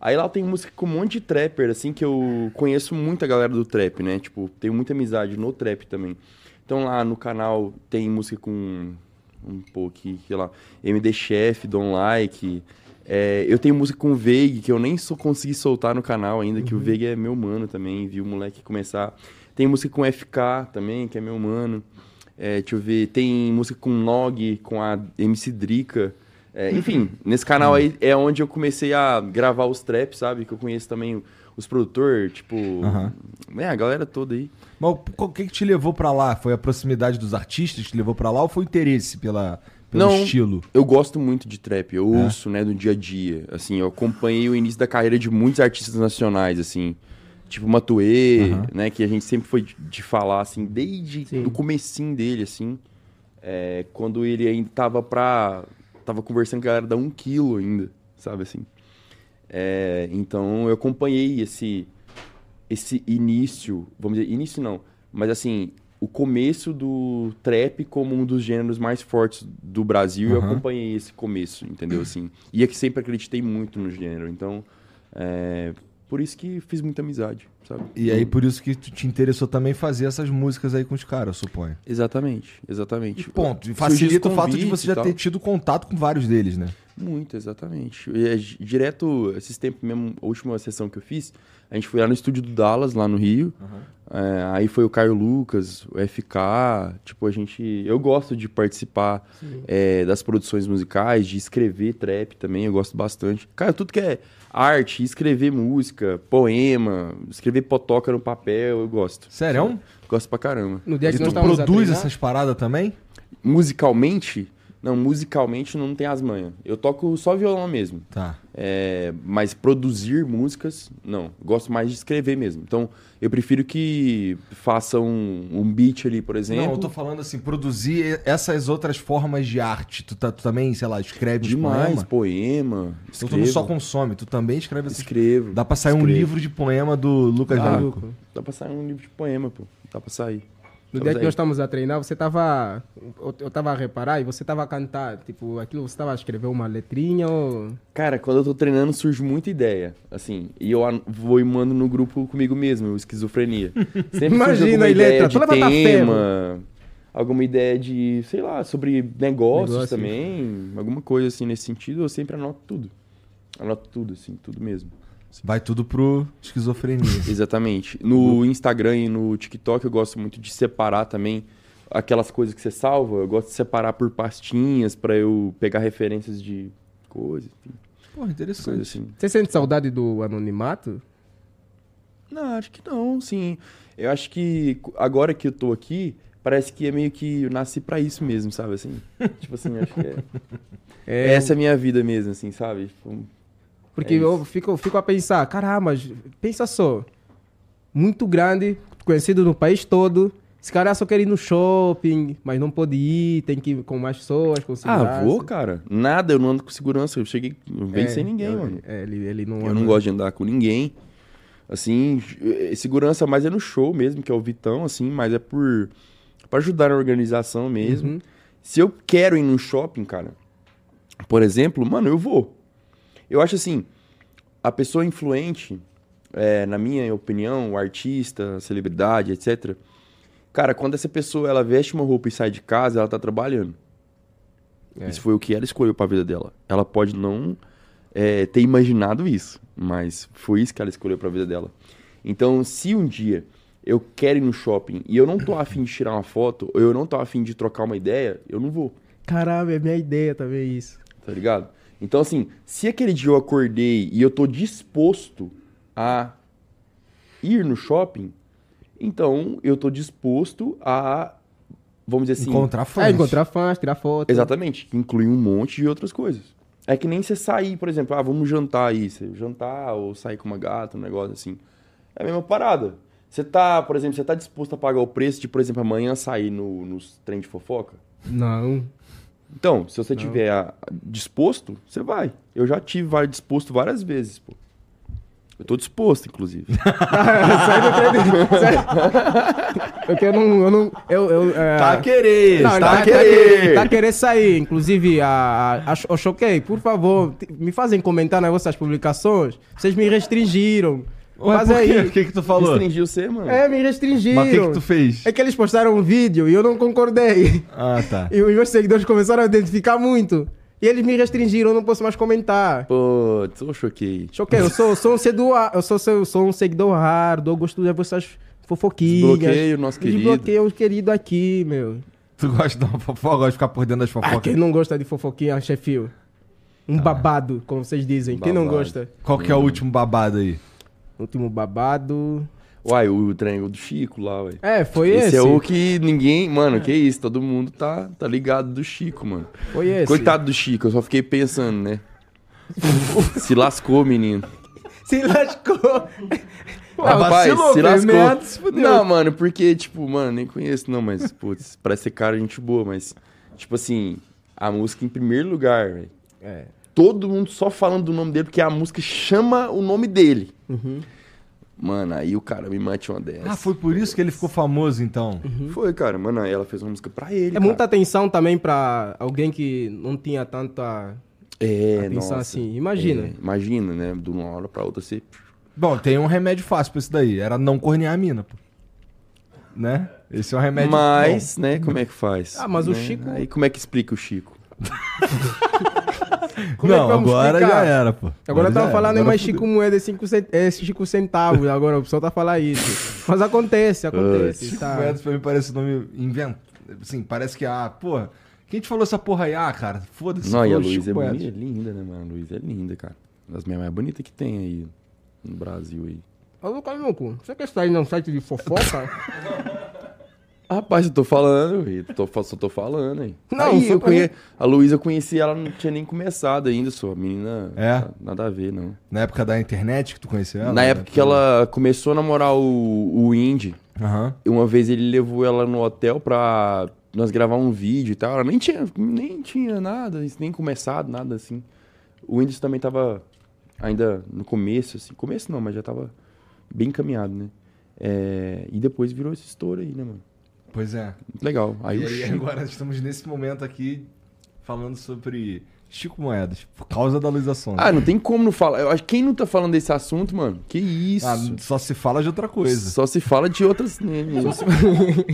Speaker 2: Aí lá tem música com um monte de trapper, assim, que eu conheço muita galera do trap, né? Tipo, tenho muita amizade no trap também. Então lá no canal tem música com um pouco, sei lá, MD Chef, Don Like. É, eu tenho música com o Veig, que eu nem só consegui soltar no canal ainda, que o Veig é meu mano também, viu o moleque começar. Tem música com FK também, que é meu mano. É, deixa eu ver, tem música com Nog, com a MC Drica. É, enfim, nesse canal aí é onde eu comecei a gravar os traps, sabe? Que eu conheço também os produtores, tipo.
Speaker 1: Aham.
Speaker 2: É, a galera toda aí.
Speaker 1: Mas o o que, que te levou pra lá? Foi a proximidade dos artistas que te levou pra lá ou foi o interesse pela, pelo
Speaker 2: Não.
Speaker 1: estilo?
Speaker 2: Eu gosto muito de trap, eu
Speaker 1: É.
Speaker 2: ouço, né, do dia a dia. Assim, eu acompanhei o início da carreira de muitos artistas nacionais, assim. Tipo Matuê,
Speaker 1: Aham.
Speaker 2: né, que a gente sempre foi de, de falar, assim, desde
Speaker 3: Sim.
Speaker 2: o comecinho dele, assim. É, quando ele ainda tava pra... Tava conversando com a galera da 1 quilo ainda, sabe, assim. É, então, eu acompanhei esse, esse início, vamos dizer, início não, mas assim, o começo do trap como um dos gêneros mais fortes do Brasil, eu
Speaker 1: Aham.
Speaker 2: acompanhei esse começo, entendeu? Assim, e é que sempre acreditei muito no gênero, então, é, por isso que fiz muita amizade, sabe?
Speaker 1: E aí por isso que tu te interessou também fazer essas músicas aí com os caras, eu suponho.
Speaker 2: Exatamente,
Speaker 1: E
Speaker 2: exatamente.
Speaker 1: ponto. E
Speaker 2: Surgiu os
Speaker 1: facilita o fato de
Speaker 2: convites
Speaker 1: você
Speaker 2: e
Speaker 1: já
Speaker 2: tal.
Speaker 1: ter tido contato com vários deles, né?
Speaker 2: Muito, exatamente. E, é, di- direto, esses tempos mesmo, a última sessão que eu fiz, a gente foi lá no estúdio do Dallas, lá no Rio. É, aí foi o Caio Lucas, o FK. Tipo, a gente. Eu gosto de participar é, das produções musicais, de escrever trap também, eu gosto bastante. Cara, tudo que é arte, escrever música, poema, escrever potoca no papel, eu gosto.
Speaker 1: Sério? é um?
Speaker 2: Gosto pra caramba.
Speaker 3: No dia
Speaker 1: E
Speaker 3: que nós
Speaker 1: tu
Speaker 3: estávamos a
Speaker 2: né?
Speaker 1: produz
Speaker 3: treinar-
Speaker 1: essas paradas também?
Speaker 2: Musicalmente. Não, musicalmente não tem as manhas. Eu toco só violão mesmo.
Speaker 1: Tá.
Speaker 2: É, mas produzir músicas, não. Gosto mais de escrever mesmo. Então, eu prefiro que faça um, um beat ali, por exemplo.
Speaker 1: Não, eu tô falando assim, produzir essas outras formas de arte. Tu, tá- tu também, sei lá, escreve
Speaker 2: Demais,
Speaker 1: uns poemas.
Speaker 2: poema.
Speaker 1: Então
Speaker 2: Escrevo,
Speaker 1: tu não só consome, tu também escreve esses...
Speaker 2: escrevo.
Speaker 1: Dá pra sair um
Speaker 2: escrevo. Ah,
Speaker 1: livro de poema do
Speaker 3: Tá
Speaker 1: Lucas
Speaker 2: Dá.
Speaker 1: Maluco.
Speaker 2: Dá pra sair um livro de poema, pô. Dá pra sair.
Speaker 3: No
Speaker 2: Dá
Speaker 3: dia
Speaker 2: pra
Speaker 3: que
Speaker 1: tá
Speaker 3: nós estávamos a treinar, você estava. Eu eu tava a reparar e você estava a cantar. Tipo, aquilo você estava a escrever uma letrinha ou.
Speaker 2: Cara, quando eu tô treinando surge muita ideia, assim, e eu an- vou e mando no grupo comigo mesmo, o esquizofrenia. Sempre surge
Speaker 3: Imagina,
Speaker 2: alguma
Speaker 3: e letra,
Speaker 2: ideia
Speaker 3: tu
Speaker 2: de
Speaker 3: leva pra
Speaker 2: tema, alguma ideia de, sei lá, sobre negócios
Speaker 3: Negócio.
Speaker 2: também, alguma coisa assim nesse sentido, eu sempre anoto tudo. Anoto tudo, assim, tudo mesmo.
Speaker 1: Vai tudo pro esquizofrenia.
Speaker 2: Exatamente. No Instagram e no TikTok eu gosto muito de separar também aquelas coisas que você salva, eu gosto de separar por pastinhas pra eu pegar referências de coisas, enfim,
Speaker 1: Porra, interessante.
Speaker 2: coisas assim.
Speaker 3: Você sente saudade do anonimato?
Speaker 2: Não, acho que não, sim. Eu acho que co- agora que eu tô aqui, parece que é meio que eu nasci pra isso mesmo, sabe assim? tipo assim, acho que é.
Speaker 3: É,
Speaker 2: Essa é a minha vida mesmo, assim, sabe? Tipo,
Speaker 3: Porque
Speaker 2: é
Speaker 3: eu
Speaker 2: isso.
Speaker 3: fico, fico a pensar, caramba, mas pensa só. Muito grande, conhecido no país todo. Esse cara só quer ir no shopping, mas não pode ir, tem que ir com mais pessoas, com
Speaker 2: Ah,
Speaker 3: segurança.
Speaker 2: vou, cara. Nada, eu não ando com segurança. Eu cheguei, não vem sem ninguém,
Speaker 3: eu-
Speaker 2: mano.
Speaker 3: é, ele, ele não
Speaker 2: Eu não gosto de andar com ninguém. Assim, eh, segurança mais é no show mesmo, que é o Vitão, assim, mas é por para ajudar na organização mesmo.
Speaker 3: Uhum.
Speaker 2: Se eu quero ir num shopping, cara, por exemplo, mano, eu vou. Eu acho assim, a pessoa influente, eh, na minha opinião, o artista, a celebridade, etc. Cara, quando essa pessoa ela veste uma roupa e sai de casa, ela tá trabalhando.
Speaker 3: É.
Speaker 2: Isso foi o que ela escolheu pra vida dela. Ela pode não eh, ter imaginado isso, mas foi isso que ela escolheu pra vida dela. Então, se um dia eu quero ir no shopping e eu não tô afim de tirar uma foto, ou eu não tô afim de trocar uma ideia, eu não vou,
Speaker 3: Caramba, é minha ideia também isso.
Speaker 2: tá ligado? Então, assim, se aquele dia eu acordei e eu tô disposto a ir no shopping, então eu tô disposto a, vamos dizer assim,
Speaker 1: Encontrar fãs.
Speaker 3: É, encontrar fãs, tirar foto.
Speaker 2: Exatamente, que inclui um monte de outras coisas. É que nem você sair, por exemplo, ah, vamos jantar aí, você jantar ou sair com uma gata, um negócio assim. É a mesma parada. Você tá, por exemplo, você tá disposto a pagar o preço de, por exemplo, amanhã sair no, nos trem de fofoca?
Speaker 3: Não.
Speaker 2: Então, se você
Speaker 3: Não.
Speaker 2: tiver ah, disposto, você vai. Eu já tive vai- disposto várias vezes, pô. Eu tô disposto, inclusive.
Speaker 3: Sai do crédito. Sai. Porque É eu não. Eu não eu, eu, é,
Speaker 1: Tá a querer,
Speaker 3: Não,
Speaker 1: tá
Speaker 3: tá,
Speaker 1: a
Speaker 3: querer.
Speaker 1: querer.
Speaker 3: Tá querer sair. Inclusive, a, a, a Choquei, por favor, te- me fazem comentar nas vossas publicações. Vocês me restringiram.
Speaker 1: Ué,
Speaker 3: Faz
Speaker 2: é
Speaker 1: por quê?
Speaker 3: aí.
Speaker 1: O que que tu falou?
Speaker 2: Restringiu você, mano.
Speaker 3: É, me restringiram.
Speaker 1: Mas o que que tu fez?
Speaker 3: É que eles postaram um vídeo e eu não concordei.
Speaker 1: Ah, tá.
Speaker 3: E os meus seguidores começaram a identificar muito. E eles me restringiram, eu não posso mais comentar.
Speaker 2: Putz, eu choquei.
Speaker 3: Choquei, eu sou, eu sou um sedua, eu sou, eu sou um seguidor raro, eu gosto das vossas fofoquinhas.
Speaker 2: Desbloqueia o nosso querido.
Speaker 3: Desbloqueia o querido aqui, meu.
Speaker 1: Tu gosta de dar uma fofoca, gosta de ficar por dentro das
Speaker 3: Ah,
Speaker 1: fofocas.
Speaker 3: quem não gosta de fofoquinha, é chefio? Um babado, como vocês dizem. Quem não
Speaker 2: Ah. Babado.
Speaker 3: gosta?
Speaker 1: Qual
Speaker 2: Hum.
Speaker 1: que é o último babado aí?
Speaker 3: Último babado.
Speaker 2: Uai, o trem do Chico lá, ué.
Speaker 3: É, foi esse.
Speaker 2: Esse, é o que ninguém.
Speaker 1: É.
Speaker 2: Mano, que isso? Todo mundo tá, tá ligado do Chico, mano.
Speaker 3: Foi esse.
Speaker 2: Coitado do Chico, eu só fiquei pensando, né? se lascou, menino.
Speaker 3: Se lascou.
Speaker 1: Ah, vacilou, fez merda, se fudeu.
Speaker 2: Não, mano, porque, tipo, mano, nem conheço, não, mas, putz, parece ser cara, gente boa, mas, tipo assim, a música em primeiro lugar, velho.
Speaker 3: É.
Speaker 2: Todo mundo só falando do nome dele, porque a música chama o nome dele. Mano, aí o cara me mate uma dessa.
Speaker 1: Uhum. Ah, foi por isso que ele ficou famoso, então.
Speaker 2: Foi, cara, mano, ela fez uma música pra ele.
Speaker 3: É
Speaker 2: cara.
Speaker 3: muita atenção também pra alguém que não tinha tanta.
Speaker 2: É, nossa.
Speaker 3: Atenção, assim, imagina.
Speaker 2: É, imagina, né? De uma hora pra outra você.
Speaker 1: Bom, tem um remédio fácil pra isso daí. Era não cornear a mina, pô. Né? Esse é um remédio
Speaker 2: Mas, né? Como é que faz?
Speaker 3: Ah, mas o
Speaker 2: né?
Speaker 3: Chico-
Speaker 2: Aí como é que explica o Chico?
Speaker 3: Como é que
Speaker 4: não,
Speaker 3: vamos
Speaker 4: agora
Speaker 3: explicar?
Speaker 4: já era, pô.
Speaker 3: Agora
Speaker 4: já
Speaker 3: estão
Speaker 2: é,
Speaker 4: era,
Speaker 3: falando em
Speaker 4: agora
Speaker 3: mais
Speaker 4: fudeu.
Speaker 3: Chico Moeda, 5 cent... é, Chico Centavo. Agora o pessoal tá falando isso. Mas acontece, acontece. tá.
Speaker 1: Moedas pra mim parece o nome invento. Assim, parece que, ah, porra. Quem te falou essa porra aí? Ah, cara, foda-se.
Speaker 2: Não, e a
Speaker 1: falou
Speaker 2: Luísa
Speaker 1: Chico
Speaker 2: é,
Speaker 1: Moedas.
Speaker 2: boni- é linda, né, mano? A Luísa é linda, cara. Das minhas mais bonitas que tem aí no Brasil aí.
Speaker 3: Eu vou cair no cu. Você quer sair num site de fofoca?
Speaker 2: Rapaz, eu tô falando, Rito. Tô, fa- só tô falando aí.
Speaker 3: Não,
Speaker 2: Aí,
Speaker 3: só
Speaker 2: eu
Speaker 3: pra mim-
Speaker 2: conhe... A Luísa eu conheci, ela não tinha nem começado ainda, sua menina.
Speaker 1: É?
Speaker 2: Nada a ver, não.
Speaker 1: Na época da internet que tu conheceu ela? né?
Speaker 2: Na época que ela começou a namorar o, o Indy,
Speaker 1: Aham.
Speaker 2: uma vez ele levou ela no hotel pra nós gravar um vídeo e tal. Ela nem tinha, nem tinha nada, isso, nem começado, nada assim. O Windows também tava ainda no começo, assim. Começo não, mas já tava bem encaminhado, né? É, e depois virou esse estouro aí, né, mano?
Speaker 1: Pois é.
Speaker 2: Muito Legal. Aí
Speaker 1: e
Speaker 2: o
Speaker 1: aí,
Speaker 2: Chico-
Speaker 1: agora estamos nesse momento aqui falando sobre Chico Moedas, por causa da Luísa Sonza.
Speaker 2: Ah, não tem como não falar. Eu acho que quem não tá falando desse assunto, mano, que isso.
Speaker 1: Ah, só se fala de outra coisa.
Speaker 2: Só se fala de outras. né,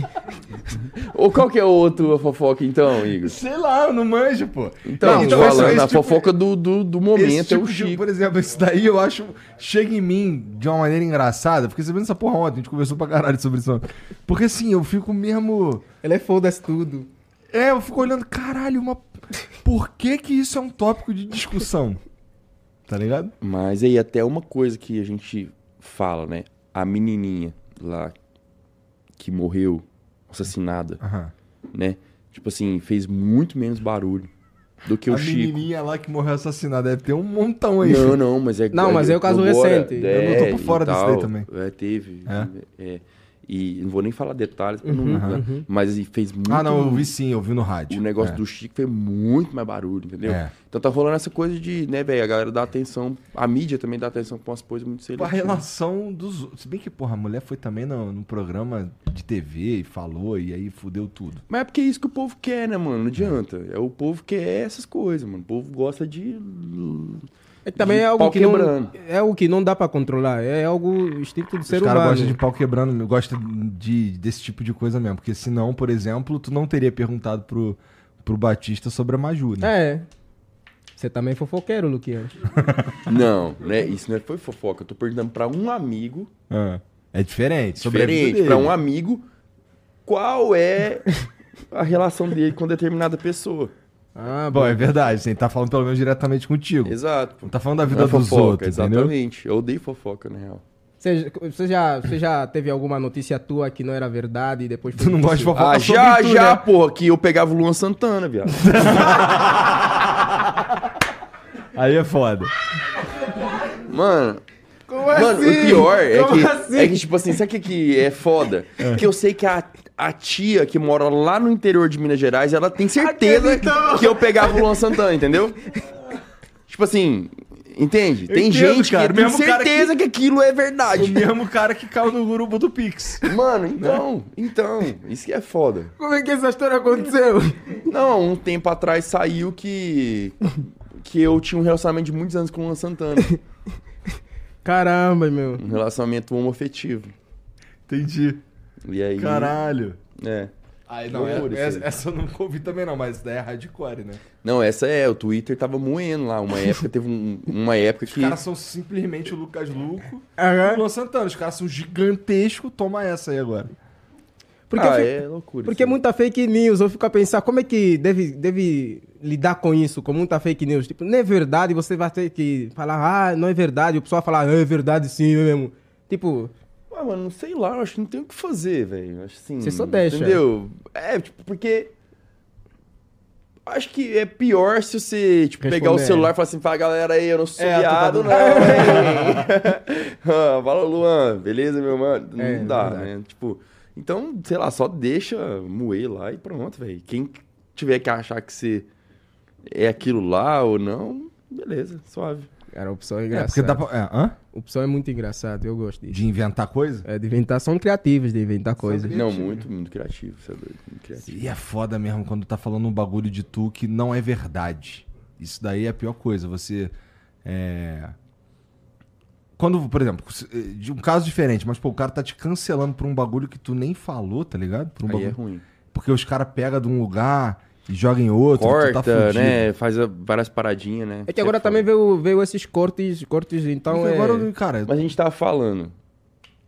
Speaker 2: Ou qual que é o outro a fofoca, então, Igor?
Speaker 1: Sei lá, eu não manjo, pô.
Speaker 2: Então,
Speaker 1: Não,
Speaker 2: falando,
Speaker 1: esse- esse
Speaker 2: a
Speaker 1: tipo-
Speaker 2: fofoca do, do, do
Speaker 1: Esse
Speaker 2: momento é
Speaker 1: tipo
Speaker 2: o
Speaker 1: de-
Speaker 2: Chico.
Speaker 1: por exemplo, isso daí eu acho. Chega em mim de uma maneira engraçada. Fiquei sabendo essa porra ontem, a gente conversou pra caralho sobre isso. ontem. Porque assim, eu fico mesmo.
Speaker 3: Ela é foda-se tudo.
Speaker 1: É, eu fico olhando, caralho, uma. Por que que isso é um tópico de discussão? Tá ligado?
Speaker 2: Mas aí até uma coisa que a gente fala, né? A menininha lá que morreu assassinada,
Speaker 1: Aham.
Speaker 2: né? Tipo assim, fez muito menos barulho do que
Speaker 1: a
Speaker 2: o Chico.
Speaker 1: menininha lá que morreu assassinada deve ter um montão aí.
Speaker 2: Não, não, mas é
Speaker 3: Não, mas é o caso recente.
Speaker 1: Eu não tô por
Speaker 2: e
Speaker 1: fora disso
Speaker 2: tal.
Speaker 1: daí também.
Speaker 2: É, teve.
Speaker 1: É?
Speaker 2: é. E não vou nem falar detalhes, porque eu não-
Speaker 1: uhum.
Speaker 2: mas assim, fez muito.
Speaker 1: Ah, não, eu vi sim, eu vi no rádio.
Speaker 2: O negócio
Speaker 1: É.
Speaker 2: do Chico fez muito mais barulho, entendeu?
Speaker 1: É.
Speaker 2: Então tá rolando essa coisa de, né, velho, a galera dá atenção, a mídia também dá atenção pra umas coisas muito
Speaker 1: Tipo, a
Speaker 2: seletivas.
Speaker 1: relação dos. Se bem que, porra, a mulher foi também no, num programa de TV e falou, e aí fudeu tudo.
Speaker 2: Mas é porque é isso que o povo quer, né, mano? Não adianta. É o povo que é essas coisas, mano. O povo gosta de.
Speaker 3: É que também
Speaker 2: De
Speaker 3: é
Speaker 2: pau
Speaker 3: algo que não,
Speaker 2: quebrando.
Speaker 3: é algo que não dá pra controlar. É algo instinto do ser
Speaker 1: Os caras
Speaker 3: humano.
Speaker 1: gostam de pau quebrando, gostam de, desse tipo de coisa mesmo. Porque senão, por exemplo, tu não teria perguntado pro, pro Batista sobre a Maju, né?
Speaker 3: É. Você também é fofoqueiro, Luquinha.
Speaker 2: Não, né? Isso não é- foi fofoca. Eu tô perguntando pra um amigo.
Speaker 1: Ah, É, diferente. Sobre a vida
Speaker 2: diferente,
Speaker 1: dele.
Speaker 2: pra um amigo, qual é a relação dele com determinada pessoa.
Speaker 3: Ah,
Speaker 1: Bom, é verdade. Você tá falando pelo menos diretamente contigo.
Speaker 2: Exato. pô.
Speaker 1: Não tá falando da
Speaker 2: Não
Speaker 1: vida
Speaker 2: é
Speaker 1: dos
Speaker 2: fofoca,
Speaker 1: outros, entendeu?
Speaker 2: exatamente. Eu odeio fofoca, na real.
Speaker 3: Você, você já, você já teve alguma notícia tua que não era verdade e depois foi
Speaker 1: Tu não gosta de
Speaker 3: notícia?
Speaker 1: fofoca
Speaker 2: ah,
Speaker 1: sobre
Speaker 2: já,
Speaker 1: tu,
Speaker 2: já,
Speaker 1: né?
Speaker 2: porra, que eu pegava o Luan Santana, viado.
Speaker 1: Aí é foda.
Speaker 2: Mano.
Speaker 3: Como
Speaker 2: Mano, o pior é
Speaker 3: Como
Speaker 2: que,
Speaker 3: assim?
Speaker 2: é que, tipo assim, sabe o que, que é foda? Que eu sei que a, a tia que mora lá no interior de Minas Gerais, ela tem certeza
Speaker 3: Acreditou.
Speaker 2: que eu pegava o Luan Santana, entendeu? tipo assim, entende? Tem
Speaker 1: entendo,
Speaker 2: gente
Speaker 1: cara.
Speaker 2: que tem
Speaker 1: Mesmo cara
Speaker 2: certeza que... aquilo é
Speaker 1: O
Speaker 2: verdade.
Speaker 1: mesmo cara que caiu no urubu do Pix.
Speaker 2: Mano, então, então, isso que é foda.
Speaker 3: Como é que essa história aconteceu?
Speaker 2: Não, um tempo atrás saiu que que eu tinha um relacionamento de muitos anos com o Luan Santana,
Speaker 3: Caramba, meu.
Speaker 2: um relacionamento homoafetivo.
Speaker 1: Entendi.
Speaker 2: E aí,
Speaker 1: Caralho.
Speaker 2: é.
Speaker 1: Aí não, é-
Speaker 2: Loucura,
Speaker 1: essa,
Speaker 2: isso né? aí.
Speaker 1: essa eu não ouvi também não, mas daí é hardcore, né?
Speaker 2: Não, essa é, o Twitter tava moendo lá. Uma época teve um- uma época
Speaker 1: Os
Speaker 2: que.
Speaker 1: caras são simplesmente o Lucas Luco e o
Speaker 3: Aham.
Speaker 1: Luan Santana. Os caras são gigantescos. Toma essa aí agora.
Speaker 3: Porque,
Speaker 2: ah,
Speaker 3: fi-
Speaker 2: é loucura.
Speaker 3: porque
Speaker 2: isso aí.
Speaker 3: muita fake news. Eu fico a pensar como é que deve, deve lidar com isso, com muita fake news. Tipo, não é verdade, você vai ter que falar, ah, não é verdade. O pessoal vai falar, é verdade sim, é mesmo. Tipo,
Speaker 2: Ah, mano, sei lá, eu acho que não tem o que fazer, velho. Acho assim.
Speaker 3: Você só deixa.
Speaker 2: Entendeu? É, tipo, porque. Acho que é pior se você, tipo, pegar o
Speaker 3: Responder.
Speaker 2: celular e falar assim, fala, galera aí, eu não sou
Speaker 1: É,
Speaker 2: viado,
Speaker 1: tu
Speaker 2: não, hein? Ah, Fala, Luan, beleza, meu mano? Não
Speaker 3: É,
Speaker 2: dá,
Speaker 3: verdade.
Speaker 2: né? Tipo, então, sei lá, só deixa moer lá e pronto, velho. Quem tiver que achar que você é aquilo lá ou não, beleza, suave.
Speaker 3: cara, o pessoal é
Speaker 1: É,
Speaker 3: engraçado.
Speaker 1: porque dá pra... é, hã?
Speaker 3: O pessoal é muito engraçado, eu gosto disso.
Speaker 1: De inventar coisa?
Speaker 3: É, de inventar, são criativos de inventar
Speaker 1: é
Speaker 3: coisas. né?
Speaker 2: Não, muito,
Speaker 1: né?
Speaker 2: muito criativo, você é doido, muito criativo.
Speaker 1: E é foda mesmo quando tá falando um bagulho de tu que não é verdade. Isso daí é a pior coisa. Você. É. Quando, por exemplo, se- de um caso diferente, mas pô, o cara tá te cancelando por um bagulho que tu nem falou, tá ligado? Por um
Speaker 2: Aí é
Speaker 1: bagulho...
Speaker 2: ruim.
Speaker 1: Porque os caras pegam de um lugar E joga em outro, tu
Speaker 2: Corta,
Speaker 1: tá fudido.
Speaker 2: né? Faz a- várias paradinhas, né?
Speaker 3: É que agora também veio, veio esses cortes, cortes então
Speaker 1: Porque
Speaker 3: é...
Speaker 1: agora, cara,
Speaker 2: Mas a gente tava falando.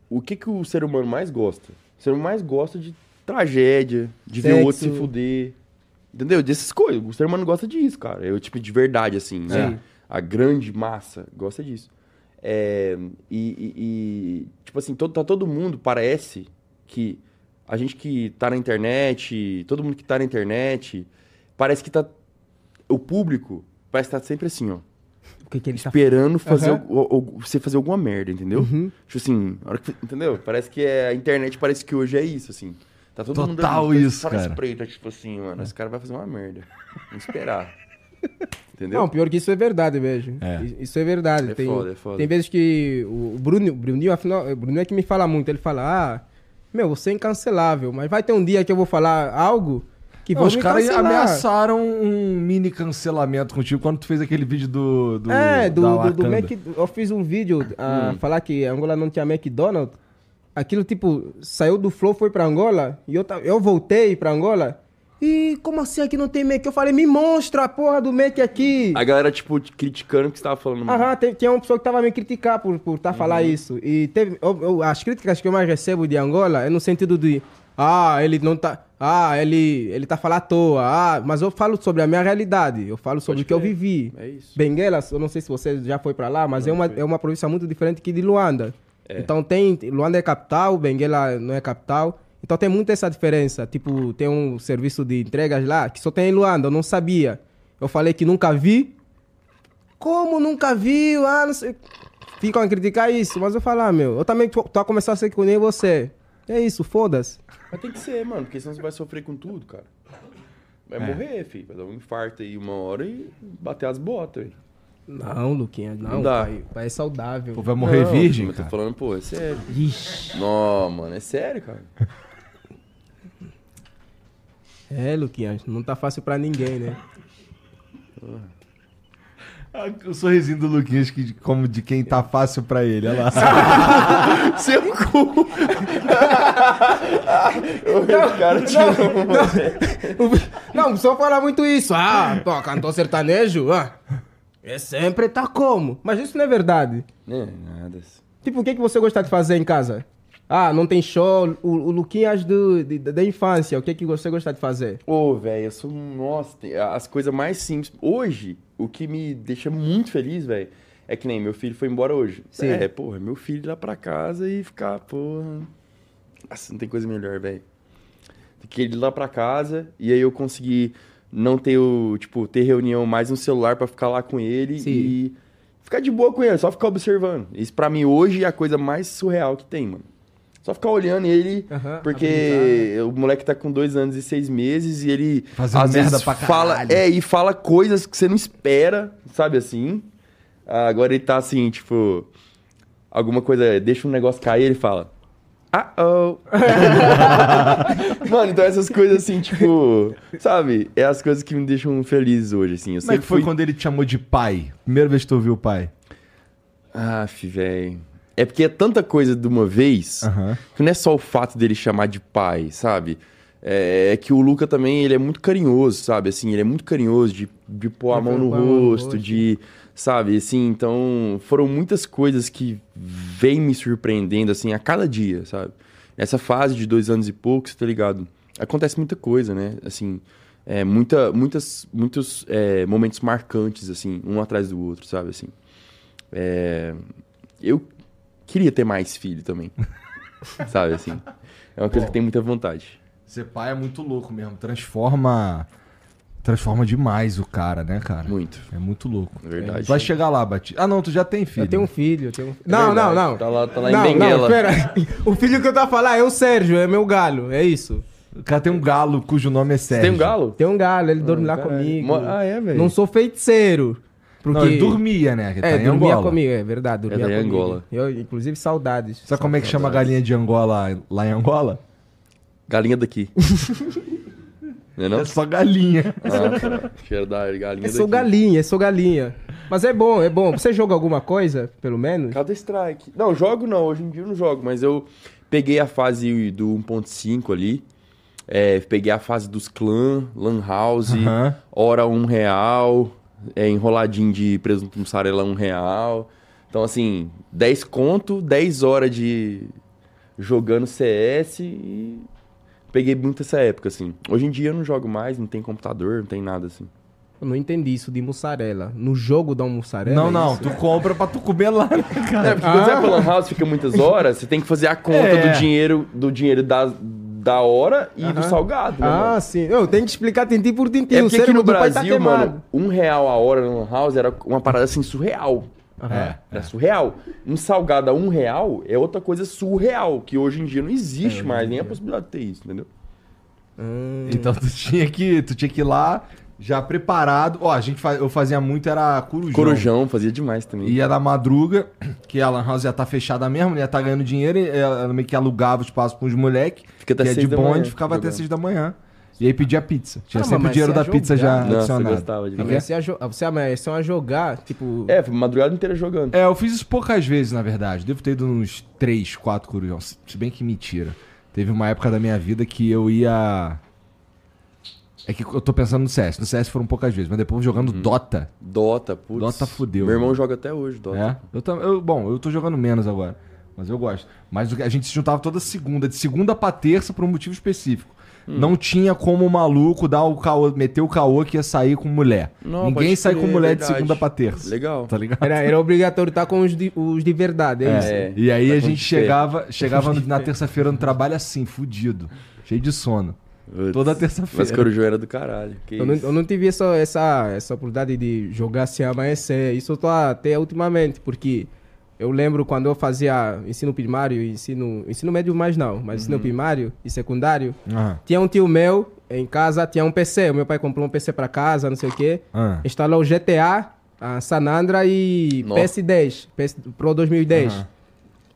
Speaker 2: O que, que o ser humano mais gosta? O ser humano mais gosta de tragédia, de ver o outro se
Speaker 3: Sexo.
Speaker 2: fuder. Entendeu? Dessas coisas. O ser humano gosta disso, cara. Eu, tipo, de verdade, assim, né?
Speaker 3: Sim.
Speaker 2: A grande massa gosta disso. É, e, e- e, tipo assim, todo, tá todo mundo, parece que a gente que tá na internet, todo mundo que tá na internet, parece que tá. O público parece que tá sempre assim, ó
Speaker 3: O que que ele tá
Speaker 2: esperando fazer
Speaker 3: Aham.
Speaker 2: o- o- o- você fazer alguma merda, entendeu?
Speaker 1: Uhum.
Speaker 2: Tipo assim, a hora que- entendeu? Parece que é, a internet parece que hoje é isso, assim. Tá todo mundo
Speaker 1: Total
Speaker 2: olhando,
Speaker 1: isso,
Speaker 2: só nesse
Speaker 1: cara.
Speaker 2: preto, é tipo assim, mano, esse cara vai fazer uma merda. Vamos esperar. entendeu?
Speaker 3: Não, pior que isso é verdade, velho.
Speaker 1: É.
Speaker 3: I- Isso é verdade.
Speaker 2: É
Speaker 3: tem,
Speaker 1: um-
Speaker 2: foda, é foda.
Speaker 3: Tem vezes que o o Bruno, o Bruninho, afinal, o Bruninho é que me fala muito. Ele fala, ah, meu, você é incancelável, mas vai ter um dia que eu vou falar algo que
Speaker 1: Não,
Speaker 3: vão
Speaker 1: os
Speaker 3: me
Speaker 1: caras
Speaker 3: cancelar.
Speaker 1: ameaçaram um mini cancelamento contigo quando tu fez aquele vídeo do. do
Speaker 3: é, do,
Speaker 1: da
Speaker 3: do, do
Speaker 1: Wakanda. Hum.
Speaker 3: Mac, eu fiz um vídeo a falar que Angola não tinha McDonald's. Aquilo, tipo, saiu do flow, foi pra Angola, e eu, ta- eu voltei pra Angola. E como assim aqui não tem Mac? Eu falei, me mostra a porra do Mac aqui.
Speaker 2: A galera, tipo, te criticando o que você tava falando. mano.
Speaker 3: Aham, tem, tinha uma pessoa que tava me criticar por por tá falar
Speaker 1: Uhum.
Speaker 3: isso. E teve. eu- eu- as críticas que eu mais recebo de Angola é no sentido de. Ah, ele não tá. Ah, ele, ele tá falando à toa. Ah, mas eu falo sobre a minha realidade. Eu falo sobre o que eu vivi.
Speaker 2: É isso.
Speaker 3: Benguela, eu não sei se você já foi pra lá, mas é uma, é uma província muito diferente que de Luanda. Então tem. Luanda é capital, Benguela não é capital. Então tem muita essa diferença. Tipo, tem um serviço de entregas lá que só tem em Luanda, eu não sabia. Eu falei que nunca vi. Como nunca viu? Ah, não sei. Ficam a criticar isso, mas eu falo, ah, meu, eu também tô, tô a começar a ser que nem você. É isso, foda-se.
Speaker 2: Mas tem que ser, mano, porque senão você vai sofrer com tudo, cara. Vai
Speaker 1: É.
Speaker 2: morrer, filho. Vai dar um infarto aí uma hora e bater as botas, velho.
Speaker 3: Não, Luquinha, não.
Speaker 2: Não dá.
Speaker 3: Pai, pai é saudável.
Speaker 1: Pô, vai morrer
Speaker 2: Não,
Speaker 1: virgem,
Speaker 2: mas eu
Speaker 1: cara.
Speaker 2: tô falando, pô, é sério.
Speaker 3: Ixi.
Speaker 2: Não, mano, é sério, cara.
Speaker 3: É, Luquinha, não tá fácil pra ninguém, né?
Speaker 1: Ah, O sorrisinho do Luquinhas, que, como de quem tá fácil pra ele, olha lá.
Speaker 2: Seu cu! o cara te
Speaker 3: Não, o pessoal fala muito isso. Ah, pô, cantor sertanejo, ah, é sempre tá como. Mas isso não é verdade.
Speaker 2: É, nada.
Speaker 3: Tipo, o que, que você gosta de fazer em casa? Ah, não tem show, o, o Luquinhas é do, de- da infância, o que, que você gosta de fazer?
Speaker 2: Ô, velho, eu sou. um- Nossa, tem- as coisas mais simples. Hoje, o que me deixa muito feliz, velho, é que nem meu filho foi embora hoje.
Speaker 3: Sim.
Speaker 2: É, porra, meu filho ir lá pra casa e ficar, porra. Nossa, não tem coisa melhor, velho. Do que ele ir lá pra casa e aí eu conseguir não ter o. Tipo, ter reunião mais no celular pra ficar lá com ele
Speaker 3: Sim.
Speaker 2: e ficar de boa com ele, só ficar observando. Isso pra mim hoje é a coisa mais surreal que tem, mano. Só ficar olhando ele,
Speaker 3: Aham,
Speaker 2: porque o moleque tá com dois anos e seis meses e ele
Speaker 1: Fazendo
Speaker 2: às
Speaker 1: merda
Speaker 2: vezes
Speaker 1: pra
Speaker 2: fala,
Speaker 1: caralho.
Speaker 2: é, e fala coisas que você não espera, sabe assim? Ah, Agora ele tá assim, tipo, alguma coisa, deixa um negócio cair, ele fala: "Ah, oh". Mano, então essas coisas assim, tipo, sabe? É as coisas que me deixam feliz hoje, assim. Eu
Speaker 1: Como é
Speaker 2: sempre
Speaker 1: que foi
Speaker 2: fui-
Speaker 1: quando ele te chamou de pai? Primeira vez que tu ouviu o pai.
Speaker 2: Aff, velho. Ah, É porque é tanta coisa de uma vez
Speaker 1: Aham.
Speaker 2: que não é só o fato dele chamar de pai, sabe? É, é que o Luca também, ele é muito carinhoso, sabe? Assim, ele é muito carinhoso de, de pôr a
Speaker 3: Ele
Speaker 2: mão no
Speaker 3: põe a mão no
Speaker 2: rosto,
Speaker 3: rosto.
Speaker 2: de... Sabe, assim, então foram muitas coisas que vêm me surpreendendo, assim, a cada dia, sabe? Nessa fase de dois anos e pouco, você tá ligado? Acontece muita coisa, né? Assim, é, muita, muitas, muitos é, momentos marcantes, assim, um atrás do outro, sabe? Assim, É, eu queria ter mais filho também, sabe? Assim, é uma coisa que tem muita vontade.
Speaker 1: Ser pai é muito louco mesmo. Transforma. Transforma demais o cara, né, cara?
Speaker 2: Muito,
Speaker 1: É muito louco.
Speaker 2: na verdade.
Speaker 1: Tu vai chegar lá, Batista. Ah, não, tu já tem filho.
Speaker 3: Eu tenho um filho, eu tenho um filho. Não, não,
Speaker 2: verdade,
Speaker 3: não.
Speaker 2: tá lá- tá lá em
Speaker 3: não,
Speaker 2: Benguela.
Speaker 3: Não, pera. O filho que eu tava falando é o Sérgio, é meu galo, é isso.
Speaker 1: O cara tem um galo cujo nome é
Speaker 2: Você
Speaker 1: Sérgio.
Speaker 2: tem um galo?
Speaker 3: Tem um galo, ele dorme lá
Speaker 2: caralho.
Speaker 3: comigo.
Speaker 2: Mo- ah, é, velho?
Speaker 3: Não sou feiticeiro. Porque...
Speaker 1: Não, ele dormia, né? Que tá
Speaker 3: É,
Speaker 1: em
Speaker 3: dormia
Speaker 1: Angola.
Speaker 3: comigo, é verdade, dormia
Speaker 2: tá em
Speaker 3: comigo.
Speaker 2: Angola.
Speaker 3: Eu, inclusive, saudades.
Speaker 1: Sabe como é que chama a galinha de Angola lá em Angola?
Speaker 2: Galinha daqui. não é não?
Speaker 1: É só galinha.
Speaker 2: Ah, tá. Cheiro da galinha
Speaker 3: Eu sou
Speaker 2: daqui.
Speaker 3: galinha, eu sou galinha. Mas é bom, é bom. Você joga alguma coisa, pelo menos?
Speaker 2: Counter Strike. Não, jogo não, hoje em dia eu não jogo, mas eu peguei a fase do 1.5 ali. É, peguei a fase dos clã, lan house,
Speaker 1: Aham.
Speaker 2: hora um real, é, enroladinho de presunto mussarela um real. Então, assim, 10 conto, 10 horas de jogando CS e peguei muito essa época, assim. Hoje em dia eu não jogo mais, não tem computador, não tem nada, assim.
Speaker 3: Eu não entendi isso de mussarela. No jogo dá um mussarela?
Speaker 1: Não, não,
Speaker 3: isso?
Speaker 1: tu compra pra tu comer lá, né, cara?
Speaker 2: É, porque quando você vai pra Lan House fica muitas horas, você tem que fazer a conta
Speaker 1: É.
Speaker 2: do dinheiro, do dinheiro da, da hora e do salgado, né, mano?
Speaker 3: Ah, sim. Eu tenho que explicar tintim por tintim.
Speaker 2: É
Speaker 3: o
Speaker 2: porque aqui
Speaker 3: cérebro
Speaker 2: no
Speaker 3: do pai tá
Speaker 2: Brasil,
Speaker 3: queimado.
Speaker 2: mano, um real a hora no Lan House era uma parada assim surreal.
Speaker 1: É.
Speaker 2: Era surreal. Um salgado a um real é outra coisa surreal, que hoje em dia não
Speaker 1: É,
Speaker 2: existe mais, nem a possibilidade de ter isso, entendeu?
Speaker 1: Então tu tinha que, tu tinha que ir lá já preparado. Ó, a gente fa- eu fazia muito era corujão.
Speaker 2: Corujão fazia demais também.
Speaker 1: Ia na madruga, que a Lan House ia estar fechada mesmo, né? ia estar ganhando dinheiro, e ela meio que alugava o espaço para uns moleques,
Speaker 2: Fica até
Speaker 1: que ia de
Speaker 2: seis da
Speaker 1: bonde,
Speaker 2: manhã,
Speaker 1: ficava até
Speaker 2: jogando.
Speaker 1: 6 da manhã. E aí pedia pizza. Tinha
Speaker 3: Ah,
Speaker 1: sempre o
Speaker 3: mas
Speaker 1: dinheiro
Speaker 3: você
Speaker 1: da
Speaker 3: ia
Speaker 1: pizza já
Speaker 3: jogar.
Speaker 2: Nossa, eu
Speaker 1: adicionado. é
Speaker 2: gostava de
Speaker 3: Amanhã você, ia jo- ah, você amanhã a jogar, tipo...
Speaker 2: né? É, madrugada inteira jogando.
Speaker 1: É, eu fiz isso poucas vezes, na verdade. Devo ter ido uns 3, 4 corujão. Se se bem que mentira. Teve uma época da minha vida que eu ia. É que eu tô pensando no CS. No CS foram poucas vezes, mas depois jogando
Speaker 2: Uhum.
Speaker 1: Dota.
Speaker 2: Dota, putz.
Speaker 1: Dota fudeu.
Speaker 2: Meu irmão joga até hoje, Dota.
Speaker 1: É? Eu, tam- eu- bom, eu tô jogando menos agora, mas eu gosto. Mas o que- a gente se juntava toda segunda, de segunda pra terça por um motivo específico.
Speaker 2: Hum.
Speaker 1: Não tinha como o maluco dar o caô, meter o caô que ia sair com mulher.
Speaker 2: Não,
Speaker 1: Ninguém
Speaker 2: pode
Speaker 1: sai com
Speaker 2: crer,
Speaker 1: mulher de
Speaker 2: verdade.
Speaker 1: segunda pra terça.
Speaker 2: Legal.
Speaker 1: Tá ligado?
Speaker 3: Era, era obrigatório estar com os de, os de verdade, é, isso.
Speaker 1: É,
Speaker 2: É,
Speaker 1: e aí
Speaker 2: tá
Speaker 1: a
Speaker 2: com
Speaker 1: gente
Speaker 2: fé.
Speaker 1: chegava, chegava no- na terça-feira no trabalho assim, fudido, cheio de sono. Toda
Speaker 2: Mas
Speaker 1: terça-feira.
Speaker 2: Corujão era do caralho. Que
Speaker 3: Eu não,
Speaker 2: isso.
Speaker 3: eu não tive essa, essa, essa oportunidade de jogar sem amanhecer. Isso eu tô até ultimamente, porque eu lembro quando eu fazia ensino primário e ensino... Ensino médio mais não, mas ensino primário e secundário,
Speaker 1: Ah,
Speaker 3: tinha um tio meu em casa, tinha um PC. O meu pai comprou um PC pra casa, não sei o quê.
Speaker 1: ah.
Speaker 3: Instalou GTA, a San Andra e
Speaker 2: Nossa.
Speaker 3: PS10, PS Pro 2010.
Speaker 1: Aham.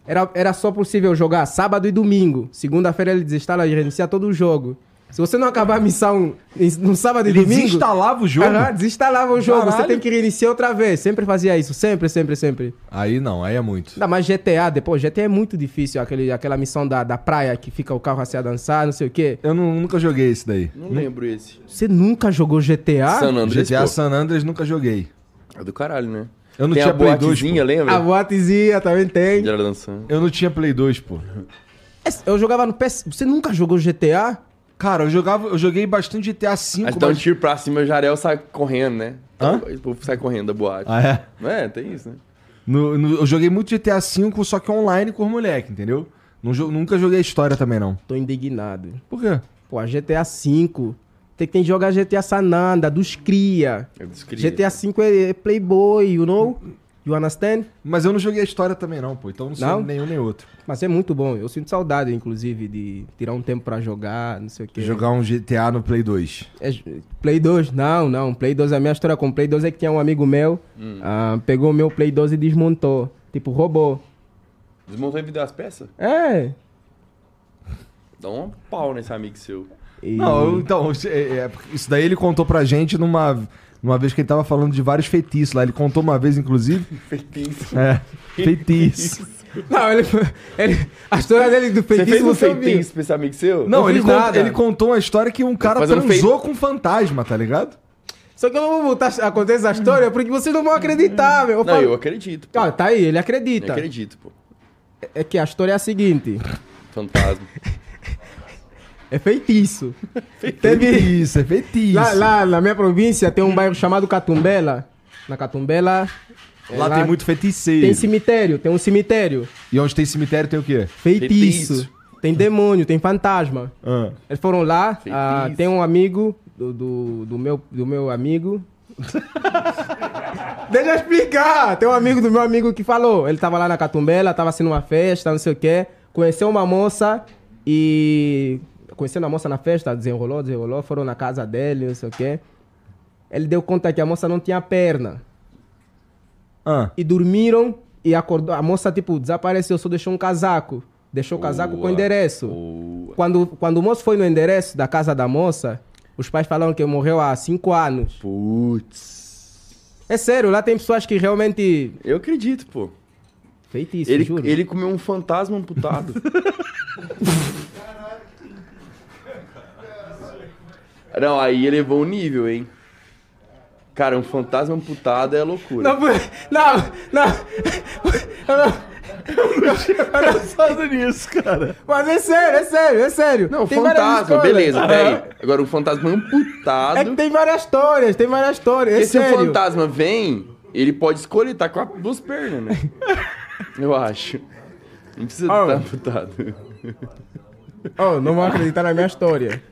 Speaker 3: Era, era só possível jogar sábado e domingo. Segunda-feira ele desinstala e reinicia todo o jogo. Se você não acabar a missão em- no sábado e
Speaker 1: Ele
Speaker 3: domingo...
Speaker 1: desinstalava o jogo?
Speaker 3: Aham, desinstalava o jogo. Você
Speaker 1: Caralho.
Speaker 3: tem que reiniciar outra vez. Sempre fazia isso. Sempre, sempre, sempre.
Speaker 1: Aí não, aí é muito.
Speaker 3: Ainda mais GTA. Depois, GTA é muito difícil. Aquele, aquela missão da, da praia que fica o carro assim a dançar, não sei o quê.
Speaker 1: Eu nu- nunca joguei esse daí.
Speaker 2: Não lembro esse.
Speaker 3: Você nunca jogou GTA?
Speaker 2: San Andreas,
Speaker 1: GTA
Speaker 2: pô,
Speaker 1: San Andreas nunca joguei.
Speaker 2: É do caralho, né?
Speaker 1: Eu não
Speaker 2: Tem
Speaker 1: tinha
Speaker 2: a
Speaker 1: Play 2,
Speaker 2: boatezinha,
Speaker 1: pô. Ah,
Speaker 2: lembra?
Speaker 3: A boatezinha também tem.
Speaker 2: Onde era dançando.
Speaker 1: Eu não tinha Play 2, pô.
Speaker 3: Esse- Eu jogava no PS. Você nunca jogou GTA?
Speaker 1: Cara, eu jogava, eu joguei bastante GTA V,
Speaker 2: Aí tu dá um
Speaker 1: mas...
Speaker 2: tiro pra cima, o Jarel sai correndo, né?
Speaker 1: Hã?
Speaker 2: O povo sai correndo da boate.
Speaker 1: Ah, é?
Speaker 2: Não é? Tem isso, né?
Speaker 1: No- no- eu joguei muito GTA V, só que online com os moleque, entendeu? Não jo- nunca joguei história também, não.
Speaker 3: Tô indignado.
Speaker 1: Por quê?
Speaker 3: Pô, a GTA V. Tem que, tem que jogar GTA Sananda, dos Cria.
Speaker 1: É
Speaker 2: Eu descrevi.
Speaker 3: GTA V é, é Playboy, you know? You understand?
Speaker 1: Mas eu não joguei a história também, não, pô. Então eu não sou
Speaker 3: Não?
Speaker 1: nenhum nem outro.
Speaker 3: Mas é muito bom. Eu sinto saudade, inclusive, de tirar um tempo pra jogar, não sei o quê.
Speaker 1: Jogar um GTA no Play 2.
Speaker 3: É, Play 2, não, não. Play 2, a minha história com Play 2 é que tinha um amigo meu,
Speaker 1: Hum.
Speaker 3: ah, pegou o meu Play 2 e desmontou. Tipo, roubou.
Speaker 2: Desmontou e me deu as peças?
Speaker 3: É.
Speaker 2: Dá um pau nesse amigo seu.
Speaker 3: E-
Speaker 1: Não, eu- então, isso- é- é, porque isso daí ele contou pra gente numa, numa vez que ele tava falando de vários feitiços lá. Ele contou uma vez, inclusive.
Speaker 2: Feitiço.
Speaker 1: É, feitiço.
Speaker 3: Não, ele, ele- A história dele do
Speaker 2: Você fez
Speaker 3: feitiço
Speaker 2: um
Speaker 3: você ouviu.
Speaker 2: feitiço pra esse amigo seu?
Speaker 1: Não,
Speaker 3: Não
Speaker 1: ele,
Speaker 3: fiz
Speaker 1: con-
Speaker 3: nada.
Speaker 1: ele contou uma história que um cara
Speaker 2: fazendo
Speaker 1: transou com um fantasma, tá ligado?
Speaker 3: Só que eu não vou voltar a contar essa história porque vocês não vão acreditar, meu. Eu
Speaker 2: Não,
Speaker 3: falo-
Speaker 2: eu acredito. Pô.
Speaker 3: Ah, tá aí, ele
Speaker 2: eu
Speaker 3: acredita.
Speaker 2: acredito, pô.
Speaker 3: É que a história é a seguinte:
Speaker 2: Fantasma.
Speaker 3: é feitiço. Teve.
Speaker 1: Feitiço, é feitiço.
Speaker 3: Lá, lá na minha província tem um bairro chamado Catumbela. Na Catumbela. é
Speaker 1: Lá tem muito feiticeiro.
Speaker 3: Tem cemitério, tem um cemitério.
Speaker 1: E onde tem cemitério tem o quê?
Speaker 3: Feitiço.
Speaker 2: Feitiço.
Speaker 3: Tem demônio, tem fantasma.
Speaker 1: Ah.
Speaker 3: Eles foram lá, ah,
Speaker 2: Feitiço.
Speaker 3: tem um amigo do, do, do meu, do meu amigo. Deixa eu explicar! Tem um amigo do meu amigo que falou. Ele tava lá na Catumbela, tava sendo uma festa, não sei o quê. Conheceu uma moça e. Conhecendo a moça na festa, desenrolou, desenrolou, foram na casa dele, não sei o quê. Ele deu conta que a moça não tinha perna.
Speaker 1: Ah.
Speaker 3: E dormiram e acordou. A moça, tipo, desapareceu, só deixou um casaco. Deixou o casaco com
Speaker 2: Boa.
Speaker 3: endereço.
Speaker 2: Boa.
Speaker 3: Quando, quando o moço foi no endereço da casa da moça, os pais falaram que morreu há cinco anos.
Speaker 2: Putz.
Speaker 3: É sério, lá tem pessoas que realmente.
Speaker 2: Eu acredito, pô.
Speaker 3: Feitiço,
Speaker 2: Ele,
Speaker 3: juro.
Speaker 2: ele comeu um fantasma amputado. Não, aí elevou o nível, hein? Cara, um fantasma amputado é loucura.
Speaker 3: Não, não, não. Eu não.
Speaker 1: Tá pensando nisso, cara.
Speaker 3: Mas é sério, é sério, é sério.
Speaker 2: Não,
Speaker 3: várias
Speaker 2: fantasma,
Speaker 3: histórias.
Speaker 2: beleza,
Speaker 3: Aham.
Speaker 2: peraí. Agora, um fantasma amputado.
Speaker 3: É que tem várias histórias, tem várias histórias. É
Speaker 2: Porque se o
Speaker 3: sério.
Speaker 2: fantasma vem, ele pode escolher, tá com a- duas pernas, né? Eu acho. Não precisa estar
Speaker 3: Ah,
Speaker 2: amputado.
Speaker 3: Oh, não vão acreditar na minha história.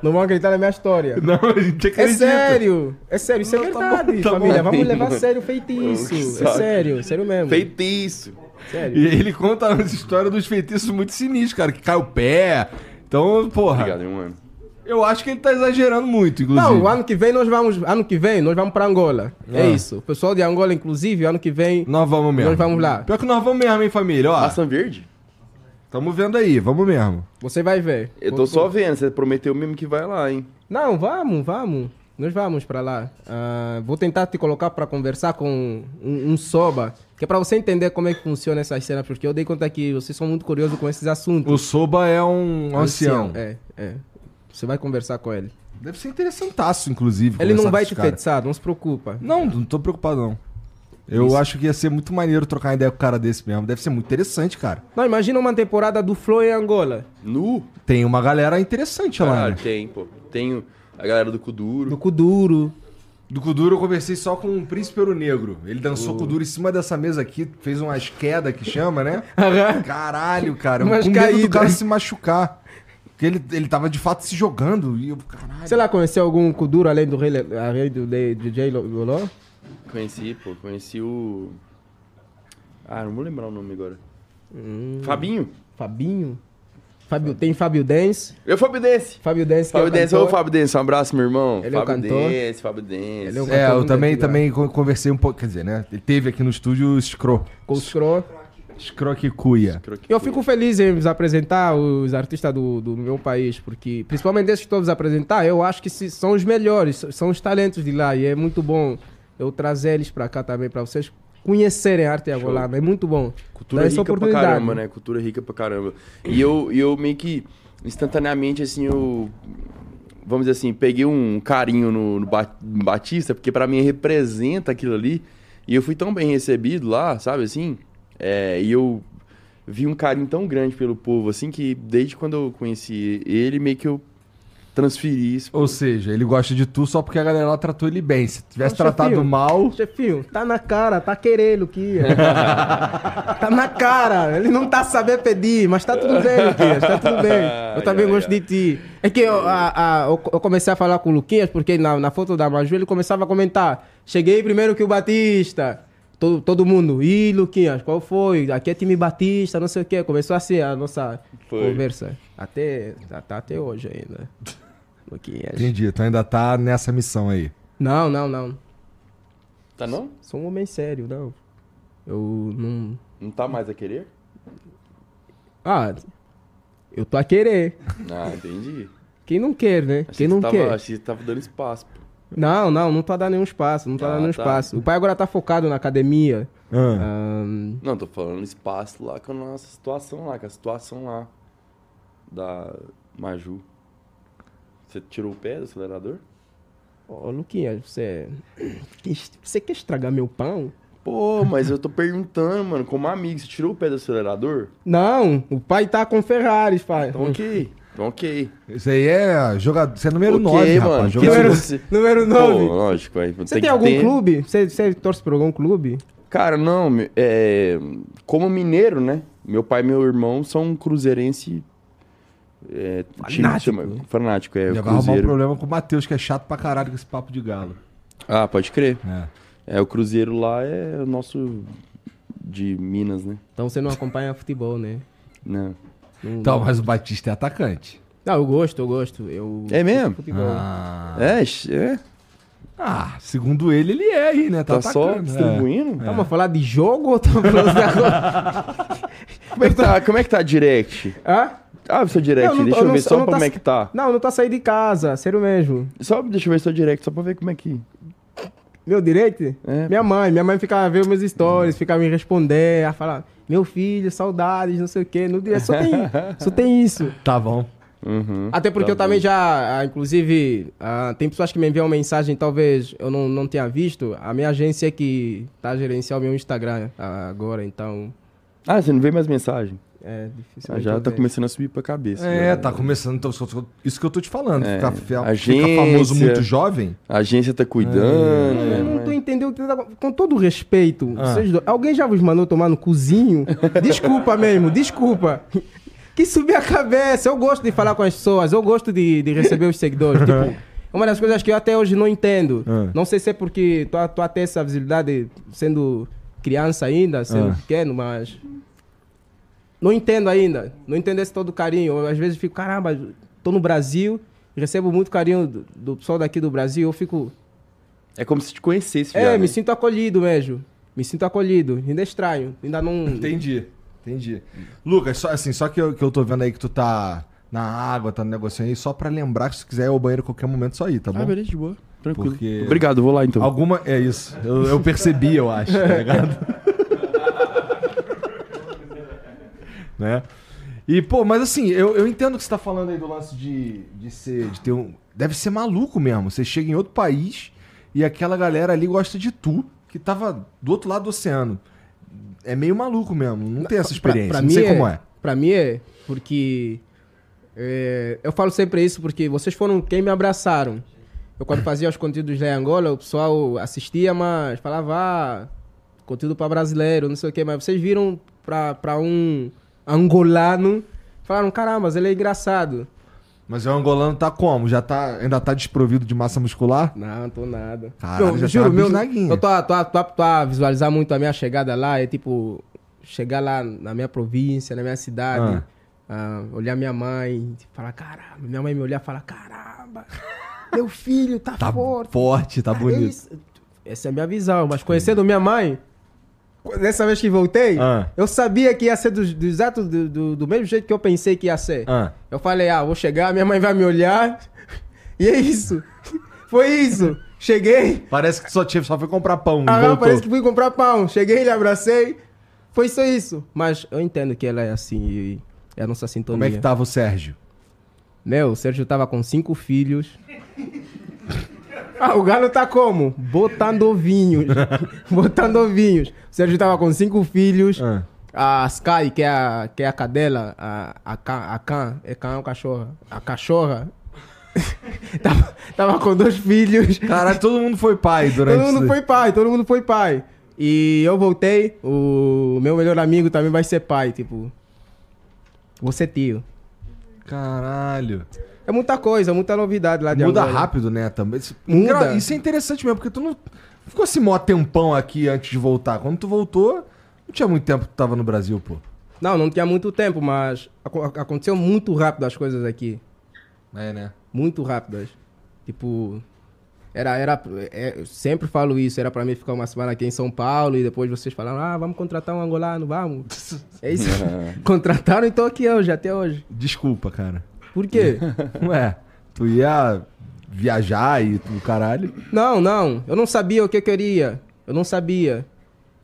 Speaker 3: Não vão acreditar na minha história.
Speaker 1: Não, a gente
Speaker 3: É
Speaker 1: acredita.
Speaker 3: sério, é sério, isso é verdade,
Speaker 1: tá bom.
Speaker 3: família. Vamos levar a
Speaker 2: Mano.
Speaker 3: sério o feitiço.
Speaker 2: Que
Speaker 3: É
Speaker 2: saco.
Speaker 3: sério, sério mesmo.
Speaker 2: Feitiço.
Speaker 3: Sério.
Speaker 1: E ele conta as histórias dos feitiços muito sinistros, cara, que cai o pé. Então, porra,
Speaker 2: Obrigado, hein, mano.
Speaker 1: eu acho que ele tá exagerando muito, inclusive.
Speaker 3: Não, ano que vem nós vamos, ano que vem nós vamos para Angola. É
Speaker 1: Ah.
Speaker 3: isso. O pessoal de Angola inclusive, ano que vem
Speaker 1: Nós vamos mesmo.
Speaker 3: nós vamos lá.
Speaker 1: Pior que nós vamos mesmo, hein, família? Ó,
Speaker 2: Maçã verde?
Speaker 1: tamo vendo aí, vamos mesmo.
Speaker 3: Você vai ver.
Speaker 2: Eu tô só vendo, você prometeu mesmo que vai lá, hein?
Speaker 3: Não, vamos, vamos. Nós vamos para lá. Ah, vou tentar te colocar para conversar com um, um soba, que é para você entender como é que funciona essa cena, porque eu dei conta que vocês são muito curiosos com esses assuntos.
Speaker 1: O Soba é um ancião.
Speaker 3: É, é. Você vai conversar com ele.
Speaker 1: Deve ser interessantaço, inclusive.
Speaker 3: Ele
Speaker 1: conversar
Speaker 3: não
Speaker 1: com
Speaker 3: vai
Speaker 1: esse
Speaker 3: te
Speaker 1: cara.
Speaker 3: feitiçar, não se preocupa.
Speaker 1: Não, não tô preocupado, não. Eu acho que ia ser muito maneiro trocar uma ideia com um cara desse mesmo. Deve ser muito interessante, cara.
Speaker 3: Não, imagina uma temporada do Flow em Angola.
Speaker 2: Nu?
Speaker 1: Tem uma galera interessante lá,
Speaker 2: Caralho,
Speaker 1: né?
Speaker 2: tem, pô. Tem a galera do Kuduro.
Speaker 3: Do Kuduro.
Speaker 1: Do Kuduro eu conversei só com o Príncipe Ouro Negro. Ele dançou Kuduro em cima dessa mesa aqui, fez umas quedas que chama, né? Caralho, cara. Eu
Speaker 3: Umas
Speaker 1: com medo do
Speaker 3: caídas.
Speaker 1: cara se machucar. Porque ele, ele tava de fato se jogando. E eu, caralho.
Speaker 3: Sei lá, conheceu algum Kuduro além do rei, Le- a rei do Le- DJ Lo- Loló?
Speaker 2: Conheci, pô. Conheci o. Ah, não vou lembrar o nome agora.
Speaker 3: Hum.
Speaker 2: Fabinho?
Speaker 3: Fabinho? Fábio, tem Fábio Dance.
Speaker 2: Eu Fabio Dance.
Speaker 3: Fábio Dance que
Speaker 2: Fábio
Speaker 3: é o
Speaker 2: Dance,
Speaker 3: cantor.
Speaker 2: ô Fábio Dance, um abraço, meu irmão.
Speaker 3: Ele é o
Speaker 2: Fábio
Speaker 3: cantor.
Speaker 2: Dance, Fábio Dance.
Speaker 3: Ele é o
Speaker 1: É, eu
Speaker 3: Conta
Speaker 1: também,
Speaker 3: muito aqui,
Speaker 2: né?
Speaker 1: também con- conversei um pouco. Quer dizer, né? Ele teve aqui no estúdio o Scro.
Speaker 3: Com os Crow.
Speaker 1: Scro Kikuya.
Speaker 2: Creo que
Speaker 3: Eu
Speaker 2: foi.
Speaker 3: fico feliz em vos apresentar os artistas do, do meu país, porque principalmente esses que estou vos apresentar, eu acho que se- são os melhores, so- são os talentos de lá e é muito bom eu trazer eles para cá também para vocês conhecerem a arte angolana, é muito bom.
Speaker 2: Cultura
Speaker 3: Dá essa
Speaker 2: rica pra
Speaker 3: oportunidade.
Speaker 2: caramba, né? Cultura rica pra caramba. E eu, e eu meio que, instantaneamente, assim, eu. Vamos dizer assim, peguei um carinho no, no Ba- no Batista, porque pra mim representa aquilo ali. E eu fui tão bem recebido lá, sabe assim? É, e eu vi um carinho tão grande pelo povo, assim, que desde quando eu conheci ele, meio que eu transferi isso.
Speaker 1: Ou seja, ele gosta de tu só porque a galera lá tratou ele bem. Se tivesse
Speaker 3: Não,
Speaker 1: tratado
Speaker 3: chefinho.
Speaker 1: mal.
Speaker 3: Chefinho, tá na cara, tá querendo que tá na cara, ele não tá sabendo pedir, mas tá tudo bem, Luquinhas, tá tudo bem. Eu também
Speaker 2: Ai, ai,
Speaker 3: gosto de ti. É que eu, a- a- eu co- eu comecei a falar com o Luquinhas, porque na, na foto da Maju ele começava a comentar, cheguei primeiro que o Batista. Todo, todo mundo, ih, Luquinhas, qual foi? Aqui é time Batista, não sei o quê. Começou assim a nossa
Speaker 2: Foi.
Speaker 3: conversa. Até, tá, tá até hoje ainda. Luquinhas.
Speaker 1: Entendi, tu ainda tá nessa missão aí.
Speaker 3: Não, não, não.
Speaker 2: Tá não?
Speaker 3: Sou um homem sério, não. Eu não.
Speaker 2: Não tá mais a querer?
Speaker 3: Ah, eu tô a querer.
Speaker 2: Ah, entendi.
Speaker 3: Quem não quer, né?
Speaker 2: Achei
Speaker 3: Quem não
Speaker 2: que tava,
Speaker 3: quer.
Speaker 2: Achei que tava dando espaço. pô.
Speaker 3: Não, não, não tô a dar nenhum espaço. Não tô a
Speaker 2: Ah,
Speaker 3: dar nenhum
Speaker 2: tá.
Speaker 3: espaço. O pai agora tá focado na academia.
Speaker 1: Ah.
Speaker 3: Ahn,
Speaker 2: Não, tô falando espaço lá com a nossa situação lá, com a situação lá da Maju. Você tirou o pé do acelerador?
Speaker 3: Ô, Luquinhas, você.
Speaker 2: é-
Speaker 3: Você quer estragar meu pão?
Speaker 2: Pô, mas eu tô perguntando, mano, como amigo, você tirou o pé do acelerador?
Speaker 3: Não, o pai tá com Ferraris, pai.
Speaker 2: Então ok, então ok.
Speaker 1: Isso aí é jogador. Você é número
Speaker 2: Ok,
Speaker 1: 9,
Speaker 2: mano,
Speaker 1: rapaz.
Speaker 2: que
Speaker 1: Jogador-
Speaker 2: número-
Speaker 3: Número, número
Speaker 2: Pô,
Speaker 3: 9.
Speaker 2: lógico, aí
Speaker 3: Você tem algum clube? Você, você torce por algum clube?
Speaker 2: Cara, não, me- é, como mineiro, né? Meu pai e meu irmão são cruzeirense... É, time que chama-
Speaker 3: né?
Speaker 2: fanático,
Speaker 1: Já
Speaker 2: é, o
Speaker 1: vai arrumar um
Speaker 2: cruzeiro.
Speaker 1: problema com o Matheus, que é chato pra caralho com esse papo de galo.
Speaker 2: Ah, pode crer.
Speaker 1: É.
Speaker 2: É, o Cruzeiro lá é o nosso de Minas, né?
Speaker 3: Então você não acompanha futebol, né?
Speaker 2: Não. Tá.
Speaker 1: Então, mas o Batista é atacante.
Speaker 3: Não, eu gosto, eu gosto. Eu
Speaker 2: É mesmo?
Speaker 3: Futebol.
Speaker 1: Ah.
Speaker 2: É, x- é.
Speaker 1: Ah, segundo ele, ele é aí, né?
Speaker 2: Tá,
Speaker 1: Tá,
Speaker 2: só
Speaker 1: atacando, é.
Speaker 2: distribuindo?
Speaker 3: Estamos a falar de jogo ou estamos falando de agora?
Speaker 2: Como, é que tá, como é que tá a direct?
Speaker 3: Hã?
Speaker 2: Abre seu direct,
Speaker 3: Eu não tô-
Speaker 2: deixa
Speaker 3: eu
Speaker 2: eu
Speaker 3: não
Speaker 2: ver
Speaker 3: sei-
Speaker 2: só
Speaker 3: eu não
Speaker 2: como
Speaker 3: tá-
Speaker 2: é que tá.
Speaker 3: Não, não tá saindo de casa, sério mesmo.
Speaker 2: Só, deixa eu ver seu direct, só pra ver como é que.
Speaker 3: Meu direito?
Speaker 2: É.
Speaker 3: Minha mãe, minha mãe ficava vendo meus stories, ficava me responder, a falar, meu filho, saudades, não sei o quê. No direito, só tem, só tem isso.
Speaker 1: Tá bom.
Speaker 2: Uhum.
Speaker 3: Até porque
Speaker 2: Tá
Speaker 3: eu também
Speaker 2: bom.
Speaker 3: já, ah, inclusive, ah, tem pessoas que me enviam mensagem, talvez eu não, não tenha visto. A minha agência é que tá gerenciando o meu Instagram ah, agora, então
Speaker 2: Ah, você não vê mais mensagem?
Speaker 3: é
Speaker 2: Ah,
Speaker 3: difícil.
Speaker 2: já tá começando a subir pra cabeça.
Speaker 1: É,
Speaker 2: já.
Speaker 1: tá começando. então, isso que eu tô te falando.
Speaker 2: É,
Speaker 1: Ficar fica,
Speaker 2: agência.
Speaker 1: famoso muito jovem.
Speaker 2: A agência tá cuidando.
Speaker 3: Eu
Speaker 2: né,
Speaker 3: não
Speaker 2: mas-
Speaker 3: tô entendendo o que tá- com todo o respeito.
Speaker 1: Ah.
Speaker 3: vocês dois- alguém já vos mandou tomar no cozinho? Desculpa mesmo, desculpa. Que subir a cabeça. Eu gosto de falar com as pessoas, eu gosto de, de receber os seguidores. tipo, uma das coisas que eu até hoje não entendo.
Speaker 1: Ah.
Speaker 3: Não sei se é porque tô, a- tô a ter essa visibilidade sendo criança ainda, sendo
Speaker 1: Ah.
Speaker 3: pequeno, mas. Não entendo ainda. Não entendo esse todo carinho. Eu, às vezes fico, caramba, tô no Brasil, recebo muito carinho do, do pessoal daqui do Brasil. Eu fico,
Speaker 2: É como se te conhecesse
Speaker 3: é,
Speaker 2: já, né?
Speaker 3: me sinto acolhido mesmo. Me sinto acolhido. Ainda é estranho. Ainda não.
Speaker 1: Entendi, entendi. Lucas, só, assim, só que eu, que eu tô vendo aí que tu tá na água, tá no negocinho aí, só pra lembrar que se quiser ir ao banheiro a qualquer momento, só ir, tá bom?
Speaker 2: Ah, beleza, de boa. Tranquilo.
Speaker 1: Porque-
Speaker 2: Obrigado, vou lá então.
Speaker 1: Alguma. É isso. Eu, eu percebi, eu acho, tá ligado? né? E, pô, mas assim, eu, eu entendo o que você tá falando aí do lance de, de ser. De ter um. Deve ser maluco mesmo. Você chega em outro país e aquela galera ali gosta de tu, que tava do outro lado do oceano. É meio maluco mesmo. Não tem essa experiência. não sei como é.
Speaker 3: Pra mim é, porque. é, eu falo sempre isso porque vocês foram quem me abraçaram. Eu, quando fazia os conteúdos lá em Angola, o pessoal assistia, mas falava, ah, conteúdo pra brasileiro, não sei o quê, mas vocês viram pra, pra um angolano, falaram, caramba, mas ele é engraçado.
Speaker 1: Mas o angolano tá como? Já tá. Ainda tá desprovido de massa muscular?
Speaker 3: Não, tô nada.
Speaker 1: Caralho, já tá uma bisnaguinha.
Speaker 3: eu tô, a- tô, a- tô, a- tô a visualizar muito a minha chegada lá, é tipo, chegar lá na minha província, na minha cidade, ah, olhar minha mãe, tipo, falar, caramba, minha mãe me olhar e falar, caramba, meu filho tá,
Speaker 1: Tá
Speaker 3: forte.
Speaker 1: forte, tá
Speaker 3: cara,
Speaker 1: bonito.
Speaker 3: é isso." Essa é a minha visão, mas conhecendo minha mãe, nessa vez que voltei,
Speaker 1: Ah.
Speaker 3: eu sabia que ia ser do, do exato, do, do- do mesmo jeito que eu pensei que ia ser.
Speaker 1: Ah.
Speaker 3: Eu falei, ah, vou chegar, minha mãe vai me olhar. E é isso. Foi isso. Cheguei.
Speaker 1: Parece que só, tinha, só foi comprar pão. e
Speaker 3: Ah,
Speaker 1: voltou.
Speaker 3: parece que fui comprar pão. Cheguei, lhe abracei. Foi só isso. Mas eu entendo que ela é assim. e É a nossa sintonia.
Speaker 1: Como é que tava o Sérgio?
Speaker 3: Meu, o Sérgio tava com cinco filhos. Ah, o galo tá como? Botando ovinhos. Botando ovinhos. O Sérgio tava com cinco filhos.
Speaker 1: Ah.
Speaker 3: A Sky, que é a, que é a cadela, a, a, can, a can, é can ou cachorra? A cachorra tava, tava com dois filhos.
Speaker 1: Caralho, todo mundo foi pai durante
Speaker 3: Todo mundo
Speaker 1: isso-
Speaker 3: foi pai, todo mundo foi pai. E eu voltei, o meu melhor amigo também vai ser pai, tipo. Você é tio.
Speaker 1: Caralho.
Speaker 3: É muita coisa, muita novidade lá de
Speaker 1: Muda
Speaker 3: Angola.
Speaker 1: rápido, né? Também. Isso,
Speaker 3: Muda.
Speaker 1: Cara, isso é interessante mesmo, porque tu não ficou assim mó tempão aqui antes de voltar. Quando tu voltou, não tinha muito tempo que tu tava no Brasil, pô.
Speaker 3: Não, não tinha muito tempo, mas aco- aconteceu muito rápido as coisas aqui.
Speaker 1: É, né?
Speaker 3: muito rápidas. Tipo, era, era, é, eu sempre falo isso, era pra mim ficar uma semana aqui em São Paulo e depois vocês falaram, ah, vamos contratar um angolano, vamos. É isso. Contrataram, então aqui hoje, até hoje.
Speaker 1: Desculpa, cara.
Speaker 3: Por quê?
Speaker 1: Ué, tu ia viajar e tu, caralho.
Speaker 3: não, não, eu não sabia o que eu queria, eu não sabia.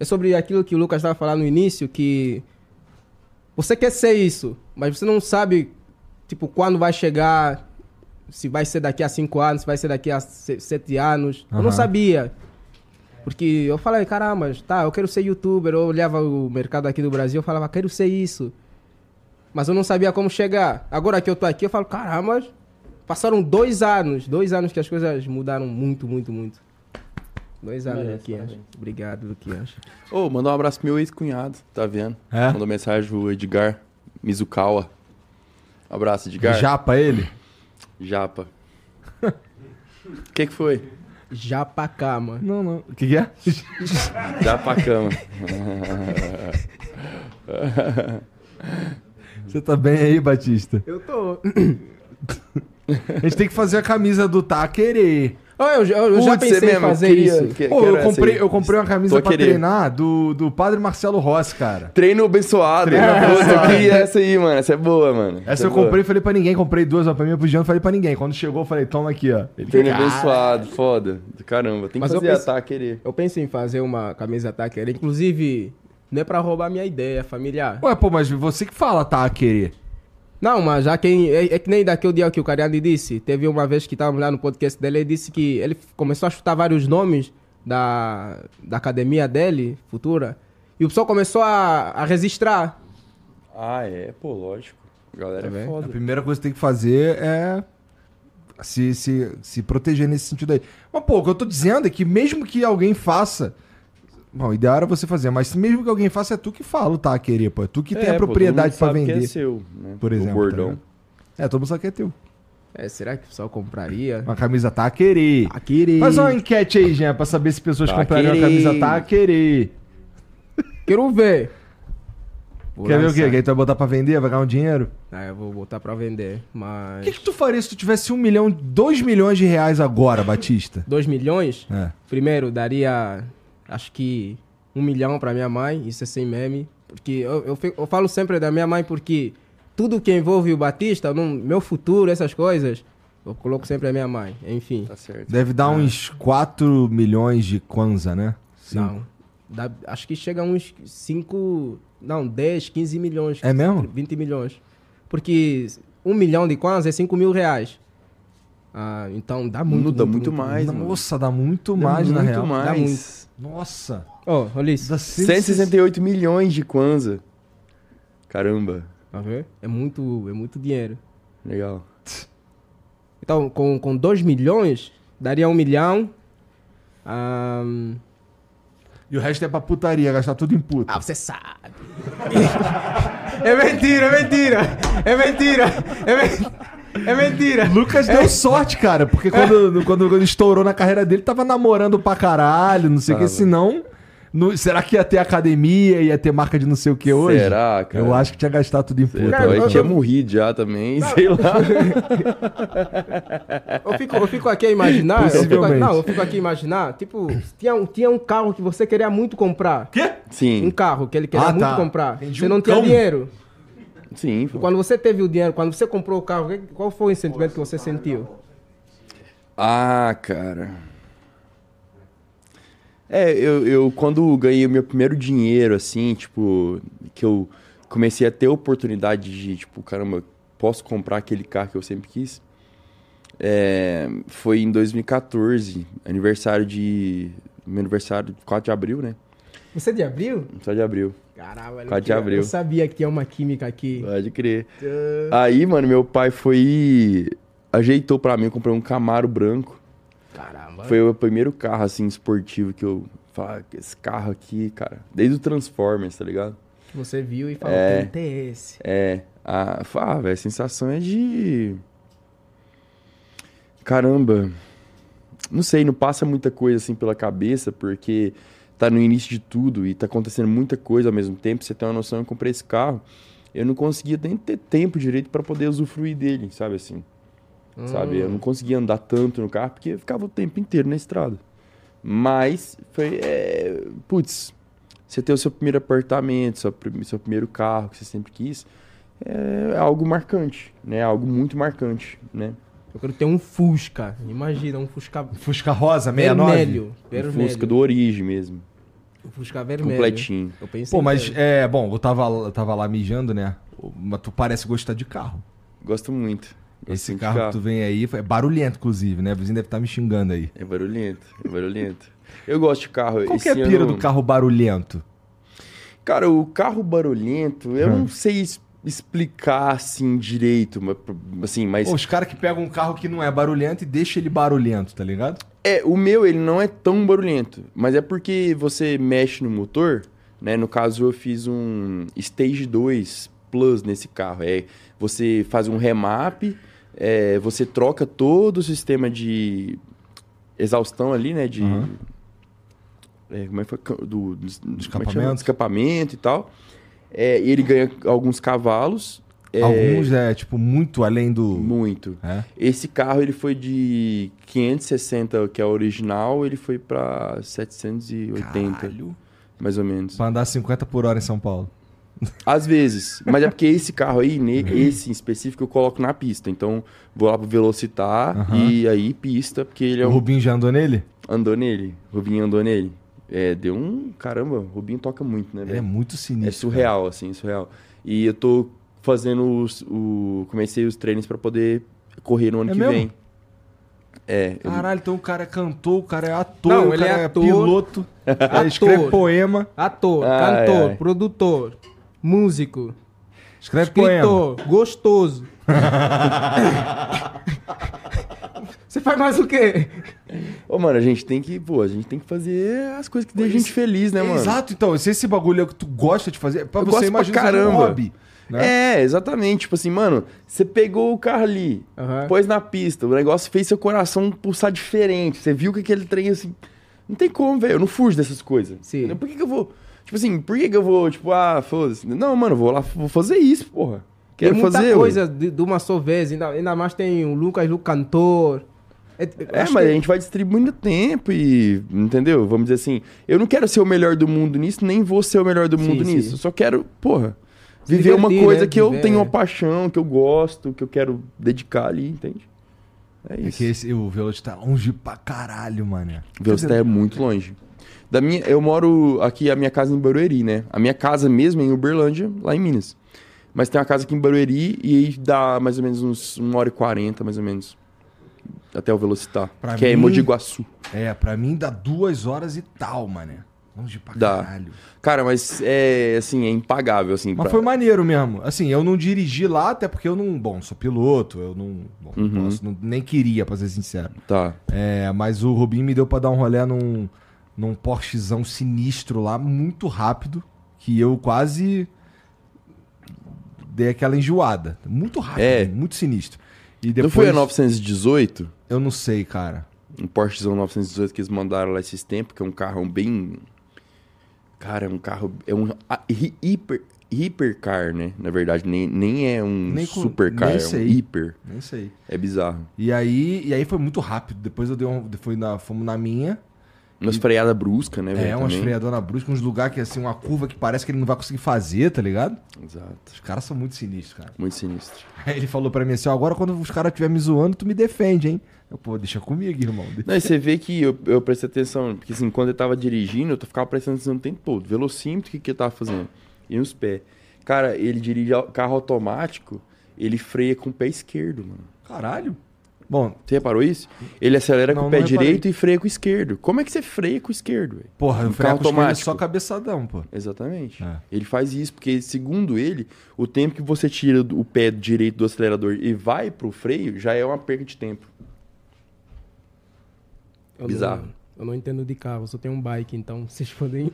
Speaker 3: É sobre aquilo que o Lucas estava falando no início, que você quer ser isso, mas você não sabe, tipo, quando vai chegar, se vai ser daqui a cinco anos, se vai ser daqui a se- sete anos. Eu
Speaker 1: Aham.
Speaker 3: não sabia. Porque eu falei, caramba, tá, eu quero ser youtuber. Eu olhava o mercado aqui do Brasil, eu falava, quero ser isso. Mas eu não sabia como chegar. Agora que eu tô aqui, eu falo, caramba, passaram dois anos. Dois anos que as coisas mudaram muito, muito, muito. Dois anos,
Speaker 2: Merece,
Speaker 3: Luquinhas.
Speaker 2: parabéns.
Speaker 3: Obrigado, Luquinhas.
Speaker 2: Ô, mandar um abraço pro meu ex-cunhado, tá vendo?
Speaker 1: É?
Speaker 2: Mandou mensagem o Edgar Mizukawa. Abraço, Edgar.
Speaker 1: Japa ele?
Speaker 2: Japa. O que que foi?
Speaker 3: Japacama.
Speaker 1: Não, não. O que, que é?
Speaker 2: Japa cama.
Speaker 1: Você tá bem aí, Batista?
Speaker 3: Eu tô.
Speaker 1: A gente tem que fazer a camisa do Tá Querer.
Speaker 3: Oh, eu já- eu
Speaker 2: Putz,
Speaker 3: já
Speaker 2: é
Speaker 3: pensei em
Speaker 2: mesmo, eu
Speaker 3: fazer
Speaker 2: queria-
Speaker 3: isso.
Speaker 2: que-
Speaker 1: Pô,
Speaker 2: quero
Speaker 1: eu
Speaker 2: essa
Speaker 1: comprei,
Speaker 2: aí.
Speaker 1: eu comprei uma camisa
Speaker 2: Tô
Speaker 1: pra
Speaker 2: querendo.
Speaker 1: treinar do, do padre Marcelo Rossi, cara.
Speaker 2: Treino abençoado.
Speaker 1: Treino
Speaker 2: Puta,
Speaker 1: abençoado.
Speaker 2: Eu queria essa aí, mano. Essa é boa, mano.
Speaker 1: Essa eu
Speaker 2: é boa.
Speaker 1: comprei e falei pra ninguém. Comprei duas, uma pra mim e pro Jean, não falei pra ninguém. Quando chegou, eu falei, toma aqui, ó. Ah, Ele,
Speaker 2: Treino
Speaker 1: "Cara,
Speaker 2: abençoado, foda. Do Caramba, tem que
Speaker 3: Mas eu
Speaker 2: fazer
Speaker 3: penso-
Speaker 2: ataque, querer.
Speaker 3: Eu penso em fazer uma camisa taquera. Inclusive, não é pra roubar minha ideia familiar.
Speaker 1: Ué, pô, mas você que fala, tá, a querer.
Speaker 3: Não, mas já quem. É, é que nem daquele dia que o Cariani disse. Teve uma vez que estávamos lá no podcast dele, ele disse que ele f- começou a chutar vários nomes da, da academia dele, futura. E o pessoal começou a, a registrar.
Speaker 2: Ah, é, pô, lógico. A galera
Speaker 3: Tá
Speaker 2: é
Speaker 3: vendo?
Speaker 1: A
Speaker 2: foda.
Speaker 1: primeira coisa que tem que fazer é se, se, se proteger nesse sentido aí. Mas, pô, o que eu tô dizendo é que mesmo que alguém faça. Bom, o ideal era você fazer, mas mesmo que alguém faça, é tu que fala, tá, querer, pô. É tu que tem
Speaker 2: É,
Speaker 1: a
Speaker 2: pô, todo
Speaker 1: propriedade
Speaker 2: mundo
Speaker 1: pra
Speaker 2: sabe que
Speaker 1: vender.
Speaker 2: é seu, né?
Speaker 1: Por exemplo.
Speaker 2: O
Speaker 1: tá
Speaker 2: bordão.
Speaker 1: ligado? é, todo mundo sabe que é teu.
Speaker 3: É, será que o pessoal compraria?
Speaker 1: Uma camisa tá a querer.
Speaker 3: A querer.
Speaker 1: Faz uma enquete aí, Jean, pra saber se pessoas
Speaker 2: Tá a
Speaker 1: comprariam a
Speaker 2: querer.
Speaker 1: camisa tá a querer.
Speaker 3: Quero ver. Vou
Speaker 1: Quer ver o quê?
Speaker 3: lançar.
Speaker 1: Que aí tu vai botar pra vender, vai ganhar um dinheiro?
Speaker 3: Ah, eu vou botar pra vender.
Speaker 1: O
Speaker 3: Mas.
Speaker 1: que, que tu faria se tu tivesse um milhão, dois milhões de reais agora, Batista?
Speaker 3: 2 milhões?
Speaker 1: É.
Speaker 3: Primeiro, daria acho que um milhão pra minha mãe, isso é sem meme. Porque eu, eu, fico- eu falo sempre da minha mãe porque tudo que envolve o Batista, no meu futuro, essas coisas, eu coloco sempre a minha mãe. Enfim.
Speaker 2: Tá certo.
Speaker 1: Deve dar uns 4 milhões de Kwanza, né?
Speaker 3: Não. Dá- acho que chega a uns 5. Não, 10, 15 milhões.
Speaker 1: É mesmo?
Speaker 3: 20 milhões. Porque um milhão de quase é 5 mil reais. Ah, então dá muito.
Speaker 2: Muda muito mais, mano.
Speaker 1: Nossa, dá muito mais, na
Speaker 2: muito
Speaker 1: real.
Speaker 3: Dá
Speaker 2: mais.
Speaker 3: muito.
Speaker 1: Nossa.
Speaker 3: Ó, olha isso.
Speaker 1: Dá
Speaker 2: 168 milhões de Kwanza. Caramba.
Speaker 3: Tá vendo? É muito, é muito dinheiro.
Speaker 2: Legal.
Speaker 3: Então, com, com 2 milhões, daria 1 um milhão. Ahn,
Speaker 1: E o resto é pra putaria, gastar tudo em puta.
Speaker 3: Ah, você sabe. é mentira, é mentira. É mentira. É, men- é mentira.
Speaker 1: Lucas deu
Speaker 2: É.
Speaker 1: sorte, cara, porque quando, quando, quando estourou na carreira dele, tava namorando pra caralho, não sei o que,
Speaker 2: Tava.
Speaker 1: senão. não- será que ia ter academia, ia ter marca de não sei o que hoje?
Speaker 2: Será, cara?
Speaker 1: Eu acho que tinha gastar tudo em puta.
Speaker 2: Então,
Speaker 3: eu-
Speaker 2: aí tinha
Speaker 3: eu-
Speaker 2: morrido já também, sei lá.
Speaker 3: Eu fico, eu fico aqui a imaginar. eu fico-
Speaker 1: Possivelmente.
Speaker 3: não, eu fico aqui a imaginar. Tipo, tinha um, tinha um carro que você queria muito comprar.
Speaker 1: Quê?
Speaker 3: Um
Speaker 2: Sim,
Speaker 3: carro que ele queria
Speaker 1: Ah,
Speaker 3: muito
Speaker 1: tá.
Speaker 3: comprar.
Speaker 1: Entendi,
Speaker 3: você
Speaker 1: um
Speaker 3: não tinha
Speaker 1: cão.
Speaker 3: dinheiro.
Speaker 2: sim. pô.
Speaker 3: Quando você teve o dinheiro, quando você comprou o carro, que- qual foi o sentimento que você sentiu?
Speaker 2: Ah, cara. É, eu, eu quando ganhei o meu primeiro dinheiro, assim, tipo, que eu comecei a ter a oportunidade de, tipo, caramba, posso comprar aquele carro que eu sempre quis. É, foi em 2014, aniversário de. Meu aniversário, 4 de abril, né?
Speaker 3: Você é de abril?
Speaker 2: Só de abril.
Speaker 3: Caralho,
Speaker 2: Quatro de abril.
Speaker 3: eu sabia que tinha uma química aqui.
Speaker 2: Pode crer. Aí, mano, meu pai foi. Ajeitou pra mim, eu comprei um Camaro branco.
Speaker 3: Caramba.
Speaker 2: Foi o primeiro carro, assim, esportivo que eu. Fala, esse carro aqui, cara. Desde o Transformers, tá ligado?
Speaker 3: que você viu e falou,
Speaker 2: É.
Speaker 3: tem que ter esse.
Speaker 2: É. A, fala, ah, velho, a sensação é de. Caramba. Não sei, não passa muita coisa, assim, pela cabeça, porque tá no início de tudo e tá acontecendo muita coisa ao mesmo tempo. Você tem uma noção, eu comprei esse carro. Eu não conseguia nem ter tempo direito pra poder usufruir dele, sabe assim? sabe? Eu não conseguia andar tanto no carro porque eu ficava o tempo inteiro na estrada. Mas foi, é, putz, você ter o seu primeiro apartamento, seu, prim- seu primeiro carro que você sempre quis, é, algo marcante, né? Algo muito marcante, né?
Speaker 3: Eu quero ter um Fusca. Imagina, um Fusca
Speaker 1: Fusca Rosa, 69?
Speaker 3: vermelho.
Speaker 2: Um
Speaker 3: vermelho.
Speaker 2: Fusca do origem mesmo,
Speaker 3: Um Fusca vermelho.
Speaker 2: completinho.
Speaker 3: Eu pensei
Speaker 1: Pô, mas
Speaker 3: nele.
Speaker 1: é. Bom, eu tava, eu tava lá mijando, né? Mas tu parece gostar de carro.
Speaker 2: Gosto muito. Gosto
Speaker 1: Esse
Speaker 2: muito de
Speaker 1: carro, que tu vem aí é barulhento, inclusive, né? O vizinho deve estar me xingando aí.
Speaker 2: É barulhento, é barulhento. Eu gosto de carro.
Speaker 1: Qual que é a
Speaker 2: Esse
Speaker 1: pira
Speaker 2: ano-
Speaker 1: do carro barulhento?
Speaker 2: Cara, o carro barulhento, eu
Speaker 1: Hum.
Speaker 2: não sei es- explicar assim direito, mas, assim, mas
Speaker 1: Pô, os caras que pegam um carro que não é barulhento e deixa ele barulhento, tá ligado?
Speaker 2: É, o meu ele não é tão barulhento, mas é porque você mexe no motor, né? No caso eu fiz um Stage 2 Plus nesse carro, é você faz um remap, é, você troca todo o sistema de exaustão ali, né? De
Speaker 1: Aham.
Speaker 2: é, como é que foi? Ca- Do, do, como é que chama?
Speaker 1: Escapamento.
Speaker 2: escapamento e tal. É, e ele ganha alguns cavalos. é,
Speaker 1: Alguns é, tipo, muito além do.
Speaker 2: muito.
Speaker 1: É.
Speaker 2: Esse carro ele foi de 560, que é o original, ele foi pra 780,
Speaker 1: Caralho.
Speaker 2: mais ou menos.
Speaker 1: Pra andar 50 por hora em São Paulo.
Speaker 2: Às vezes, mas é porque esse carro aí, ne-
Speaker 1: Uhum.
Speaker 2: esse em específico, eu coloco na pista. Então, vou lá pro Velocitar
Speaker 1: Aham.
Speaker 2: e aí pista, porque ele é
Speaker 1: O
Speaker 2: um...
Speaker 1: Rubinho já andou nele?
Speaker 2: andou nele. O Rubinho andou nele. É, deu um. Caramba, o Rubinho toca muito, né,
Speaker 1: Ele é
Speaker 2: velho?
Speaker 1: muito sinistro.
Speaker 2: É surreal, assim, surreal. E eu tô fazendo os. O, comecei os treinos pra poder correr no ano
Speaker 1: É
Speaker 2: que
Speaker 1: mesmo?
Speaker 2: vem. É, eu-
Speaker 1: Caralho, então o cara é cantor, o cara é ator,
Speaker 3: Não,
Speaker 1: o
Speaker 3: ele
Speaker 1: cara
Speaker 3: é
Speaker 1: é,
Speaker 3: ator.
Speaker 1: piloto,
Speaker 3: Ator.
Speaker 1: ele escreve poema,
Speaker 3: Ator,
Speaker 2: Ai,
Speaker 3: cantor,
Speaker 2: ai.
Speaker 3: produtor, músico,
Speaker 1: escreve poema.
Speaker 3: escritor, gostoso. Você faz mais o quê?
Speaker 2: Ô, mano, a gente tem que, pô, a gente tem que fazer as coisas que deixam a gente feliz, né, mano?
Speaker 1: Exato, então, se esse bagulho é o que tu gosta de fazer, pra
Speaker 2: Eu gosto
Speaker 1: você imagina
Speaker 2: pra
Speaker 1: isso é um
Speaker 2: caramba.
Speaker 1: hobby. Né?
Speaker 2: É, exatamente. Tipo assim, mano, você pegou o carro ali,
Speaker 3: Aham.
Speaker 2: pôs na pista, o negócio fez seu coração pulsar diferente. Você viu que aquele trem assim. Não tem como, velho. Eu não fujo dessas coisas.
Speaker 3: Sim.
Speaker 2: entendeu? Por que, que eu vou. Tipo assim, por que, que eu vou, tipo, ah, foda-se. Não, mano, eu vou lá, vou fazer isso, porra. Quero
Speaker 3: tem muita
Speaker 2: fazer. um. ué.
Speaker 3: coisa de, de uma só vez. Ainda, ainda mais tem o Lucas, o cantor. É,
Speaker 2: É, mas a gente vai distribuindo tempo e. Entendeu? Vamos dizer assim. Eu não quero ser o melhor do mundo nisso, nem vou ser o melhor do
Speaker 3: Sim,
Speaker 2: mundo
Speaker 3: sim.
Speaker 2: nisso. Eu só quero, porra,
Speaker 3: Se
Speaker 2: viver uma
Speaker 3: divertir,
Speaker 2: coisa
Speaker 3: né?
Speaker 2: que eu
Speaker 3: Viver,
Speaker 2: tenho uma
Speaker 3: é.
Speaker 2: paixão, que eu gosto, que eu quero dedicar ali, entende? É
Speaker 1: É
Speaker 2: isso.
Speaker 1: que esse, o Veloci tá longe pra caralho, mano.
Speaker 2: Velocitar é muito longe. Da minha, eu moro aqui, a minha casa é em Barueri, né? A minha casa mesmo é em Uberlândia, lá em Minas. Mas tem uma casa aqui em Barueri e aí dá mais ou menos uns 1 hora e 40, mais ou menos. Até o Velocitar.
Speaker 1: Pra
Speaker 2: que é em
Speaker 1: mim-
Speaker 2: Modiguaçu.
Speaker 1: É, pra mim dá duas horas e tal, mano. Longe pra
Speaker 2: Dá.
Speaker 1: caralho.
Speaker 2: Cara, mas é assim, é impagável, assim.
Speaker 1: Mas
Speaker 2: pra-
Speaker 1: foi maneiro mesmo. Assim, eu não dirigi lá, até porque eu não. Bom, sou piloto, eu não. Bom, não
Speaker 2: Uhum.
Speaker 1: posso, não- nem queria, pra ser sincero.
Speaker 2: Tá.
Speaker 1: É, mas o Rubinho me deu pra dar um rolé num, num Porschezão sinistro lá, muito rápido, que eu quase dei aquela enjoada. Muito rápido,
Speaker 2: É.
Speaker 1: muito sinistro. E
Speaker 2: Não
Speaker 1: depois.
Speaker 2: foi a 918?
Speaker 1: Eu não sei, cara.
Speaker 2: Um Porschezão 918 que eles mandaram lá esses tempos, que é um carrão bem... Cara, é um carro... É um a- hi- hiper... Hipercar, né? Na verdade, nem, nem é um
Speaker 1: Nem com-
Speaker 2: supercar,
Speaker 1: nem
Speaker 2: é um
Speaker 1: sei.
Speaker 2: hiper.
Speaker 1: Nem sei.
Speaker 2: É bizarro.
Speaker 1: E aí, e aí foi muito rápido. Depois eu dei um. Foi na, fomos na minha.
Speaker 2: Umas freadas bruscas, né?
Speaker 1: É,
Speaker 2: velho,
Speaker 1: umas
Speaker 2: também.
Speaker 1: freadona brusca, uns lugares que assim, uma curva que parece que ele não vai conseguir fazer, tá ligado?
Speaker 2: Exato.
Speaker 1: Os caras são muito sinistros, cara.
Speaker 2: Muito sinistro.
Speaker 1: Aí ele falou pra mim assim: ó, agora quando os caras estiverem me zoando, tu me defende, hein? Eu, pô, deixa comigo, irmão.
Speaker 2: Não, e você vê que eu, eu prestei atenção, porque assim, quando eu tava dirigindo, eu ficava prestando atenção o tempo todo. Velocímetro, o que, que eu tava fazendo? E uns pés. Cara, ele dirige au- carro automático, ele freia com o pé esquerdo, mano.
Speaker 1: Caralho. Bom,
Speaker 2: Você reparou isso? Ele acelera
Speaker 1: Não,
Speaker 2: com o pé
Speaker 1: não reparei.
Speaker 2: direito e freia com o esquerdo. Como é que você freia com o esquerdo, velho?
Speaker 1: porra,
Speaker 2: Um
Speaker 1: o freio
Speaker 2: carro
Speaker 1: automático é
Speaker 2: automático.
Speaker 1: só cabeçadão, pô.
Speaker 2: Exatamente.
Speaker 1: É.
Speaker 2: Ele faz isso porque, segundo ele, o tempo que você tira do- o pé direito do acelerador e vai pro freio já é uma perda de tempo.
Speaker 3: Eu
Speaker 2: Bizarro.
Speaker 3: Não, eu não entendo de carro, eu só tenho um bike, então vocês podem.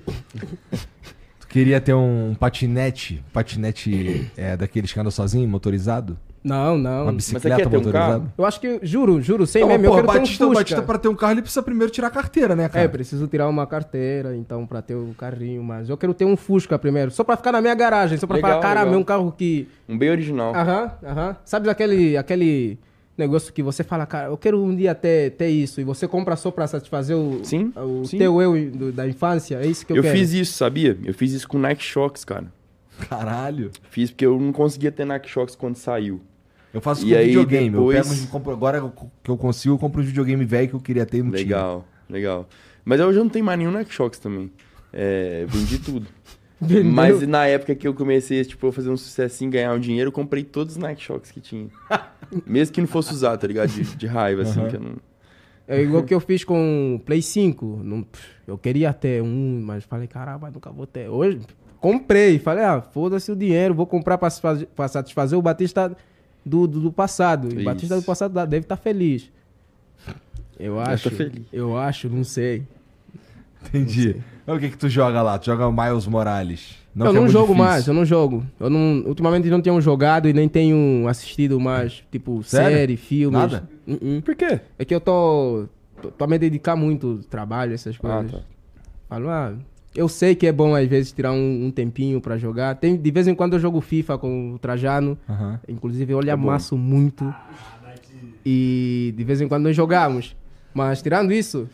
Speaker 1: Tu queria ter um patinete, patinete é, daqueles que andam sozinho, motorizado?
Speaker 3: Não,
Speaker 1: Uma
Speaker 3: não.
Speaker 1: bicicleta
Speaker 2: quer ter um
Speaker 1: motorizada?
Speaker 2: carro?
Speaker 3: Eu acho que, juro, juro, sem
Speaker 1: Não, mas,
Speaker 3: mesmo. Eu
Speaker 1: porra,
Speaker 3: quero ter um
Speaker 1: Batista,
Speaker 3: Fusca.
Speaker 1: Batista, pra ter um carro, ele precisa primeiro tirar a carteira, né, cara?
Speaker 3: É, preciso tirar uma carteira, então, pra ter o carrinho, mas eu quero ter um Fusca primeiro, só pra ficar na minha garagem, só pra
Speaker 2: Legal,
Speaker 3: falar, caramba,
Speaker 2: legal.
Speaker 3: é um carro que.
Speaker 2: Um bem original.
Speaker 1: Ah,
Speaker 3: Aham, aham. Sabe aquele, aquele negócio que você fala, cara, eu quero um dia ter, ter isso, e você compra só pra satisfazer o,
Speaker 2: Sim,
Speaker 3: o
Speaker 2: sim.
Speaker 3: teu eu do- da infância? É isso que eu,
Speaker 2: eu
Speaker 3: quero.
Speaker 2: fiz isso, sabia? Eu fiz isso com Nike Shox, cara.
Speaker 1: Caralho.
Speaker 2: Fiz porque eu não conseguia ter Nike Shox quando saiu.
Speaker 1: Eu faço
Speaker 2: E
Speaker 1: com
Speaker 2: aí,
Speaker 1: videogame. Eu
Speaker 2: depois-
Speaker 1: pego, uns- compro, agora eu co- que eu consigo, eu compro um videogame velho que eu queria ter e não tinha.
Speaker 2: Legal, legal. Mas hoje eu não tenho mais nenhum Nike Shox também. É, vendi tudo.
Speaker 3: Vendeu?
Speaker 2: Mas na época que eu comecei, tipo, a fazer um sucessinho, ganhar um dinheiro, eu comprei todos os Nike Shox que tinha. Mesmo que não fosse usar, tá ligado? De, de raiva, assim, que eu não...
Speaker 3: É igual que eu fiz com o Play 5. Não, pff, eu queria ter um, mas falei, caramba, nunca vou ter. Hoje, comprei. Falei, ah, foda-se o dinheiro, vou comprar pra, satisfazer- pra satisfazer o Batista do, do, do passado. E
Speaker 2: Isso.
Speaker 3: o Batista do passado dá- deve estar feliz. Eu
Speaker 2: Deve tá
Speaker 3: acho.
Speaker 2: feliz.
Speaker 3: Eu acho, não sei.
Speaker 1: Entendi. Mas o que que tu joga lá? Tu joga o Miles Morales.
Speaker 3: eu
Speaker 1: que é
Speaker 3: não
Speaker 1: muito
Speaker 3: jogo
Speaker 1: difícil.
Speaker 3: mais, eu não jogo. Eu não, ultimamente não tenho jogado e nem tenho assistido mais, tipo,
Speaker 1: Sério?
Speaker 3: série, filmes.
Speaker 1: Nada?
Speaker 3: Uh-uh.
Speaker 2: Por quê?
Speaker 3: É que eu tô, tô, tô a me dedicar muito ao trabalho, essas
Speaker 2: Ah,
Speaker 3: coisas.
Speaker 2: tá.
Speaker 3: Falo, ah, eu sei que é bom às vezes tirar um, um tempinho pra jogar. Tem, de vez em quando eu jogo FIFA com o Trajano.
Speaker 2: Ah.
Speaker 1: Aham.
Speaker 3: Inclusive eu lhe
Speaker 2: É
Speaker 3: amasso muito. E de vez em quando nós jogamos. Mas tirando isso,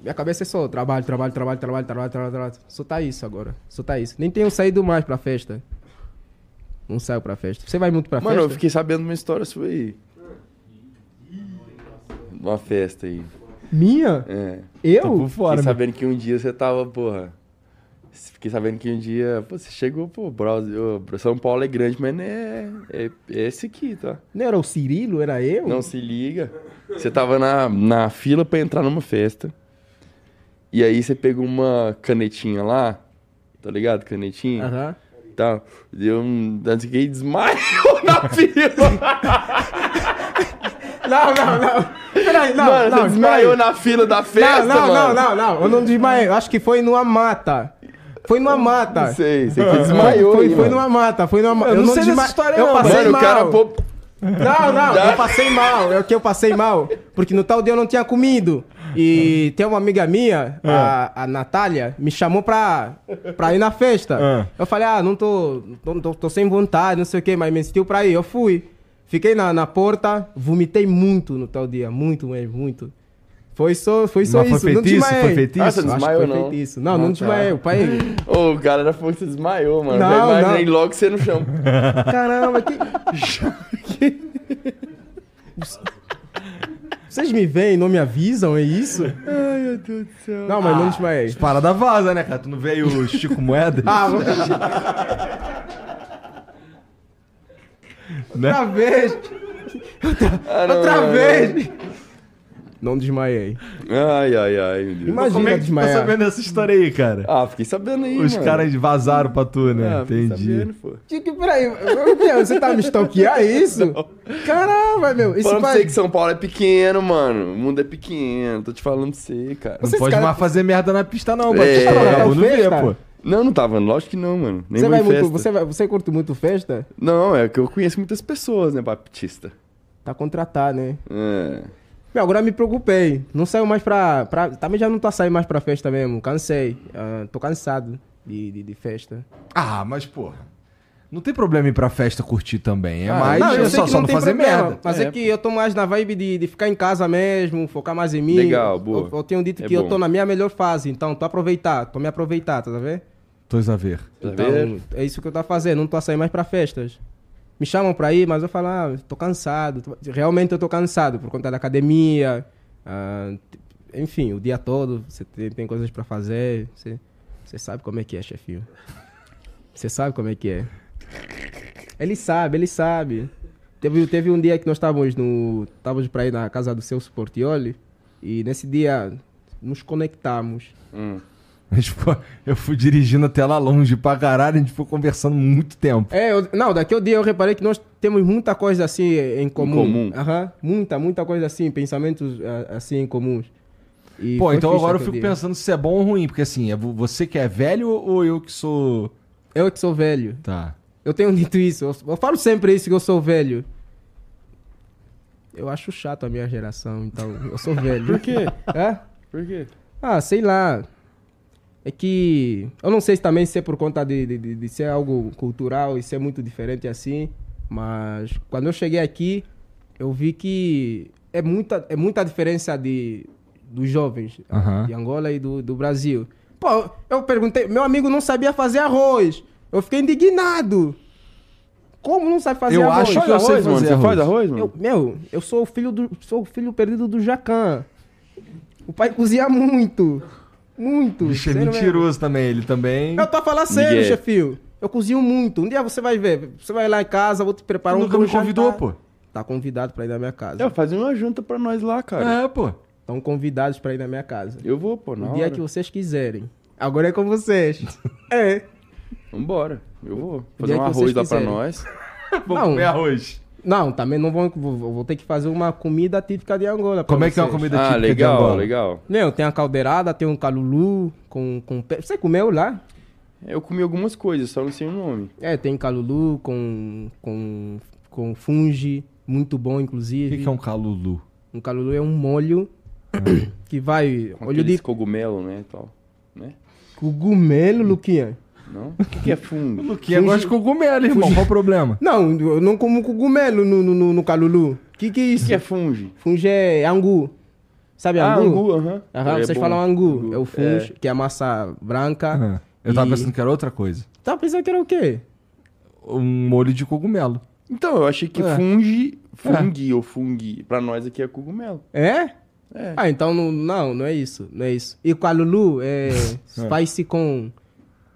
Speaker 3: minha cabeça é só trabalho, trabalho, trabalho, trabalho, trabalho, trabalho, trabalho. Só tá isso agora. Só tá isso. Nem tenho saído mais pra festa. Não saio pra festa. Você vai muito pra
Speaker 2: Mano, eu
Speaker 3: festa?
Speaker 2: fiquei sabendo uma história sua aí. Uma festa aí.
Speaker 3: Minha?
Speaker 2: É.
Speaker 1: Tô por fora, né?
Speaker 3: Eu?
Speaker 2: Fiquei
Speaker 1: meu.
Speaker 2: sabendo que um dia você tava, porra. Fiquei sabendo que um dia pô, você chegou, pô, Brasil, São Paulo é grande, mas não é, é, é esse aqui, tá?
Speaker 3: Não era o Cirilo, era eu?
Speaker 2: Não se liga. Você tava na, na fila pra entrar numa festa. E aí você pegou uma canetinha lá, tá ligado? Canetinha.
Speaker 3: Aham.
Speaker 2: Tá. Deu um. Fiquei desmaiou na fila.
Speaker 3: Não, não, não. Peraí, não,
Speaker 2: mano,
Speaker 3: não,
Speaker 2: você desmaiou
Speaker 3: espera
Speaker 2: na fila da
Speaker 3: aí.
Speaker 2: festa,
Speaker 3: não, não,
Speaker 2: mano.
Speaker 3: não, não, não. Eu não desmaiei. Eu Acho que foi numa mata. Foi numa mata.
Speaker 2: Não sei, você que desmaiou.
Speaker 3: Foi,
Speaker 2: aí,
Speaker 3: foi
Speaker 2: mano.
Speaker 3: numa mata, foi numa mata.
Speaker 1: Eu não sei dessa história
Speaker 3: eu
Speaker 1: não,
Speaker 3: passei
Speaker 2: Mano, o
Speaker 3: mal.
Speaker 2: cara. Pô,
Speaker 3: Não, não, eu passei mal. É o que eu passei mal. Porque no tal dia eu não tinha comido. E tem uma amiga minha,
Speaker 1: Ah.
Speaker 3: a, a Natália, me chamou pra, pra ir na festa.
Speaker 1: Ah.
Speaker 3: Eu falei, ah, não tô, tô, tô- tô sem vontade, não sei o quê, mas me insistiu pra ir. Eu fui. Fiquei na, na porta, vomitei muito no tal dia. Muito mesmo, muito. Foi só, foi só
Speaker 1: Mas foi
Speaker 3: isso.
Speaker 1: feitiço?
Speaker 3: não desmaiei.
Speaker 1: Foi feitiço?
Speaker 2: Ah, você
Speaker 3: Acho que
Speaker 2: desmaiou,
Speaker 3: foi
Speaker 2: não?
Speaker 3: feitiço. Não, não
Speaker 2: Ah, tá.
Speaker 3: desmaiei. O pai...
Speaker 2: Ô, o cara falou que você desmaiou, mano.
Speaker 3: Não,
Speaker 2: Já imaginei
Speaker 3: não.
Speaker 2: logo que você no chão.
Speaker 3: Caramba, que. Vocês me veem e não me avisam, é isso?
Speaker 2: Ai, meu Deus do céu.
Speaker 3: Não, mas não te mais.
Speaker 1: Parada vaza, né, cara? Tu não veio o Chico Moeda?
Speaker 3: Ah, vamos
Speaker 1: né?
Speaker 3: outra vez!
Speaker 2: Ah, não,
Speaker 3: Outra
Speaker 2: não, não.
Speaker 3: vez! Não desmaiei.
Speaker 2: Ai, ai, ai, meu Deus.
Speaker 3: Imagina
Speaker 1: Como é que tu tá
Speaker 3: desmaiar.
Speaker 1: sabendo dessa história aí, cara?
Speaker 2: Ah, fiquei sabendo aí,
Speaker 1: Os
Speaker 2: mano.
Speaker 1: caras vazaram pra tu, né?
Speaker 2: Ah, fiquei
Speaker 1: Entendi.
Speaker 2: sabendo, pô.
Speaker 3: Tiki, peraí, o que é? você tá me stalkear, é isso? Caramba, meu, isso
Speaker 2: Falando pra
Speaker 3: vai.
Speaker 2: você que São Paulo é pequeno, mano. O mundo é pequeno. Tô te falando pra você, cara.
Speaker 1: Não
Speaker 3: Vocês
Speaker 1: pode
Speaker 3: cara-
Speaker 1: mais fazer merda na pista, não,
Speaker 2: É.
Speaker 1: Batista.
Speaker 2: Tá na
Speaker 1: Acabou não vê,
Speaker 3: festa?
Speaker 1: pô.
Speaker 2: Não, não tava. Lógico que não, mano. Nem
Speaker 3: Você,
Speaker 2: vou
Speaker 3: vai
Speaker 2: em festa.
Speaker 3: muito, você, vai, você curte muito festa?
Speaker 2: Não, é que eu conheço muitas pessoas, né, Baptista?
Speaker 3: Tá contratar, né?
Speaker 2: É.
Speaker 3: Meu, agora me preocupei. Não saio mais pra, pra. Também já não tá saindo mais pra festa mesmo. Cansei. Ah, tô cansado de, de, de festa.
Speaker 1: Ah, mas, porra. Não tem problema ir pra festa curtir também. É
Speaker 2: Ah,
Speaker 1: mais
Speaker 2: não, eu
Speaker 1: é
Speaker 2: sei
Speaker 1: só,
Speaker 3: que
Speaker 1: só não
Speaker 3: tem
Speaker 1: fazer
Speaker 3: problema,
Speaker 1: merda.
Speaker 3: Mas é,
Speaker 2: É,
Speaker 3: que eu tô mais na vibe de, de ficar em casa mesmo, focar mais em mim.
Speaker 2: Legal, boa.
Speaker 3: Eu, eu tenho dito
Speaker 2: É
Speaker 3: que eu
Speaker 2: bom.
Speaker 3: tô na minha melhor fase, então tô aproveitar, tô me aproveitar, tá vendo?
Speaker 1: Dois a ver.
Speaker 2: Tá
Speaker 3: Então,
Speaker 2: vendo?
Speaker 3: é isso que eu tô fazendo, não tô a sair mais pra festas. Me chamam pra ir, mas eu falo, ah, tô cansado. tô- Realmente eu tô cansado por conta da academia. ah, t- enfim, o dia todo você tem, tem coisas pra fazer. Você, você sabe como é que é, chefinho. Você sabe como é que é. Ele sabe, ele sabe. Teve, teve um dia que nós estávamos no. Estávamos pra ir na casa do Celso Portioli. E nesse dia nos conectamos.
Speaker 2: Hum.
Speaker 1: Mas, pô, eu fui dirigindo até lá longe pra caralho, a gente ficou conversando muito tempo.
Speaker 3: É, eu- não, daquele dia eu reparei que nós temos muita coisa assim em comum.
Speaker 2: comum.
Speaker 3: Aham, muita, muita coisa assim, pensamentos ah, assim em comuns. E
Speaker 1: Pô,
Speaker 3: foi
Speaker 1: então
Speaker 3: fixe
Speaker 1: agora eu
Speaker 3: aquele
Speaker 1: fico
Speaker 3: dia.
Speaker 1: pensando se é bom ou ruim, porque assim, é vo- você que é velho ou eu que sou.
Speaker 3: Eu que sou velho.
Speaker 1: Tá.
Speaker 3: Eu tenho dito isso. Eu, eu falo sempre isso que eu sou velho. Eu acho chato a minha geração, então eu sou velho. Por quê? É?
Speaker 2: Por quê?
Speaker 3: Ah, sei lá. É que. Eu não sei se também se é por conta de, de, de- de ser algo cultural e ser muito diferente assim. Mas quando eu cheguei aqui, eu vi que é muita, é muita diferença de, dos jovens ah,
Speaker 1: Aham.
Speaker 3: de Angola e do, do Brasil. Pô, eu perguntei, meu amigo não sabia fazer arroz. Eu fiquei indignado. Como não sabe fazer
Speaker 1: Eu
Speaker 3: arroz?
Speaker 1: acho que eu sei
Speaker 2: Arroz, mano.
Speaker 1: fazer
Speaker 2: Você
Speaker 1: arroz.
Speaker 2: faz arroz, mano?
Speaker 3: Eu- meu, eu sou o filho do, sou o filho perdido do Jacan. O pai cozinha muito. Muito.
Speaker 1: Bicho é
Speaker 3: sério mesmo.
Speaker 1: mentiroso também, ele também.
Speaker 3: Eu tô a falar sério,
Speaker 2: Miguel.
Speaker 3: chefio. Eu cozinho muito. Um dia você vai ver. Você vai lá em casa, vou te preparar
Speaker 1: Tu
Speaker 3: um
Speaker 1: nunca
Speaker 3: bom
Speaker 1: me convidou,
Speaker 3: jantar.
Speaker 1: pô.
Speaker 3: Tá convidado pra ir na minha casa.
Speaker 2: Eu, fazia É, uma junta pra nós lá, cara.
Speaker 1: É, pô.
Speaker 3: Estão convidados pra ir na minha casa.
Speaker 2: Eu vou, pô, na
Speaker 3: O dia
Speaker 2: hora.
Speaker 3: é que vocês quiserem. Agora é com vocês. é.
Speaker 2: Vambora. Eu vou.
Speaker 3: dia
Speaker 2: Fazer um
Speaker 3: que vocês
Speaker 2: arroz lá pra
Speaker 3: quiserem.
Speaker 2: nós.
Speaker 1: Vamos
Speaker 3: Não.
Speaker 1: comer arroz.
Speaker 3: Não, também não vão. Vou, vou ter que fazer uma comida típica de Angola. pra
Speaker 1: Como é que é uma
Speaker 3: vocês.
Speaker 1: comida
Speaker 2: Ah,
Speaker 1: típica de
Speaker 2: legal,
Speaker 1: Angola?
Speaker 2: legal.
Speaker 3: Meu, tem a caldeirada, tem um calulu com, com pe... Você comeu lá?
Speaker 2: Eu comi algumas coisas, só não sei o nome.
Speaker 3: É, tem calulu com, com, com fungi, muito bom,
Speaker 1: O
Speaker 3: inclusive.
Speaker 1: que, que é um calulu?
Speaker 3: Um calulu é um molho que vai...
Speaker 2: Com
Speaker 3: olho
Speaker 2: aqueles
Speaker 3: de
Speaker 2: cogumelo, né, e tal. Né?
Speaker 3: cogumelo, Luquinha.
Speaker 2: Não? O que, que é fungo?
Speaker 1: Luquinha gosta de cogumelo, irmão. Qual o problema?
Speaker 3: Não, eu não como cogumelo no, no, no, no calulu. Que que é
Speaker 2: O
Speaker 3: isso?
Speaker 2: que é fungo?
Speaker 3: Fungi é angu. Sabe
Speaker 2: Ah,
Speaker 3: É angu?
Speaker 2: angu, aham. É
Speaker 3: Aham, vocês
Speaker 2: bom.
Speaker 3: falam angu. É o
Speaker 2: É.
Speaker 3: funge, que é a massa branca.
Speaker 1: Aham. Ah, Eu tava
Speaker 3: E-
Speaker 1: pensando que era outra coisa.
Speaker 3: Tava pensando que era o quê?
Speaker 1: Um molho de cogumelo.
Speaker 2: Então, eu achei que
Speaker 3: Ah.
Speaker 1: É.
Speaker 2: fungi, fungi ou fungi, pra nós aqui é cogumelo.
Speaker 3: É?
Speaker 2: É.
Speaker 1: É.
Speaker 3: Ah, então não, não, não é isso, não é isso. E com a Lulu é spicy com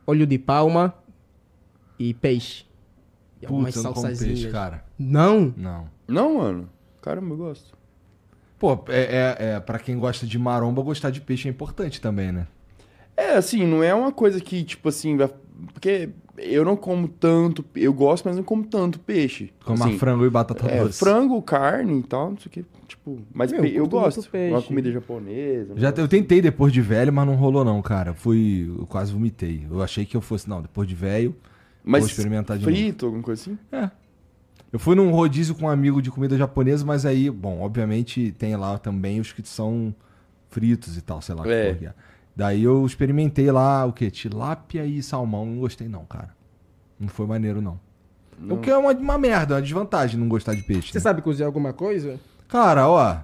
Speaker 3: óleo de palma e peixe. E algumas
Speaker 1: Putz, eu não como peixe,
Speaker 3: salsazinhas.
Speaker 1: cara.
Speaker 3: Não?
Speaker 1: Não.
Speaker 2: Não, mano. Caramba, eu gosto.
Speaker 1: Pô, é, é, é, pra quem gosta de maromba, gostar de peixe é importante também, né?
Speaker 2: É, assim, não é uma coisa que, tipo assim, vai- porque eu não como tanto, eu gosto, mas não como tanto peixe.
Speaker 1: Como
Speaker 2: assim,
Speaker 1: frango e batata
Speaker 2: é,
Speaker 1: doce.
Speaker 2: frango, carne e tal, não sei o que, tipo, mas
Speaker 3: Meu,
Speaker 2: pe-
Speaker 3: eu
Speaker 2: eu
Speaker 3: curto muito
Speaker 2: gosto.
Speaker 3: peixe.
Speaker 2: Uma comida japonesa. um
Speaker 1: Já,
Speaker 2: negócio
Speaker 1: eu tentei depois de velho, mas não rolou não, cara. Fui, eu quase vomitei. Eu achei que eu fosse, não, depois de velho,
Speaker 2: assim. mas
Speaker 1: vou experimentar de novo.
Speaker 2: frito, alguma coisa assim?
Speaker 1: É. Eu fui num rodízio com um amigo de comida japonesa, mas aí, bom, obviamente tem lá também os que são fritos e tal, sei lá. que
Speaker 2: É.
Speaker 1: porra que é. Daí eu experimentei lá o quê? Tilápia e salmão. Não gostei não, cara. Não foi maneiro não.
Speaker 2: Não.
Speaker 1: O que é uma, uma merda, uma desvantagem não gostar de peixe.
Speaker 3: Você
Speaker 1: né?
Speaker 3: sabe cozinhar alguma coisa?
Speaker 1: Cara, ó.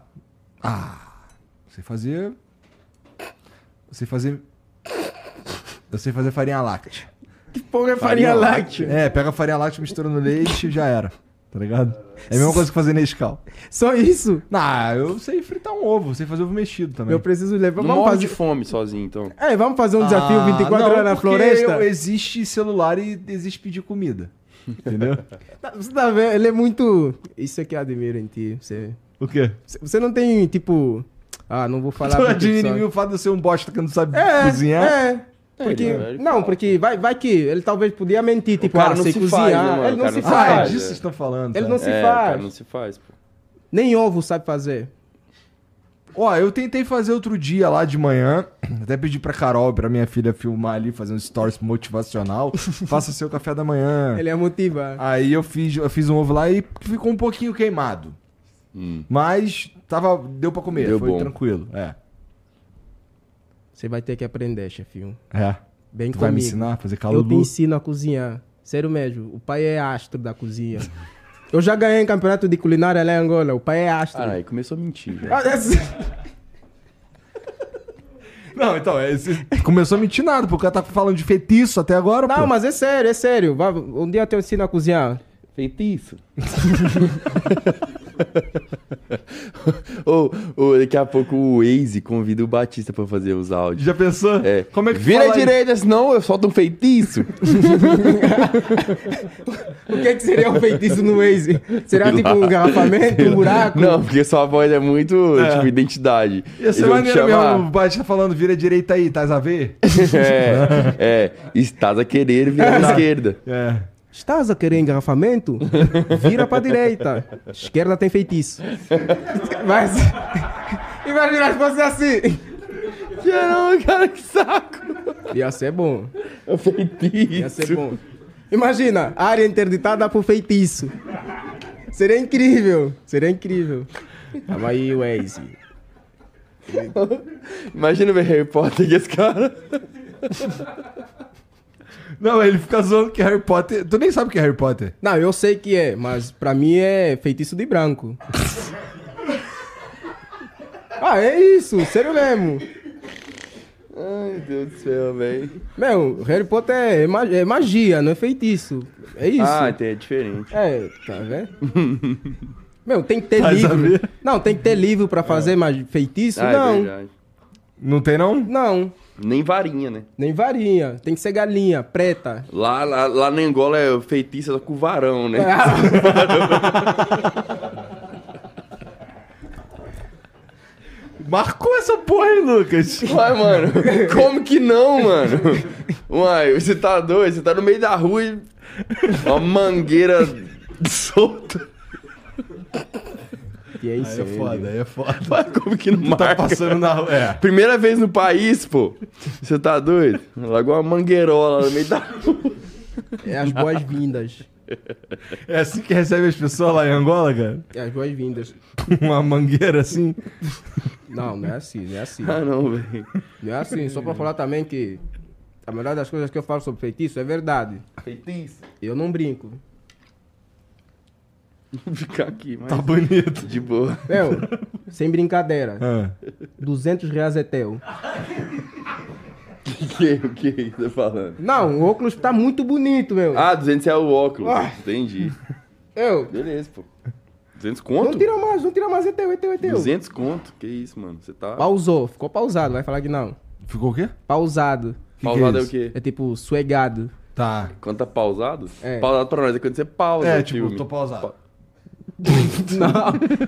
Speaker 1: Ah. Sei fazer. Eu sei fazer. Eu sei fazer farinha láctea.
Speaker 3: Que porra é
Speaker 2: farinha
Speaker 3: farinha
Speaker 2: láctea?
Speaker 3: láctea?
Speaker 1: É, pega a farinha láctea, mistura no leite e já era. Tá ligado? É a mesma coisa que fazer Nescau.
Speaker 3: Só isso?
Speaker 1: Ah, eu sei fritar um ovo, sei fazer ovo mexido também.
Speaker 3: Eu preciso levar.
Speaker 2: Não
Speaker 3: Vamos
Speaker 2: morro de
Speaker 3: fazer...
Speaker 2: fome sozinho, então.
Speaker 3: É, vamos fazer um desafio
Speaker 1: Ah,
Speaker 3: 24
Speaker 1: não,
Speaker 3: horas na
Speaker 1: porque
Speaker 3: floresta?
Speaker 1: eu- existe celular e existe pedir comida. Entendeu?
Speaker 3: Tá- Você tá vendo? Ele é muito. Isso é que eu admiro em ti. Você,
Speaker 1: o quê?
Speaker 3: você não tem, tipo. Ah, não vou falar.
Speaker 1: Tu
Speaker 3: porque
Speaker 1: admira em mim
Speaker 3: só-
Speaker 1: o fato de eu ser um bosta que não sabe
Speaker 3: É,
Speaker 1: cozinhar?
Speaker 3: é. Porque,
Speaker 2: ele- Tá ele
Speaker 3: não,
Speaker 2: fala.
Speaker 3: porque vai, vai que ele talvez podia mentir, tipo,
Speaker 2: cara
Speaker 3: ah,
Speaker 2: não
Speaker 3: sei
Speaker 2: se
Speaker 3: cozinhar.
Speaker 2: faz, né, mano?
Speaker 3: ele
Speaker 2: O
Speaker 3: não
Speaker 2: cara
Speaker 3: se
Speaker 2: não se
Speaker 1: Ah, é
Speaker 3: faz.
Speaker 2: faz.
Speaker 1: disso que vocês estão falando.
Speaker 3: Ele
Speaker 1: tá?
Speaker 3: não se
Speaker 2: é,
Speaker 3: faz.
Speaker 2: cara, não se faz, pô.
Speaker 3: Nem ovo sabe fazer.
Speaker 1: Ó, eu tentei fazer outro dia lá de manhã. Até pedi pra Carol, pra minha filha filmar ali, fazer um stories motivacional. Faça seu café da manhã.
Speaker 3: Ele é motivar.
Speaker 1: Aí eu fiz, eu fiz um ovo lá e ficou um pouquinho queimado.
Speaker 2: Hum.
Speaker 1: Mas tava, deu pra comer,
Speaker 2: Deu
Speaker 1: foi
Speaker 2: bom.
Speaker 1: tranquilo. É.
Speaker 3: Você vai ter que aprender, chefinho.
Speaker 1: É.
Speaker 3: Bem
Speaker 1: Tu
Speaker 3: comigo.
Speaker 1: vai me ensinar a fazer
Speaker 3: Eu te
Speaker 1: calulu?
Speaker 3: ensino a cozinhar. Sério mesmo, o pai é astro da cozinha. Eu já ganhei um campeonato de culinária lá em Angola. O pai é astro.
Speaker 2: Caralho, Ah, começou a mentir, velho.
Speaker 3: Ah, é assim.
Speaker 1: Não, então, é, esse- começou a mentir nada, porque o cara tá falando de feitiço até agora.
Speaker 3: Não,
Speaker 1: pô.
Speaker 3: mas é sério, é sério. Vai- um dia eu te ensino a cozinhar.
Speaker 2: Feitiço. ou, ou daqui a pouco o Waze convida o Batista pra fazer os áudios.
Speaker 1: Já pensou?
Speaker 2: É.
Speaker 1: Como é que
Speaker 2: Vira à
Speaker 1: fala isso?
Speaker 2: direita, senão eu solto um feitiço.
Speaker 3: O que, é que seria um feitiço no Waze? Será tipo um engarrafamento, um buraco?
Speaker 2: Não, porque sua voz é muito, tipo, identidade.
Speaker 1: Ia ser
Speaker 2: Eles vão te
Speaker 1: maneiro
Speaker 2: chamar-
Speaker 1: mesmo, o Bate tá falando, vira direita aí, estás a ver?
Speaker 2: é, é, estás a querer virar à esquerda.
Speaker 1: É.
Speaker 3: Estás a querer engarrafamento? Vira pra direita. Esquerda tem feitiço. Mas... Imagina se fosse assim. um
Speaker 2: Não, cara, que saco.
Speaker 3: Ia ser bom.
Speaker 2: É feitiço.
Speaker 3: Ia ser bom. Imagina, área interditada por feitiço. Seria incrível. Seria incrível. Tamo aí, Waze.
Speaker 2: Imagina ver Harry Potter com esse cara.
Speaker 1: Não, ele fica zoando que Harry Potter. Tu nem sabe o que é Harry Potter.
Speaker 3: Não, eu sei que é, mas pra mim é feitiço de branco. ah, é isso, sério mesmo.
Speaker 2: Ai, meu Deus do céu, velho.
Speaker 3: Meu, Harry Potter é, ma- é magia, não é feitiço. É isso.
Speaker 2: Ah, tem, é diferente.
Speaker 3: É, tá vendo? Meu, tem que ter
Speaker 1: Faz a
Speaker 3: livro.
Speaker 1: ver.
Speaker 3: Não, tem que ter livro pra fazer mas feitiço?
Speaker 2: Ah, é
Speaker 3: não,
Speaker 2: verdade.
Speaker 1: Não tem, não?
Speaker 3: não.
Speaker 2: Nem varinha, né?
Speaker 3: Nem varinha, tem que ser galinha, preta.
Speaker 2: Lá, lá, lá na Angola é feitiça só com varão, né?
Speaker 1: Marcou essa porra aí, Lucas.
Speaker 2: Uai, mano, como que não, mano? Uai, você tá doido? Você tá no meio da rua e. Uma mangueira solta.
Speaker 3: E é
Speaker 1: Aí
Speaker 3: isso.
Speaker 1: é foda, aí é foda.
Speaker 2: Uai, como que não marca?
Speaker 1: Tá passando na rua. É.
Speaker 2: Primeira vez no país, pô. Você tá doido? Largou uma mangueirola no meio da rua.
Speaker 3: É as boas-vindas.
Speaker 1: é assim que recebe as pessoas lá em Angola, cara?
Speaker 3: É as boas-vindas.
Speaker 1: Uma mangueira assim.
Speaker 3: Não, não é assim, não é assim.
Speaker 2: Ah, não, velho.
Speaker 3: Não é assim, só pra falar também que a maioria das coisas que eu falo sobre feitiço é verdade.
Speaker 2: Feitiço.
Speaker 3: Eu não brinco.
Speaker 2: Vou ficar aqui, mas.
Speaker 1: Tá bonito.
Speaker 2: De boa.
Speaker 3: Meu, sem brincadeira,
Speaker 1: Ah.
Speaker 3: 200 reais é teu.
Speaker 2: O que, o que você tá falando?
Speaker 3: Não, o óculos tá muito bonito, meu.
Speaker 2: Ah, 200 é o óculos.
Speaker 3: Ah.
Speaker 2: Entendi.
Speaker 3: Eu,
Speaker 2: Beleza, pô. 200
Speaker 3: não
Speaker 2: conto?
Speaker 3: tira mais, não tira mais, é teu, é teu, é teu.
Speaker 2: 200 conto? Que isso, mano? Você tá.
Speaker 3: Pausou, ficou pausado, vai falar que não.
Speaker 1: Ficou o quê?
Speaker 3: Pausado.
Speaker 1: que
Speaker 2: Pausado é,
Speaker 1: isso?
Speaker 2: o quê?
Speaker 3: É tipo swagado.
Speaker 1: Tá.
Speaker 2: Quando tá pausado?
Speaker 3: É.
Speaker 2: Pausado pra nós é quando você pausa.
Speaker 1: É,
Speaker 2: o
Speaker 1: tipo,
Speaker 2: filme.
Speaker 1: tô pausado.
Speaker 3: Não,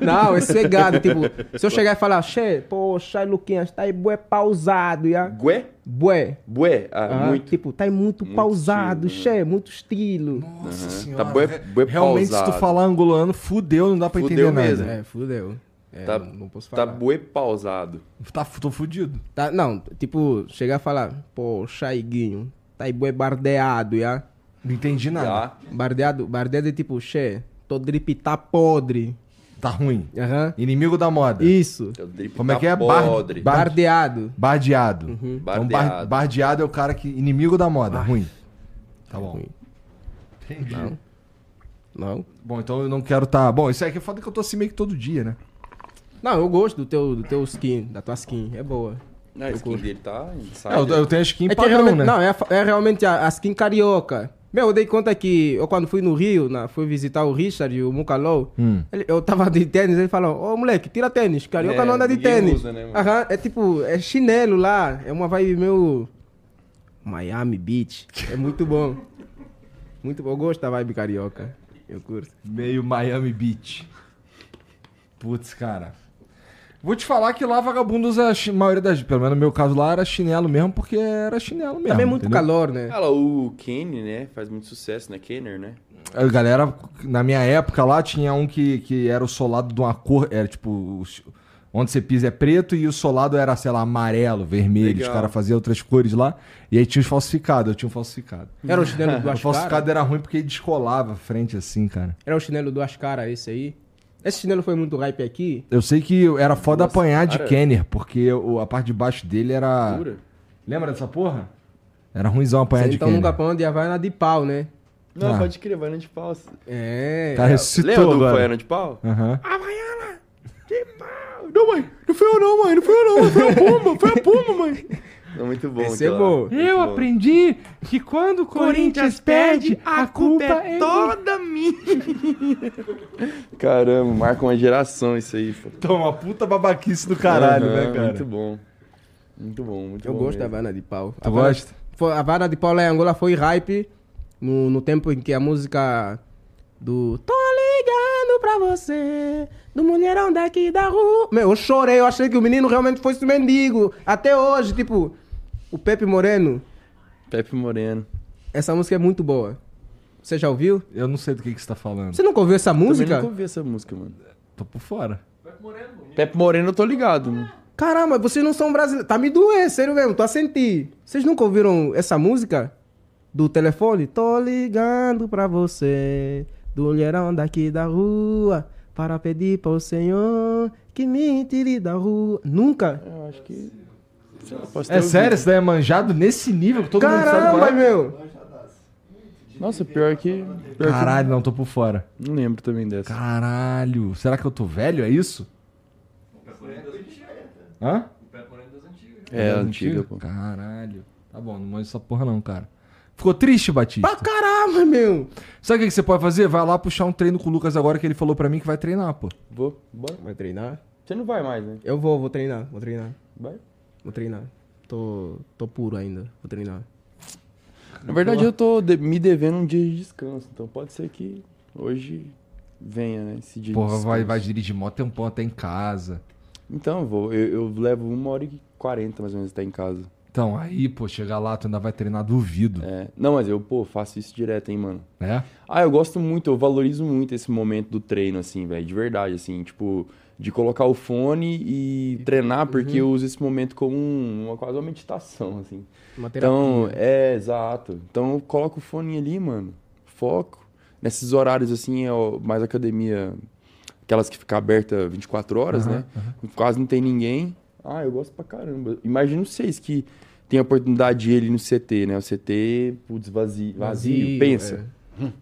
Speaker 3: não, é swagado. Tipo, se eu chegar e falar, che, poxa, Luquinhas, tá aí bué pausado, já.
Speaker 2: Gué?
Speaker 3: Bué.
Speaker 2: Bué? Ah,
Speaker 3: Ah,
Speaker 2: muito.
Speaker 3: Tipo, tá aí muito,
Speaker 2: Muito
Speaker 3: pausado,
Speaker 2: estilo, né?
Speaker 3: che, muito estilo.
Speaker 1: Nossa
Speaker 2: Aham.
Speaker 1: senhora.
Speaker 2: Tá bué-
Speaker 1: re-
Speaker 2: bué
Speaker 1: Realmente, se tu
Speaker 2: pausado.
Speaker 1: falar angolano, fudeu, não dá pra
Speaker 2: Fudeu
Speaker 1: entender nada.
Speaker 2: mesmo.
Speaker 3: É, fudeu. É,
Speaker 2: Tá-
Speaker 3: não, não posso
Speaker 2: Tá
Speaker 3: falar.
Speaker 2: bué pausado.
Speaker 1: Tá, fu- tô fudido.
Speaker 3: Tá- não, tipo, chegar e falar, poxa, Iguinho, tá aí bué bardeado, já.
Speaker 1: Não entendi nada.
Speaker 2: Tá?
Speaker 3: Bardeado, bardeado é tipo, che, tô drip tá podre.
Speaker 1: Tá ruim.
Speaker 3: Aham.
Speaker 1: Inimigo da moda.
Speaker 3: Isso.
Speaker 2: É o drip
Speaker 1: Como é
Speaker 2: tá
Speaker 1: que é? Bar-
Speaker 2: Podre.
Speaker 1: bar-
Speaker 3: Bardeado.
Speaker 1: Bardeado. Então, bar-
Speaker 2: Bardeado.
Speaker 1: bardeado é o cara que. Inimigo da moda. Ruim. Tá bom.
Speaker 3: ruim.
Speaker 1: Entendi.
Speaker 3: Não. Não.
Speaker 1: Bom, então eu não quero tá. Bom, isso aí que é foda que eu tô assim meio que todo dia, né?
Speaker 3: Não, eu gosto do teu, do teu skin, da tua skin. É boa.
Speaker 2: Ah, a skin dele tá...
Speaker 1: É, eu, eu tenho a skin
Speaker 3: É que é
Speaker 1: padrão,
Speaker 3: realmente,
Speaker 1: né?
Speaker 3: Não, é, a fa- é realmente a, a skin carioca. Meu, eu dei conta que eu quando fui no Rio, na, fui visitar o Richard e o Mucalou,
Speaker 1: Hum.
Speaker 3: ele- eu tava de tênis, ele falou, ô moleque, tira tênis, carioca
Speaker 2: É,
Speaker 3: não anda de
Speaker 2: ninguém
Speaker 3: tênis.
Speaker 2: usa, né, mano?
Speaker 3: Aham, é tipo, é chinelo lá, é uma vibe meio Miami Beach, é muito bom. Muito bom, eu gosto da vibe carioca, eu curto.
Speaker 1: Meio Miami Beach. Putz, cara. Vou te falar que lá vagabundo usa chi- a maioria das. Pelo menos no meu caso lá era chinelo mesmo, porque era chinelo mesmo.
Speaker 3: Também é muito
Speaker 1: entendeu?
Speaker 3: calor, né?
Speaker 2: Olha lá, o Kenny, né? Faz muito sucesso, né? Kenner, né?
Speaker 1: A galera, na minha época lá, tinha um que, que era o solado de uma cor. Era tipo. os- Onde você pisa é preto e o solado era, sei lá, amarelo, vermelho.
Speaker 2: Legal.
Speaker 1: Os caras faziam outras cores lá. E aí tinha os falsificados. Eu tinha um falsificado.
Speaker 3: Era o chinelo do
Speaker 1: O
Speaker 3: Ascara,
Speaker 1: falsificado era ruim porque ele descolava a frente assim, cara.
Speaker 3: era o chinelo do Ascara esse aí. Esse chinelo foi muito hype aqui,
Speaker 1: Eu sei que era foda
Speaker 2: Nossa,
Speaker 1: apanhar de
Speaker 2: cara.
Speaker 1: Kenner, porque o- a parte de baixo dele era.
Speaker 2: Pura.
Speaker 1: Lembra dessa porra? Era ruimzão apanhar de
Speaker 3: então
Speaker 1: Kenner.
Speaker 3: nunca põe onde a Havaiana de pau, né?
Speaker 2: Não,
Speaker 1: Ah.
Speaker 2: pode crer, Havaiana de pau. Você
Speaker 3: É.
Speaker 1: Tá ressuscitou
Speaker 2: Lembra do
Speaker 1: agora.
Speaker 2: Havaiana de pau?
Speaker 1: Aham.
Speaker 2: Não, mãe. Não foi eu não, mãe. Não foi eu não. Foi a Puma. Foi a Puma, mãe. É muito bom.
Speaker 3: Esse é
Speaker 2: aquilo
Speaker 3: bom.
Speaker 2: lá. Muito
Speaker 4: Eu
Speaker 2: bom.
Speaker 4: aprendi que quando o Corinthians perde, a culpa é
Speaker 2: toda minha. Caramba, marca uma geração isso aí. pô.
Speaker 1: Então, uma puta babaquice do caralho,
Speaker 2: Aham,
Speaker 1: né, cara?
Speaker 2: Muito bom. Muito bom, muito
Speaker 3: Eu
Speaker 2: bom.
Speaker 3: gosto da
Speaker 2: mesmo.
Speaker 3: Havaiana de Pau.
Speaker 1: Tu gosta?
Speaker 3: Foi, a Havaiana de Pau lá em Angola foi hype no, no tempo em que a música do Tô ligando pra você, do mulherão daqui da rua. Meu, eu chorei, eu achei que o menino realmente fosse um mendigo. Até hoje, tipo, o Pepe Moreno,
Speaker 2: Pepe Moreno.
Speaker 3: essa música é muito boa. Você já ouviu?
Speaker 1: Eu não sei do que, que você tá falando.
Speaker 3: Você nunca ouviu essa
Speaker 2: Música?
Speaker 3: música?
Speaker 2: nunca ouvi essa música, mano.
Speaker 1: Tô por fora.
Speaker 2: Pepe Moreno eu tô ligado. né?
Speaker 3: Caramba, vocês não são brasileiros. Tá me doendo, sério mesmo, tô a sentir. Vocês nunca ouviram essa música? Do telefone? Tô ligando pra você, do mulherão daqui da rua, para pedir para o Senhor que me tire da rua. Nunca?
Speaker 2: Eu acho que... Sei lá, posso ter
Speaker 1: É
Speaker 2: ouvido.
Speaker 1: sério, isso daí é manjado nesse nível que todo mundo
Speaker 3: Caramba,
Speaker 1: sabe qual é?
Speaker 3: meu!
Speaker 2: Nossa, pior que... Pior
Speaker 1: Caralho, não, tô por fora.
Speaker 2: que... Não lembro também dessa.
Speaker 1: Caralho, será que eu tô velho? É isso? Hã?
Speaker 2: É, antiga, pô.
Speaker 1: Caralho. Tá bom, não manja essa porra não, cara. Ficou triste, Batista?
Speaker 3: Pra caramba, meu!
Speaker 1: Sabe o que, que você pode fazer? Vai lá puxar um treino com o Lucas agora que ele falou pra mim que vai treinar, pô.
Speaker 2: Vou, bora.
Speaker 3: Vai treinar?
Speaker 2: Você não vai mais, né?
Speaker 3: Eu vou, vou treinar, vou treinar,
Speaker 2: Vai.
Speaker 3: vou treinar. Tô, tô puro ainda, vou treinar.
Speaker 2: Na verdade, eu tô de- me devendo um dia de descanso, então pode ser que hoje venha, né? Esse dia
Speaker 1: Porra,
Speaker 2: de
Speaker 1: vai,
Speaker 2: descanso.
Speaker 1: vai dirigir mó tempão até em casa.
Speaker 2: Então, eu vou. Eu, eu levo uma hora e quarenta, mais ou menos, até em casa.
Speaker 1: Então, aí, pô, chegar lá, tu ainda vai treinar, duvido.
Speaker 2: É. Não, mas eu, pô, faço isso direto, hein, mano.
Speaker 1: Né?
Speaker 2: Ah, eu gosto muito, eu valorizo muito esse momento do treino, assim, velho, de verdade, assim, tipo, de colocar o fone e treinar, porque eu uso esse momento como um- uma, quase uma meditação, assim.
Speaker 3: Uma
Speaker 2: Então, é, exato. Então eu coloco o fone ali, mano. Foco. Nesses horários, assim, é o- mais academia. Aquelas que fica aberta 24 horas, né? Quase não tem ninguém. Ah, eu gosto pra caramba. Imagino vocês que tem a oportunidade de ir ali no CT, né? O CT, putz, vazio. Vazio, pensa.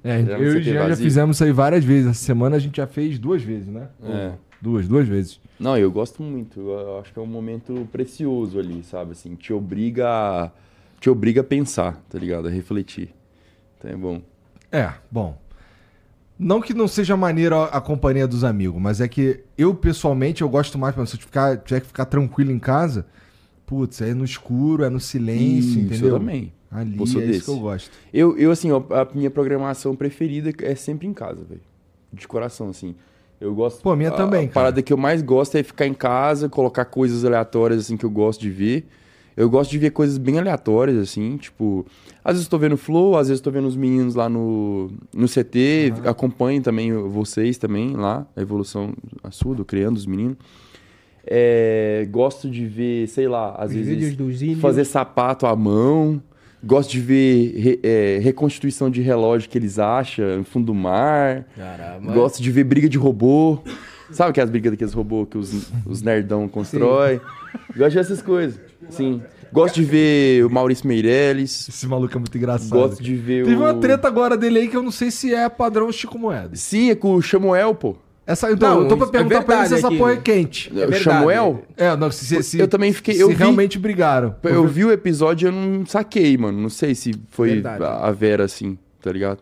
Speaker 1: É,
Speaker 2: Treinar no
Speaker 1: eu e o
Speaker 2: CT
Speaker 1: Jean já
Speaker 2: vazio.
Speaker 1: fizemos isso aí várias vezes. Essa semana a gente já fez duas vezes, né?
Speaker 2: É.
Speaker 1: Ou Duas, duas vezes.
Speaker 2: Não, eu gosto muito. Eu eu acho que é um momento precioso ali, sabe? Assim, te obriga a, te obriga a pensar, tá ligado? A refletir. Então é bom.
Speaker 1: É, bom. Não que não seja maneiro a, a companhia dos amigos, mas é que eu, pessoalmente, eu gosto mais, por exemplo, se eu ficar- tiver que ficar tranquilo em casa, Putz, é no escuro, é no silêncio,
Speaker 2: Isso, eu
Speaker 1: entendeu?
Speaker 2: também.
Speaker 1: Ali
Speaker 2: Eu sou
Speaker 1: é
Speaker 2: desse.
Speaker 1: isso que eu gosto.
Speaker 2: Eu, eu assim, ó, a minha programação preferida é sempre em casa, velho. De coração, assim. Eu gosto.
Speaker 1: Pô, a minha também,
Speaker 2: A
Speaker 1: cara.
Speaker 2: parada que eu mais gosto é ficar em casa, colocar coisas aleatórias, assim, que eu gosto de ver. Eu gosto de ver coisas bem aleatórias, assim, tipo. Às vezes eu tô vendo Flow, às vezes eu tô vendo os meninos lá no, no CT, acompanho também o- vocês também lá, a evolução a sua, do criando os meninos. É, gosto de ver, sei lá, às
Speaker 3: Os
Speaker 2: vezes.
Speaker 3: vídeos dos índios.
Speaker 2: Fazer sapato à mão. Gosto de ver re- é, reconstituição de relógio que eles acham no fundo do mar.
Speaker 3: Caramba.
Speaker 2: Gosto de ver briga de robô. Sabe aquelas brigas daqueles robôs que os, os nerdão constrói? Gosto dessas coisas. Sim. Gosto de ver o Maurício Meirelles.
Speaker 1: Esse maluco é muito engraçado.
Speaker 2: Gosto de ver
Speaker 1: Teve
Speaker 2: o.
Speaker 1: uma treta agora dele aí que eu não sei se é padrão Chico Moedas.
Speaker 2: Sim, é com o Chamuel, pô.
Speaker 1: Essa, então,
Speaker 3: Não,
Speaker 1: eu tô pra
Speaker 3: isso é
Speaker 1: perguntar pra ele se
Speaker 3: verdade
Speaker 1: essa
Speaker 3: aquilo.
Speaker 1: porra é quente.
Speaker 2: o
Speaker 3: verdade.
Speaker 2: Chamuel?
Speaker 1: É, não, se, se, se-
Speaker 2: Eu também fiquei-
Speaker 1: se
Speaker 2: eu vi-
Speaker 1: realmente brigaram.
Speaker 2: Eu vi o episódio e eu não saquei, mano. Não sei se foi
Speaker 3: Verdade.
Speaker 2: a a Vera assim, tá ligado?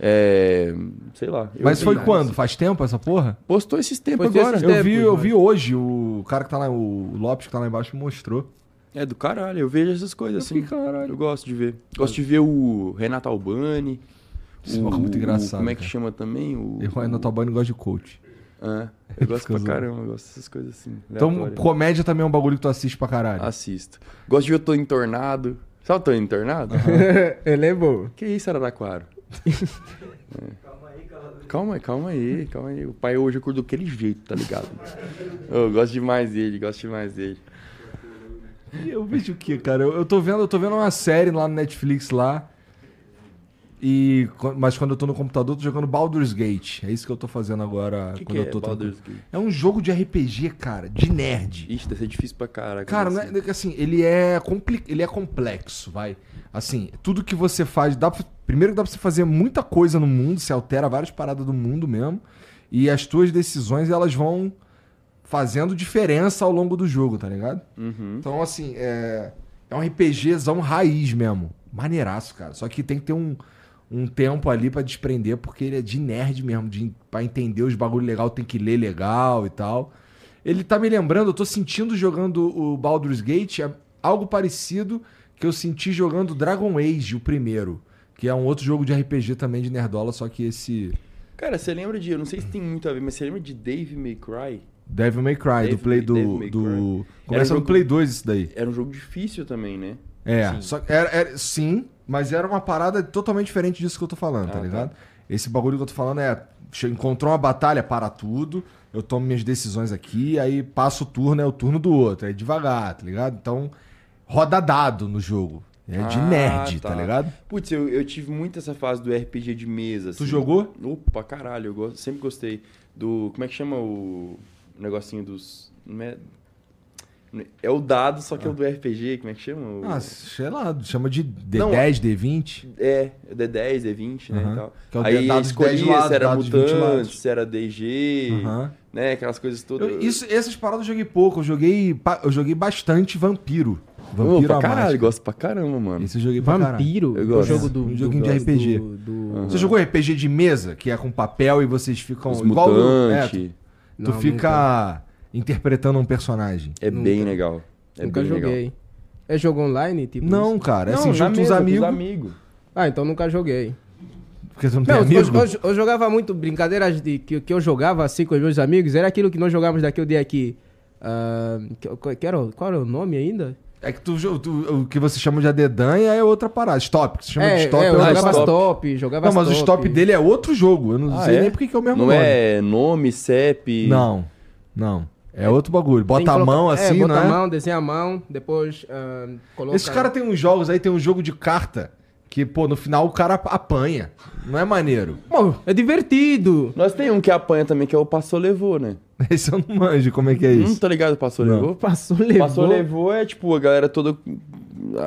Speaker 2: É. Sei lá. Eu
Speaker 1: Mas
Speaker 2: vi.
Speaker 1: foi quando? Faz tempo essa porra?
Speaker 2: Postou esses tempos né?
Speaker 3: Postou
Speaker 2: agora.
Speaker 3: esses
Speaker 1: Eu vi,
Speaker 3: Tempos,
Speaker 1: eu vi hoje, o cara que tá lá, o Lopes que tá lá embaixo mostrou.
Speaker 2: É do caralho, eu vejo essas coisas assim.
Speaker 1: fiquei, caralho.
Speaker 2: Eu gosto de ver. Gosto de ver o Renato Albani.
Speaker 1: Esse maluco é muito engraçado,
Speaker 2: Como é que
Speaker 1: cara.
Speaker 2: chama também? O,
Speaker 1: Eu tá na tua banda gosto de coach.
Speaker 2: É, eu gosto
Speaker 1: Fica
Speaker 2: pra
Speaker 1: zoando.
Speaker 2: caramba, eu gosto dessas coisas assim.
Speaker 1: Então,
Speaker 2: aleatórias.
Speaker 1: comédia também é um bagulho que tu assiste pra caralho.
Speaker 2: Ah, Assisto. Gosto de ver o Tô Entornado. Sabe o Tô Entornado?
Speaker 3: Ele é bom.
Speaker 2: Que isso, Araraquara? É. Calma aí, calma aí, calma aí. O pai hoje acordou daquele jeito, tá ligado? Eu gosto demais dele, gosto demais dele.
Speaker 1: E Eu vejo o que, cara? Eu, eu tô vendo, eu tô vendo uma série lá no Netflix lá. E qu- mas quando eu tô no computador, eu tô jogando Baldur's Gate. É isso que eu tô fazendo agora
Speaker 2: que
Speaker 1: quando
Speaker 2: que
Speaker 1: eu
Speaker 2: é
Speaker 1: tô
Speaker 2: Baldur's
Speaker 1: tranquilo.
Speaker 2: Gate?
Speaker 1: É um jogo de RPG, cara, de nerd.
Speaker 2: Ixi, deve ser difícil pra caralho.
Speaker 1: Cara, não é- assim, ele é compli- ele é complexo, vai. Assim, tudo que você faz, dá pra- primeiro que dá pra você fazer muita coisa no mundo, você altera várias paradas do mundo mesmo, e as tuas decisões elas vão fazendo diferença ao longo do jogo, tá ligado?
Speaker 2: Uhum.
Speaker 1: Então, assim, é, é um RPGzão raiz mesmo. Maneiraço, cara. Só que tem que ter um, um tempo ali pra desprender, porque ele é de nerd mesmo. De, pra entender os bagulho legal, tem que ler legal e tal. Ele tá me lembrando, eu tô sentindo jogando o Baldur's Gate é algo parecido que eu senti jogando Dragon Age, o primeiro. Que é um outro jogo de RPG também de Nerdola, só que esse
Speaker 2: Cara, você lembra de. Eu não sei se tem muito a ver, mas você lembra de Dave May Cry?
Speaker 1: Devil May Cry,
Speaker 2: Devil-
Speaker 1: do Play
Speaker 2: Devil
Speaker 1: do.
Speaker 2: May
Speaker 1: do...
Speaker 2: Cry. Era
Speaker 1: Começa no
Speaker 2: jogo-
Speaker 1: Play 2 isso daí.
Speaker 2: Era um jogo difícil também, né?
Speaker 1: É, só que era, era- sim, mas era uma parada totalmente diferente disso que eu tô falando, tá
Speaker 2: Ah,
Speaker 1: ligado? Esse bagulho que eu tô falando é, che- encontrou uma batalha, para tudo, eu tomo minhas decisões aqui, aí passa o turno, é o turno do outro, é devagar, tá ligado? Então, roda dado no jogo. É de
Speaker 2: Ah,
Speaker 1: nerd, tá.
Speaker 2: tá.
Speaker 1: ligado?
Speaker 2: Putz, eu, eu tive muito essa fase do RPG de mesa.
Speaker 1: Tu
Speaker 2: assim.
Speaker 1: jogou?
Speaker 2: Opa, caralho, eu gosto- sempre gostei do. Como é que chama o negocinho dos. não é- É o dado, só que é o do RPG, como é que chama? O-
Speaker 1: Ah, sei lá, chama de
Speaker 2: Não,
Speaker 1: D10, D20.
Speaker 2: É, D10, D20, né?
Speaker 1: Aham.
Speaker 2: E tal.
Speaker 1: Que é o
Speaker 2: Aí
Speaker 1: dado de
Speaker 2: escolhia
Speaker 1: 10 lados,
Speaker 2: se era
Speaker 1: dado de 20
Speaker 2: mutante,
Speaker 1: lados.
Speaker 2: se era DG,
Speaker 1: Aham.
Speaker 2: né? Aquelas coisas todas.
Speaker 1: Eu- isso, essas paradas eu joguei pouco, eu joguei, pa- eu joguei bastante Vampiro.
Speaker 2: Ô,
Speaker 1: é Vampiro
Speaker 2: pra
Speaker 1: a
Speaker 2: caralho,
Speaker 1: mais.
Speaker 2: gosto pra caramba, mano.
Speaker 1: Esse eu joguei pra caralho.
Speaker 3: Vampiro?
Speaker 2: Eu gosto.
Speaker 3: O jogo do.
Speaker 1: Um
Speaker 3: do-
Speaker 1: joguinho de
Speaker 3: do-
Speaker 1: RPG.
Speaker 3: do- do-
Speaker 1: Você jogou RPG de mesa, que é com papel e vocês ficam
Speaker 2: Os
Speaker 1: igual eu- é,
Speaker 2: mutantes.
Speaker 1: tu
Speaker 3: Não,
Speaker 1: fica interpretando um personagem.
Speaker 2: É bem legal. É
Speaker 3: Nunca
Speaker 2: bem legal.
Speaker 3: joguei. É jogo online, tipo?
Speaker 1: Não,
Speaker 3: isso?
Speaker 1: cara, é
Speaker 2: Não,
Speaker 1: assim,
Speaker 2: na
Speaker 1: junto uns
Speaker 2: mesa, com os
Speaker 1: amigos.
Speaker 2: amigos.
Speaker 3: Ah, então nunca joguei.
Speaker 1: Porque você não é tem
Speaker 3: Não, eu,
Speaker 1: amigo.
Speaker 3: eu- eu jogava muito brincadeiras de, que, que eu jogava assim com os meus amigos. Era aquilo que nós jogávamos daquele dia aqui. Ah, que, que era, o- qual era o nome ainda?
Speaker 1: É que tu, jo- tu- o que você chama de adedanha é outra parada. Stop. que Você chama de stop.
Speaker 3: É,
Speaker 1: é
Speaker 3: eu
Speaker 1: outra
Speaker 3: jogava
Speaker 1: parada.
Speaker 3: stop,
Speaker 2: stop.
Speaker 3: jogava
Speaker 1: Não, mas o stop dele é outro jogo. Eu não
Speaker 2: Ah,
Speaker 1: sei
Speaker 2: é?
Speaker 1: nem porque que é o mesmo
Speaker 2: Não
Speaker 1: nome.
Speaker 2: é nome, CEP.
Speaker 1: Não, não. É outro bagulho. Bota
Speaker 3: Tem que
Speaker 1: a
Speaker 3: colocar-
Speaker 1: mão
Speaker 3: é,
Speaker 1: assim,
Speaker 3: Bota a
Speaker 1: não é?
Speaker 3: mão, desenha a mão, depois ah, coloca...
Speaker 1: Esses caras têm uns jogos aí, tem um jogo de carta que, pô, no final o cara apanha. Não é maneiro.
Speaker 3: Pô, é divertido!
Speaker 2: Nós tem um que apanha também, que é o Passou Levou, né?
Speaker 1: Esse eu não manjo como é que é
Speaker 2: Não
Speaker 1: isso.
Speaker 2: tá ligado, Passou
Speaker 1: Não.
Speaker 2: Levou?
Speaker 3: Passou, levou.
Speaker 2: Passou Levou é tipo a galera toda.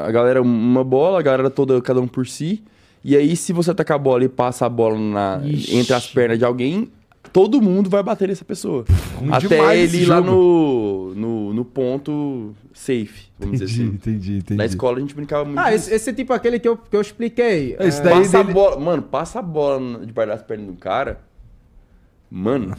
Speaker 2: A galera uma bola, a galera toda, cada um por si. E aí, se você atacar a bola e passa a bola na,
Speaker 3: Ixi.
Speaker 2: entre as pernas de alguém, todo mundo vai bater nessa pessoa.
Speaker 1: Ruim
Speaker 2: Até
Speaker 1: demais
Speaker 2: ele
Speaker 1: esse
Speaker 2: ir lá
Speaker 1: jogo.
Speaker 2: no, no, no ponto safe, vamos dizer
Speaker 1: Entendi,
Speaker 2: assim.
Speaker 1: entendi, entendi.
Speaker 2: Na escola a gente brincava muito.
Speaker 3: Ah,
Speaker 2: disso.
Speaker 3: esse, esse é tipo aquele que eu, que eu expliquei.
Speaker 1: É, esse
Speaker 3: Ah,
Speaker 1: daí
Speaker 2: passa
Speaker 1: dele-
Speaker 2: a bola. Mano, passa a bola no- debaixo das pernas do cara. Mano,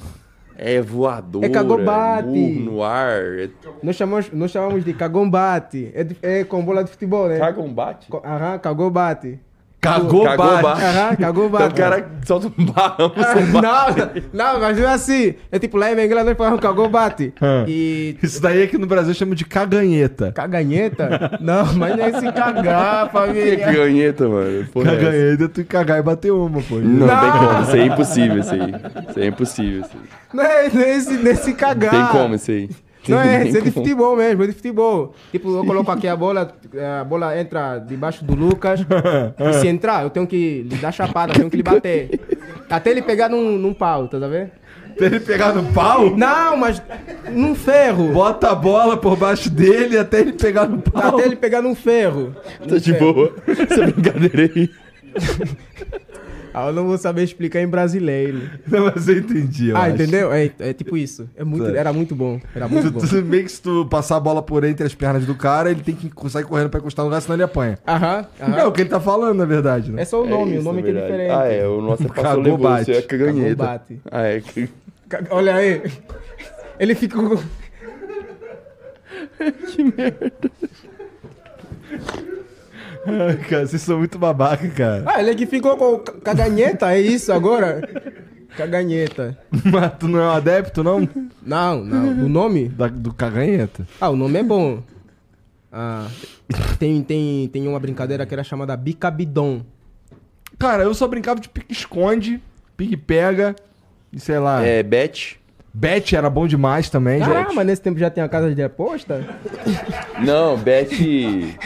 Speaker 2: É voadora,
Speaker 3: É cagobate.
Speaker 2: murro no ar, é
Speaker 3: Nós chamamos, nós chamamos de cagombate. É, de- é com bola de futebol, né?
Speaker 2: cagombate.
Speaker 3: Co- Aham, cagombate.
Speaker 1: Cagou,
Speaker 2: Cagou
Speaker 1: bate.
Speaker 3: Aham,
Speaker 2: Então
Speaker 3: cagombate.
Speaker 2: o cara solta um barão.
Speaker 3: não, não, mas não é assim. É tipo, lá em Benguela nós falamos cagombate.
Speaker 1: Ah.
Speaker 3: E
Speaker 1: Isso daí aqui no Brasil chama de caganheta.
Speaker 3: caganheta? Não, mas não é esse cagar,
Speaker 2: Que
Speaker 3: família.
Speaker 2: ganheta, é mano. Porra, é essa?
Speaker 1: Caganheta, tu cagar e bater uma, pô.
Speaker 2: Não,
Speaker 3: Não.
Speaker 2: tem como, isso aí é impossível, isso aí. Isso aí é impossível. Isso aí.
Speaker 3: Não é nesse, nesse cagar.
Speaker 2: Tem como isso aí.
Speaker 3: Ah. Não é,
Speaker 2: Tem
Speaker 3: isso é de
Speaker 2: como.
Speaker 3: futebol mesmo, é de futebol. Tipo, eu coloco aqui a bola, a bola entra debaixo do Lucas. E se entrar, eu tenho que lhe dar chapada, eu tenho que lhe bater. Até ele pegar num, num pau, tá vendo?
Speaker 1: Ele pegar no pau,
Speaker 3: Não, mas num ferro.
Speaker 1: bota um. a bola por baixo dele até ele pegar no pau.
Speaker 3: Até ele pegar num ferro.
Speaker 2: Tá de boa. Essa brincadeira aí.
Speaker 3: Ah, eu não vou saber explicar em brasileiro.
Speaker 1: Não, mas eu entendi, eu
Speaker 3: ah,
Speaker 1: acho.
Speaker 3: entendeu? É, é tipo isso. É muito,
Speaker 1: Tá.
Speaker 3: era muito bom. Era muito
Speaker 1: Tu,
Speaker 3: bom.
Speaker 1: tu- meio que se tu passar a bola por entre as pernas do cara, ele tem que sair correndo pra encostar no lugar, senão ele apanha.
Speaker 3: Aham,
Speaker 1: É
Speaker 3: aham.
Speaker 1: o que ele tá falando, na verdade, né?
Speaker 3: É só o nome,
Speaker 2: É
Speaker 3: o
Speaker 2: isso, na
Speaker 3: nome que é
Speaker 2: verdade.
Speaker 3: diferente.
Speaker 2: Ah, é, o nosso é passou
Speaker 1: Cagou,
Speaker 2: levou, isso é
Speaker 1: bate.
Speaker 2: caganheta.
Speaker 3: Cagou, bate.
Speaker 2: Ah, é. que-
Speaker 3: Ca- Olha aí. Ele ficou.
Speaker 1: Ai, cara, vocês são muito babaca, cara.
Speaker 3: Ah, ele é que ficou com ca- caganheta, é isso agora? Caganheta.
Speaker 1: Mas tu não é um adepto, não?
Speaker 3: Não, não. O nome?
Speaker 1: Da- do caganheta?
Speaker 3: Ah, o nome é bom. Ah, tem, tem, tem uma brincadeira que era chamada bicabidon.
Speaker 1: Cara, eu só brincava de pique-esconde, pique-pega e sei lá.
Speaker 2: É, bet?
Speaker 1: Bet era bom demais também,
Speaker 3: Ah,
Speaker 1: gente.
Speaker 3: mas nesse tempo já tem a casa de aposta?
Speaker 2: Não, bet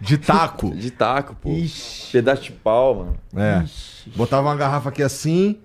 Speaker 1: De taco.
Speaker 2: de taco, pô.
Speaker 3: Ixi.
Speaker 2: Pedaço de pau, mano.
Speaker 1: É. Botava uma garrafa aqui assim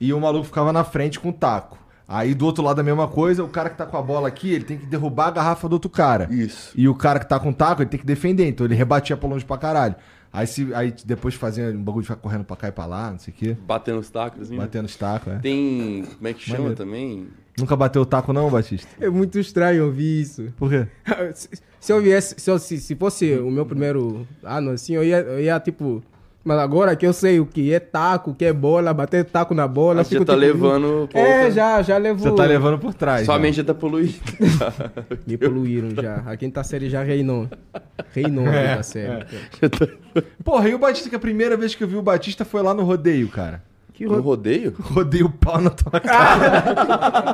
Speaker 1: e o maluco ficava na frente com o taco. Aí do outro lado a mesma coisa, o cara que tá com a bola aqui, ele tem que derrubar a garrafa do outro cara.
Speaker 2: Isso.
Speaker 1: E o cara que tá com o taco, ele tem que defender, então ele rebatia pra longe pra caralho. Aí, se, aí depois fazia um bagulho de ficar correndo pra cá e pra lá, não sei o quê.
Speaker 2: Batendo os tacos, assim. né?
Speaker 1: Batendo os tacos, é.
Speaker 2: Tem. Como é que chama
Speaker 1: Maneiro.
Speaker 2: também?
Speaker 1: Nunca bateu o taco não, Batista?
Speaker 3: É muito estranho ouvir isso.
Speaker 1: Por quê?
Speaker 3: Se, se eu viesse, se, eu- se, se fosse o meu primeiro ano assim, eu ia, eu ia tipo. Mas agora que eu sei o que é taco, o que é bola, bater taco na bola.
Speaker 2: Ah, você já tá
Speaker 3: tipo,
Speaker 2: levando. né?" pra
Speaker 3: É,
Speaker 2: outra-
Speaker 3: já, já levou.
Speaker 1: Você tá levando por trás.
Speaker 2: Sua
Speaker 1: né?
Speaker 2: mente já tá poluída.
Speaker 3: Me poluíram já. A quinta série já reinou. Reinou a quinta série.
Speaker 2: Já tá-
Speaker 1: Porra, e o Batista, que a primeira vez que eu vi o Batista foi lá no rodeio, cara.
Speaker 3: Que
Speaker 2: No
Speaker 3: ro...
Speaker 2: rodeio?
Speaker 1: Rodei o pau na tua cara.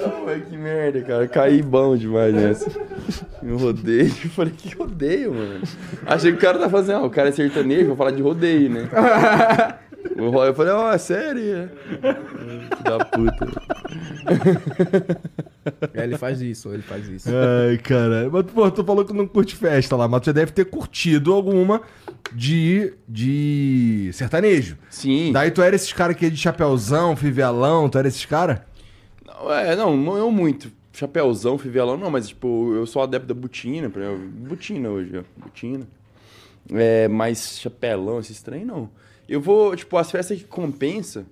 Speaker 2: Ué, é que merda, cara. Caí bom demais nessa. No rodeio. Eu falei, que rodeio, mano? Achei que o cara tá fazendo, ah, o cara é sertanejo, vou falar de rodeio, né? O ro- Eu falei, ó, é sério? Que da puta.
Speaker 3: Ele faz isso, ele faz isso.
Speaker 1: Ai, cara. Mas, pô, tu falou que não curte festa lá, mas tu já deve ter curtido alguma de, de sertanejo.
Speaker 2: Sim.
Speaker 1: Daí tu era esses caras que ia de chapéuzão, fivelão, tu era esses caras?
Speaker 2: Não, É, não, não eu muito. Chapéuzão, fivelão, não, mas tipo, eu sou adepto da botina, por exemplo. Botina hoje, ó. Botina. É, mas chapelão, esses trem, não. Eu vou, tipo, as festas que compensa,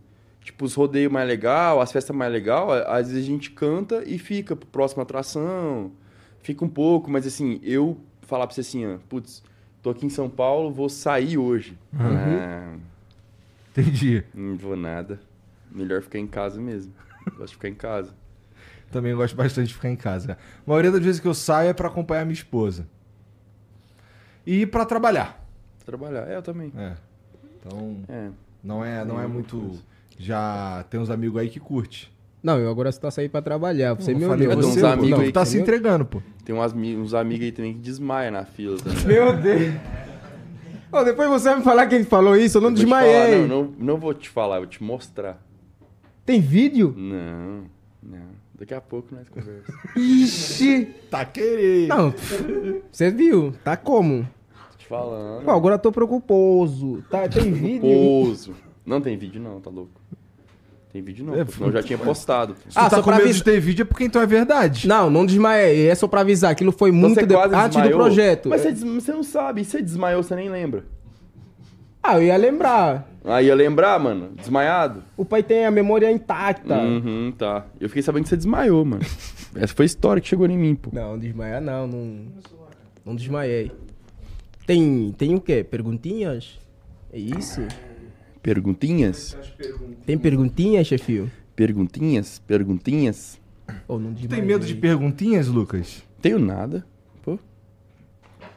Speaker 2: tipo, os rodeios mais legal, as festas mais legal, a- às vezes a gente canta e fica pro próxima atração. Fica um pouco, mas assim, eu falar pra você assim, ó, putz, tô aqui em São Paulo, vou sair hoje. Ah,
Speaker 1: Entendi.
Speaker 2: não vou nada. Melhor ficar em casa mesmo. Gosto de ficar em casa.
Speaker 1: Também gosto bastante de ficar em casa. cara. A maioria das vezes que eu saio é pra acompanhar minha esposa. E pra trabalhar.
Speaker 2: Trabalhar, é, eu também.
Speaker 1: É. Então,
Speaker 2: É.
Speaker 1: não é, não é muito.
Speaker 2: coisa.
Speaker 1: Já tem uns amigos aí que curte.
Speaker 3: Não, eu agora só tá saindo pra trabalhar. Você
Speaker 1: Eu
Speaker 3: me
Speaker 1: falei,
Speaker 3: olhou.
Speaker 2: de
Speaker 1: você,
Speaker 2: uns
Speaker 1: pô,
Speaker 2: amigos
Speaker 1: tu
Speaker 2: é um aí
Speaker 1: tá
Speaker 3: que
Speaker 1: se
Speaker 3: me-
Speaker 1: entregando, pô.
Speaker 2: Tem umas mi- uns amigos aí também que desmaia na fila tá? também.
Speaker 3: Meu Deus. Ô, depois você vai me falar quem falou isso, eu não
Speaker 2: Vou te
Speaker 3: desmaiei.
Speaker 2: falar, não, não, não vou te falar, vou te mostrar.
Speaker 3: Tem vídeo?
Speaker 2: Não, não. Daqui a pouco nós conversamos.
Speaker 3: Ixi.
Speaker 1: Tá querendo.
Speaker 3: Não, você viu? Tá como?
Speaker 2: Tô te falando.
Speaker 3: Pô, agora eu tô preocuposo. Tá, tem vídeo?
Speaker 2: Pouso. Não tem vídeo não, tá louco. Tem vídeo não,
Speaker 1: É,
Speaker 2: pô, senão eu já tinha postado. pô.
Speaker 1: Se tu
Speaker 3: Ah,
Speaker 1: tá
Speaker 3: só
Speaker 1: com
Speaker 3: pra
Speaker 1: medo
Speaker 3: avis-
Speaker 1: de ter vídeo é porque então é verdade.
Speaker 3: Não, não desmaiei. É só pra avisar. Aquilo foi
Speaker 2: Então
Speaker 3: muito
Speaker 2: você
Speaker 3: de-
Speaker 2: quase
Speaker 3: antes do
Speaker 2: desmaiou.
Speaker 3: projeto. É.
Speaker 2: Mas você, des- você não sabe, e você desmaiou, você nem lembra.
Speaker 3: Ah, eu ia lembrar.
Speaker 2: Aí ia lembrar, mano, desmaiado.
Speaker 3: O pai tem a memória intacta.
Speaker 2: Uhum, tá. Eu fiquei sabendo que você desmaiou, mano. Essa foi a história que chegou em mim, pô.
Speaker 3: Não, desmaiar não, não. Não desmaiei. Tem, tem o quê? Perguntinhas? É isso?
Speaker 2: Perguntinhas?
Speaker 3: Tem perguntinhas, chefio?
Speaker 2: Perguntinhas? Perguntinhas?
Speaker 3: Ou não
Speaker 1: Tu
Speaker 3: desmaiei?
Speaker 1: tem medo de perguntinhas, Lucas?
Speaker 2: Tenho nada, pô.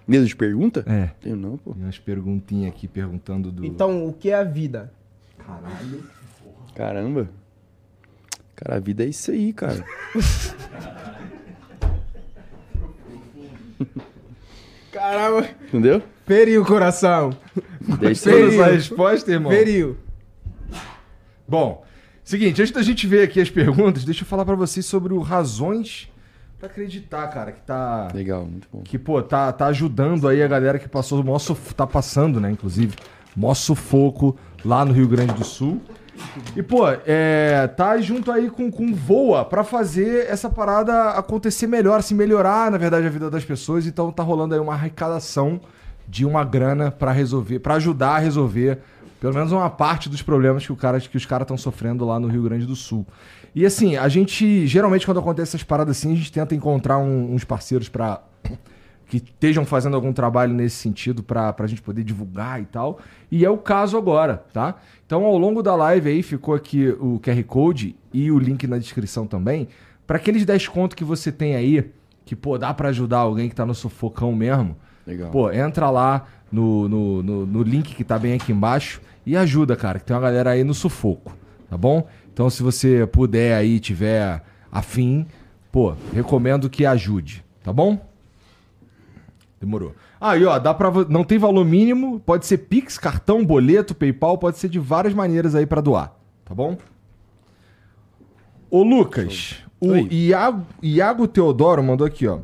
Speaker 2: Medo de pergunta?
Speaker 1: É.
Speaker 2: Tenho não, pô.
Speaker 1: Tem umas perguntinhas aqui perguntando do.
Speaker 3: Então, o que é a vida?
Speaker 2: Caramba. Cara, a vida é isso aí, cara.
Speaker 3: Caramba!
Speaker 2: Entendeu?
Speaker 3: Feriu o coração!
Speaker 2: É isso aí.
Speaker 1: Todas
Speaker 3: Feriu.
Speaker 1: as respostas, irmão.
Speaker 3: Feriu!
Speaker 1: Bom, seguinte, antes da gente ver aqui as perguntas, deixa eu falar pra vocês sobre o Razões pra Acreditar, cara, que tá.
Speaker 2: Legal, muito bom.
Speaker 1: Que, pô, tá, tá ajudando aí a galera que passou o maior suf... tá passando, né, inclusive, maior sufoco lá no Rio Grande do Sul. E, pô, é, tá junto aí com, com Voa pra fazer essa parada acontecer melhor, se melhorar, na verdade, a vida das pessoas. Então tá rolando aí uma arrecadação de uma grana pra resolver, pra ajudar a resolver pelo menos uma parte dos problemas que, o cara, que os caras estão sofrendo lá no Rio Grande do Sul. E assim, a gente, geralmente quando acontece essas paradas assim, a gente tenta encontrar um- uns parceiros pra que estejam fazendo algum trabalho nesse sentido para a gente poder divulgar e tal. E é o caso agora, tá? Então, ao longo da live aí, ficou aqui o QR Code e o link na descrição também. Para aqueles 10 conto que você tem aí, que, pô, dá para ajudar alguém que tá no sufocão mesmo,
Speaker 2: Legal.
Speaker 1: pô, entra lá no, no, no, no link que tá bem aqui embaixo e ajuda, cara, que tem uma galera aí no sufoco, tá bom? Então, se você puder aí, tiver afim, pô, recomendo que ajude, tá bom? Demorou. Aí, ó, dá pra. vo- Não tem valor mínimo, pode ser Pix, cartão, boleto, PayPal, pode ser de várias maneiras aí pra doar, tá bom? Ô, Lucas, o
Speaker 2: Oi.
Speaker 1: Iago, Iago Teodoro mandou aqui, ó.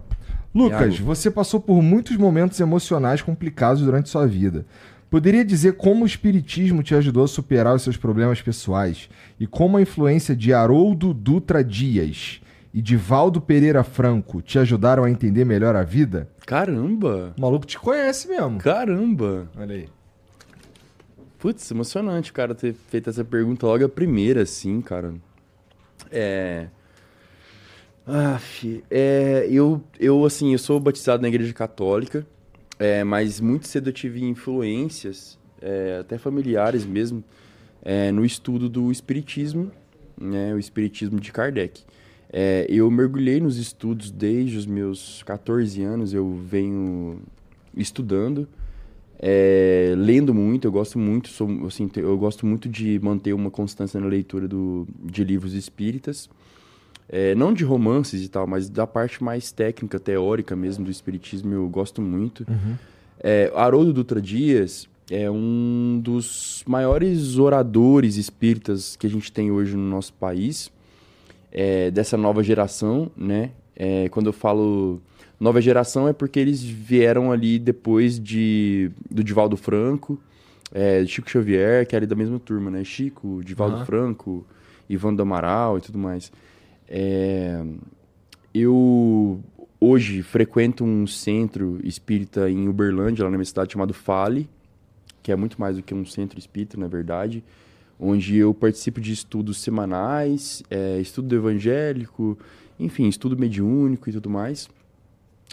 Speaker 1: Lucas,
Speaker 2: Iago.
Speaker 1: você passou por muitos momentos emocionais complicados durante sua vida. Poderia dizer como o espiritismo te ajudou a superar os seus problemas pessoais e como a influência de Haroldo Dutra Dias e de Valdo Pereira Franco te ajudaram a entender melhor a vida?
Speaker 2: Caramba.
Speaker 1: O maluco te conhece mesmo.
Speaker 2: Caramba.
Speaker 1: Olha aí.
Speaker 2: Putz, emocionante, cara, ter feito essa pergunta logo a primeira, assim, cara. É. Aff, é, eu, eu, assim, eu sou batizado na igreja católica, é, mas muito cedo eu tive influências, é, até familiares mesmo, é, no estudo do espiritismo, né, o espiritismo de Kardec. É, eu mergulhei nos estudos desde os meus 14 anos, eu venho estudando, é, lendo muito, eu gosto muito, sou, assim, te- eu gosto muito de manter uma constância na leitura do, de livros espíritas. É, não de romances e tal, mas da parte mais técnica, teórica mesmo do espiritismo, eu gosto muito. É, Haroldo Dutra Dias é um dos maiores oradores espíritas que a gente tem hoje no nosso país, é, dessa nova geração, né? É, quando eu falo nova geração é porque eles vieram ali depois de do Divaldo Franco, é, Chico Xavier, que era ali da mesma turma, né? Chico, Divaldo
Speaker 1: Aham.
Speaker 2: Franco, Ivan do Amaral e tudo mais. É, eu hoje frequento um centro espírita em Uberlândia, lá na minha cidade, chamado Fale, que é muito mais do que um centro espírita, na verdade, onde eu participo de estudos semanais, é, estudo evangélico, enfim, estudo mediúnico e tudo mais.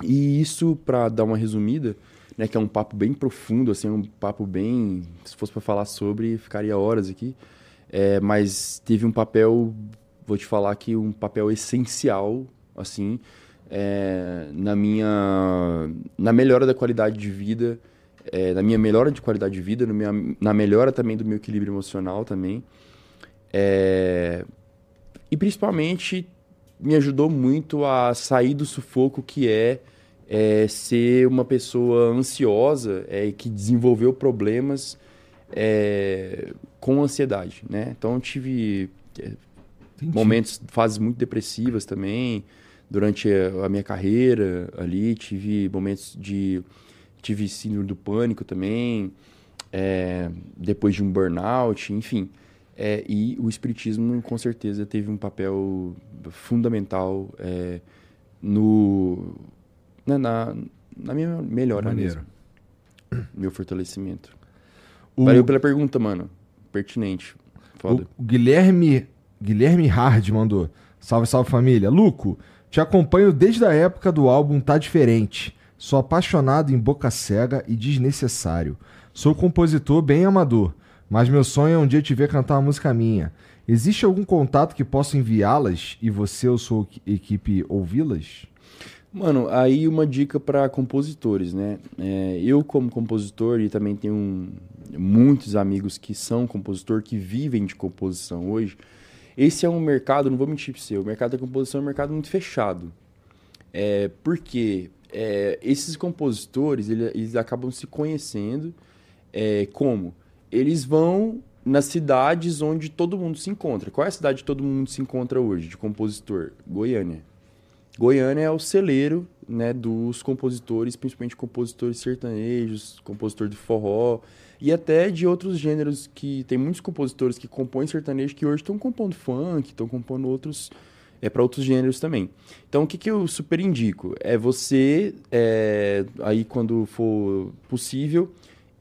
Speaker 2: E isso, para dar uma resumida, né, que é um papo bem profundo, assim, um papo bem. Se fosse para falar sobre, ficaria horas aqui. É, mas teve um papel, vou te falar que um papel essencial, assim, é, na minha. na melhora da qualidade de vida, é, na minha melhora de qualidade de vida, no minha, na melhora também do meu equilíbrio emocional também. É, e principalmente me ajudou muito a sair do sufoco que é, é, ser uma pessoa ansiosa é, que desenvolveu problemas é, com ansiedade, né? Então eu tive momentos, fases muito depressivas também durante a a minha carreira ali, tive momentos de tive síndrome do pânico também, é, depois de um burnout, enfim. É, e o espiritismo com certeza teve um papel fundamental é, no na, na, na minha melhora
Speaker 1: Maneiro.
Speaker 2: mesmo, meu fortalecimento.
Speaker 1: O,
Speaker 2: Valeu pela pergunta, mano. Pertinente. Foda.
Speaker 1: o Guilherme Guilherme Hard mandou. Salve, salve família. Luco, te acompanho desde a época do álbum Tá Diferente. Sou apaixonado em boca cega e desnecessário. Sou compositor bem amador, mas meu sonho é um dia te ver cantar uma música minha. Existe algum contato que possa enviá-las e você ou sua equi- equipe ouvi-las?
Speaker 2: Mano, aí uma dica para compositores, né? É, eu, como compositor, e também tenho um- muitos amigos que são compositor, que vivem de composição hoje. Esse é um mercado, não vou mentir para você, o mercado da composição é um mercado muito fechado. É, porque esses compositores, ele- eles acabam se conhecendo é, como? Eles vão nas cidades onde todo mundo se encontra. Qual é a cidade que todo mundo se encontra hoje de compositor? Goiânia. Goiânia é o celeiro né, dos compositores, principalmente compositores sertanejos, compositor de forró e até de outros gêneros que tem muitos compositores que compõem sertanejo que hoje estão compondo funk, estão compondo outros é para outros gêneros também. Então o que, que eu super indico é você é, aí quando for possível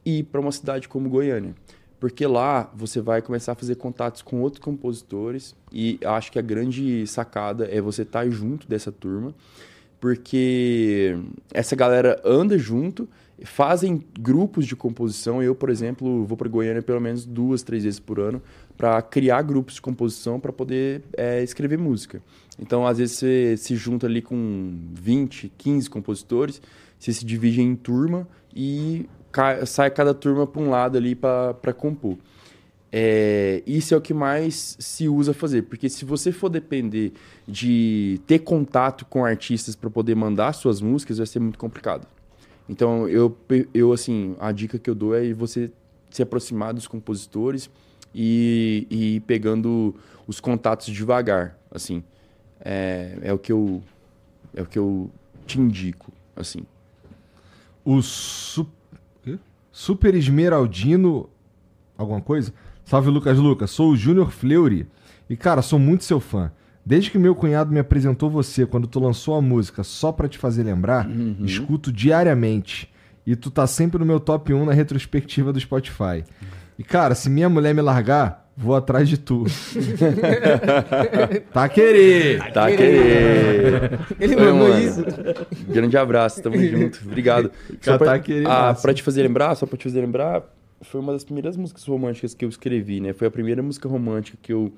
Speaker 2: ir para uma cidade como Goiânia. Porque lá você vai começar a fazer contatos com outros compositores e acho que a grande sacada é você estar junto dessa turma, porque essa galera anda junto, fazem grupos de composição. Eu, por exemplo, vou para Goiânia pelo menos duas, três vezes por ano para criar grupos de composição para poder é, escrever música. Então, às vezes, você se junta ali com 20, 15 compositores, você se divide em turma e ca- sai cada turma para um lado ali para compor. É, isso é o que mais se usa fazer, porque se você for depender de ter contato com artistas para poder mandar suas músicas, vai ser muito complicado. Então, eu, pe- eu assim, a dica que eu dou é você se aproximar dos compositores e, e ir pegando os contatos devagar, assim. É, é o que eu é o que eu te indico, assim.
Speaker 1: O su... quê? Super Esmeraldino. Alguma coisa? Salve Lucas Lucas, sou o Júnior Fleury. E cara, sou muito seu fã. Desde que meu cunhado me apresentou você quando tu lançou a música Só Pra Te Fazer Lembrar, escuto diariamente. E tu tá sempre no meu top 1 na retrospectiva do Spotify. E cara, se minha mulher me largar, vou atrás de tu. tá querer.
Speaker 2: Tá querido.
Speaker 3: Ele
Speaker 2: Oi,
Speaker 3: mandou
Speaker 2: mano.
Speaker 3: isso.
Speaker 2: Grande abraço, tamo junto. Obrigado.
Speaker 1: Já
Speaker 2: Só pra,
Speaker 1: tá querendo
Speaker 2: ah,
Speaker 1: massa.
Speaker 2: pra te fazer lembrar, só pra te fazer lembrar, foi uma das primeiras músicas românticas que eu escrevi, né? Foi a primeira música romântica que eu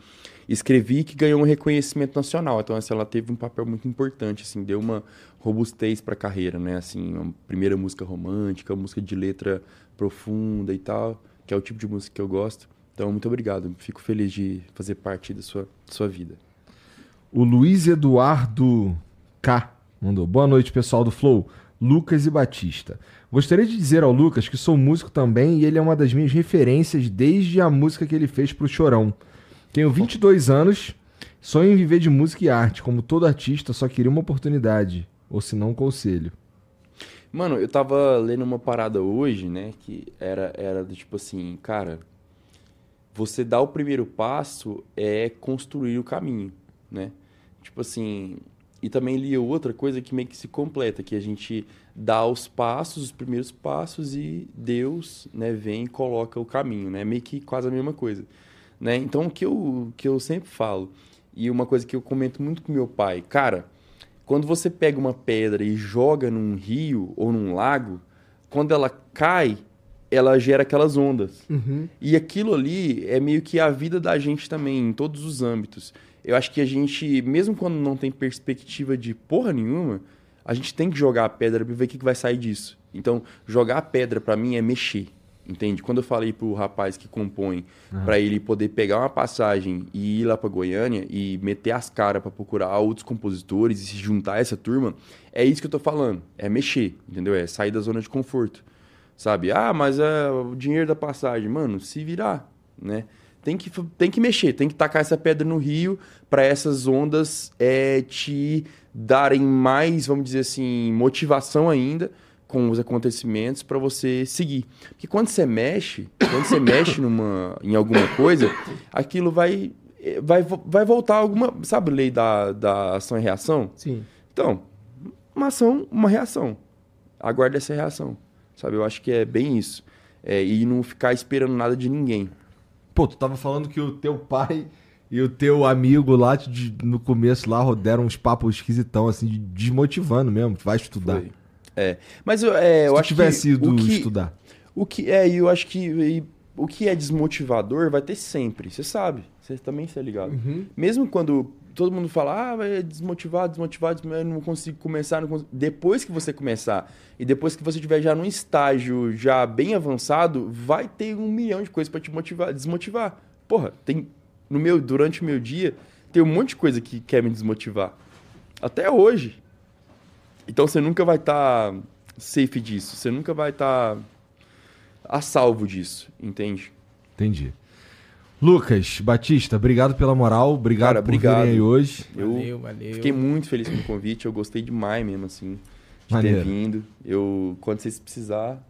Speaker 2: escrevi que ganhou um reconhecimento nacional. Então, assim, ela teve um papel muito importante, assim, deu uma robustez pra carreira, né? Assim, a primeira música romântica, uma música de letra profunda e tal, que é o tipo de música que eu gosto. Então, muito obrigado. Fico feliz de fazer parte da sua, da sua vida.
Speaker 1: O Luiz Eduardo K mandou. Boa noite, pessoal do Flow. Lucas e Batista. Gostaria de dizer ao Lucas que sou músico também e ele é uma das minhas referências desde a música que ele fez pro Chorão. Tenho 22 anos, sonho em viver de música e arte, como todo artista, só queria uma oportunidade, ou se não, um conselho.
Speaker 2: Mano, eu tava lendo uma parada hoje, né? Que era, era do tipo assim, cara, você dar o primeiro passo é construir o caminho, né? Tipo assim. E também li outra coisa que meio que se completa, que a gente dá os passos, os primeiros passos, e Deus, né, vem e coloca o caminho, né? Meio que quase a mesma coisa. Né? Então, o que eu, o que eu sempre falo, e uma coisa que eu comento muito com meu pai, cara, quando você pega uma pedra e joga num rio ou num lago, quando ela cai, ela gera aquelas ondas.
Speaker 3: Uhum,
Speaker 2: E aquilo ali é meio que a vida da gente também, em todos os âmbitos. Eu acho que a gente, mesmo quando não tem perspectiva de porra nenhuma, a gente tem que jogar a pedra pra ver o que que vai sair disso. Então, jogar a pedra pra mim é mexer, entende? Quando eu falei pro rapaz que compõe, pra ele poder pegar uma passagem e ir lá pra Goiânia e meter as caras pra procurar outros compositores e se juntar a essa turma, é isso que eu tô falando. É mexer, entendeu? É sair da zona de conforto sabe? Ah, mas é o dinheiro da passagem, mano, se virar, né? Tem que, tem que mexer, tem que tacar essa pedra no rio para essas ondas é, te darem mais, vamos dizer assim, motivação ainda com os acontecimentos para você seguir. Porque quando você mexe, quando você mexe numa, em alguma coisa, aquilo vai, eh, vai, vo- vai voltar alguma. Sabe a lei da, da ação e reação?
Speaker 3: Sim.
Speaker 2: Então, uma ação, uma reação. Aguarda essa reação. Sabe? Eu acho que é bem isso. É, e não ficar esperando nada de ninguém.
Speaker 1: Pô, tu tava falando que o teu pai e o teu amigo lá de- no começo lá deram uns papos esquisitão, assim, de- desmotivando mesmo. Vai estudar.
Speaker 2: Foi. É. Mas eu, é, eu
Speaker 1: Se tu
Speaker 2: acho
Speaker 1: tivesse
Speaker 2: que,
Speaker 1: ido
Speaker 2: o que
Speaker 1: estudar.
Speaker 2: O que é, e eu acho que e o que é desmotivador vai ter sempre. Você sabe. Você também está ligado.
Speaker 3: Uhum.
Speaker 2: Mesmo quando todo mundo fala, ah, vai desmotivar, desmotivar, desmo- eu não consigo começar. Não consigo. Depois que você começar e depois que você tiver já num estágio já bem avançado, vai ter um milhão de coisas para te motivar, desmotivar. Porra, tem no meu durante o meu dia tem um monte de coisa que quer me desmotivar. Até hoje. Então você nunca vai estar safe disso. Você nunca vai estar a salvo disso, entende?
Speaker 1: Entendi. Lucas, Batista, obrigado pela moral, obrigado
Speaker 2: Cara,
Speaker 1: por
Speaker 2: obrigado.
Speaker 1: virem aí hoje.
Speaker 2: Eu
Speaker 3: Valeu, valeu.
Speaker 2: fiquei muito feliz com o convite, eu gostei demais mesmo, assim, de
Speaker 1: Maneiro.
Speaker 2: ter vindo. Eu, quando vocês precisar,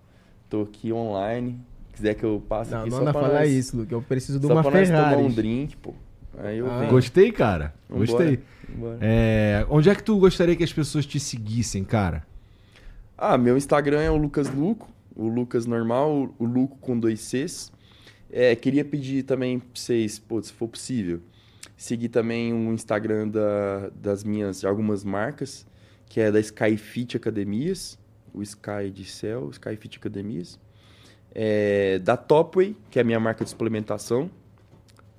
Speaker 2: tô aqui online. Quiser que eu passe
Speaker 3: Não,
Speaker 2: aqui
Speaker 3: não
Speaker 2: só
Speaker 3: anda a
Speaker 2: pra
Speaker 3: falar
Speaker 2: nós,
Speaker 3: isso, Luke. Eu preciso de
Speaker 2: só
Speaker 3: uma
Speaker 2: pra nós tomar
Speaker 3: Ferrari.
Speaker 2: um drink, pô. Aí eu
Speaker 3: Ah.
Speaker 2: venho.
Speaker 1: Gostei, cara.
Speaker 2: Vambora,
Speaker 1: Gostei.
Speaker 2: vambora.
Speaker 1: É, onde é que tu gostaria que as pessoas te seguissem, cara?
Speaker 2: Ah, meu Instagram é o Lucas Luco, o Lucas normal, o Luco com dois Cs. É, queria pedir também pra vocês, pô, se for possível, seguir também o Instagram da- das minhas, de algumas marcas, que é da Skyfit Academias, o Sky de Cell, Skyfit Academias. É, da Topway, que é a minha marca de suplementação,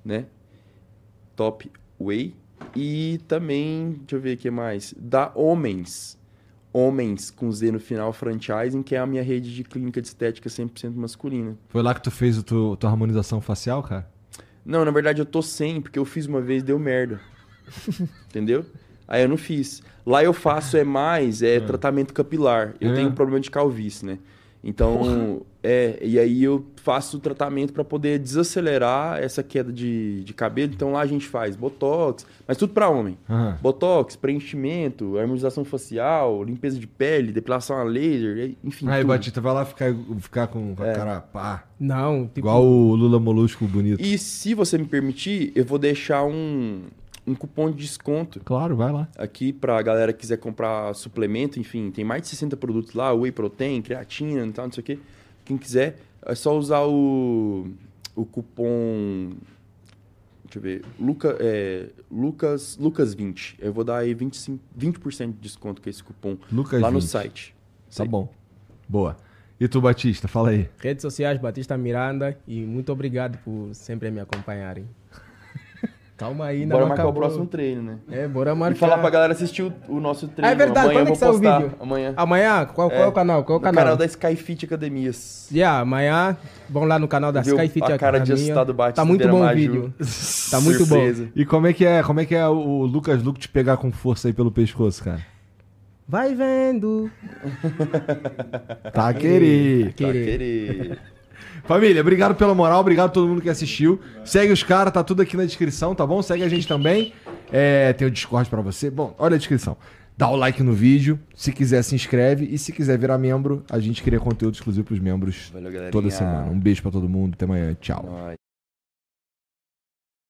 Speaker 2: né? Topway. E também, deixa eu ver o que mais, da Homens, Homens com Z no final, franchising, que é a minha rede de clínica de estética 100% masculina.
Speaker 1: Foi lá que tu fez a tua, tua harmonização facial, cara?
Speaker 2: Não, na verdade eu tô sem, porque eu fiz uma vez e deu merda. Entendeu? Aí eu não fiz. Lá eu faço é mais é tratamento capilar. Eu
Speaker 1: Ah. É
Speaker 2: tenho
Speaker 1: mesmo?
Speaker 2: problema de calvície, né? Então, é, e aí eu faço o tratamento pra poder desacelerar essa queda de, de cabelo. Então lá a gente faz botox, mas tudo pra homem.
Speaker 1: Aham.
Speaker 2: Botox, preenchimento, harmonização facial, limpeza de pele, depilação a laser, enfim.
Speaker 1: Aí,
Speaker 2: tudo. É.
Speaker 1: Batista, vai lá ficar, ficar com, com a cara pá.
Speaker 3: Não, tipo,
Speaker 1: Igual o Lula Molusco bonito.
Speaker 2: E se você me permitir, eu vou deixar um, um cupom de desconto
Speaker 1: Claro, vai lá.
Speaker 2: aqui pra galera que quiser comprar suplemento, enfim, tem mais de 60 produtos lá, whey protein, creatina e tal, não sei o quê. Quem quiser, é só usar o, o cupom. Deixa eu ver. Luca, é, Lucas, Lucas 20. Eu vou dar aí 25, 20% de desconto com esse cupom
Speaker 1: Lucas
Speaker 2: lá no
Speaker 1: 20.
Speaker 2: site.
Speaker 1: Tá bom. Boa. E tu, Batista, fala aí.
Speaker 3: redes sociais Batista Miranda e muito obrigado por sempre me acompanharem. Calma aí, não
Speaker 2: Bora marcar
Speaker 3: acabou.
Speaker 2: o próximo treino, né?
Speaker 3: É, bora
Speaker 2: E
Speaker 3: marcar.
Speaker 2: falar pra galera assistir o, o nosso treino.
Speaker 3: É verdade,
Speaker 2: amanhã
Speaker 3: quando é
Speaker 2: eu
Speaker 3: que
Speaker 2: vou
Speaker 3: sai o
Speaker 2: postar.
Speaker 3: vídeo?
Speaker 2: Amanhã.
Speaker 3: Amanhã, qual, qual é, o canal? Qual é o
Speaker 2: no
Speaker 3: canal?
Speaker 2: da Skyfit Academias.
Speaker 3: Yeah, amanhã vão lá no canal da
Speaker 2: Viu
Speaker 3: Skyfit
Speaker 2: a cara de
Speaker 3: Academia.
Speaker 2: assustado Batista
Speaker 3: Tá muito
Speaker 2: beira
Speaker 3: bom o
Speaker 2: Maju.
Speaker 3: vídeo. Tá muito bom.
Speaker 2: Surpresa.
Speaker 1: E como é que é, como é, que é o Lucas Luco te pegar com força aí pelo pescoço, cara?
Speaker 3: Vai vendo.
Speaker 1: Tá querido.
Speaker 2: Tá
Speaker 3: Querer.
Speaker 2: querer.
Speaker 1: Família, obrigado pela moral, obrigado a todo mundo que assistiu. Segue os caras, tá tudo aqui na descrição, tá bom? Segue a gente também. É, tem o Discord pra você. Bom, olha a descrição. Dá o like no vídeo, se quiser se inscreve e se quiser virar membro, a gente cria conteúdo exclusivo pros membros
Speaker 2: Valeu, galerinha.
Speaker 1: toda semana. Um beijo pra todo mundo, até amanhã, tchau.
Speaker 2: Nós.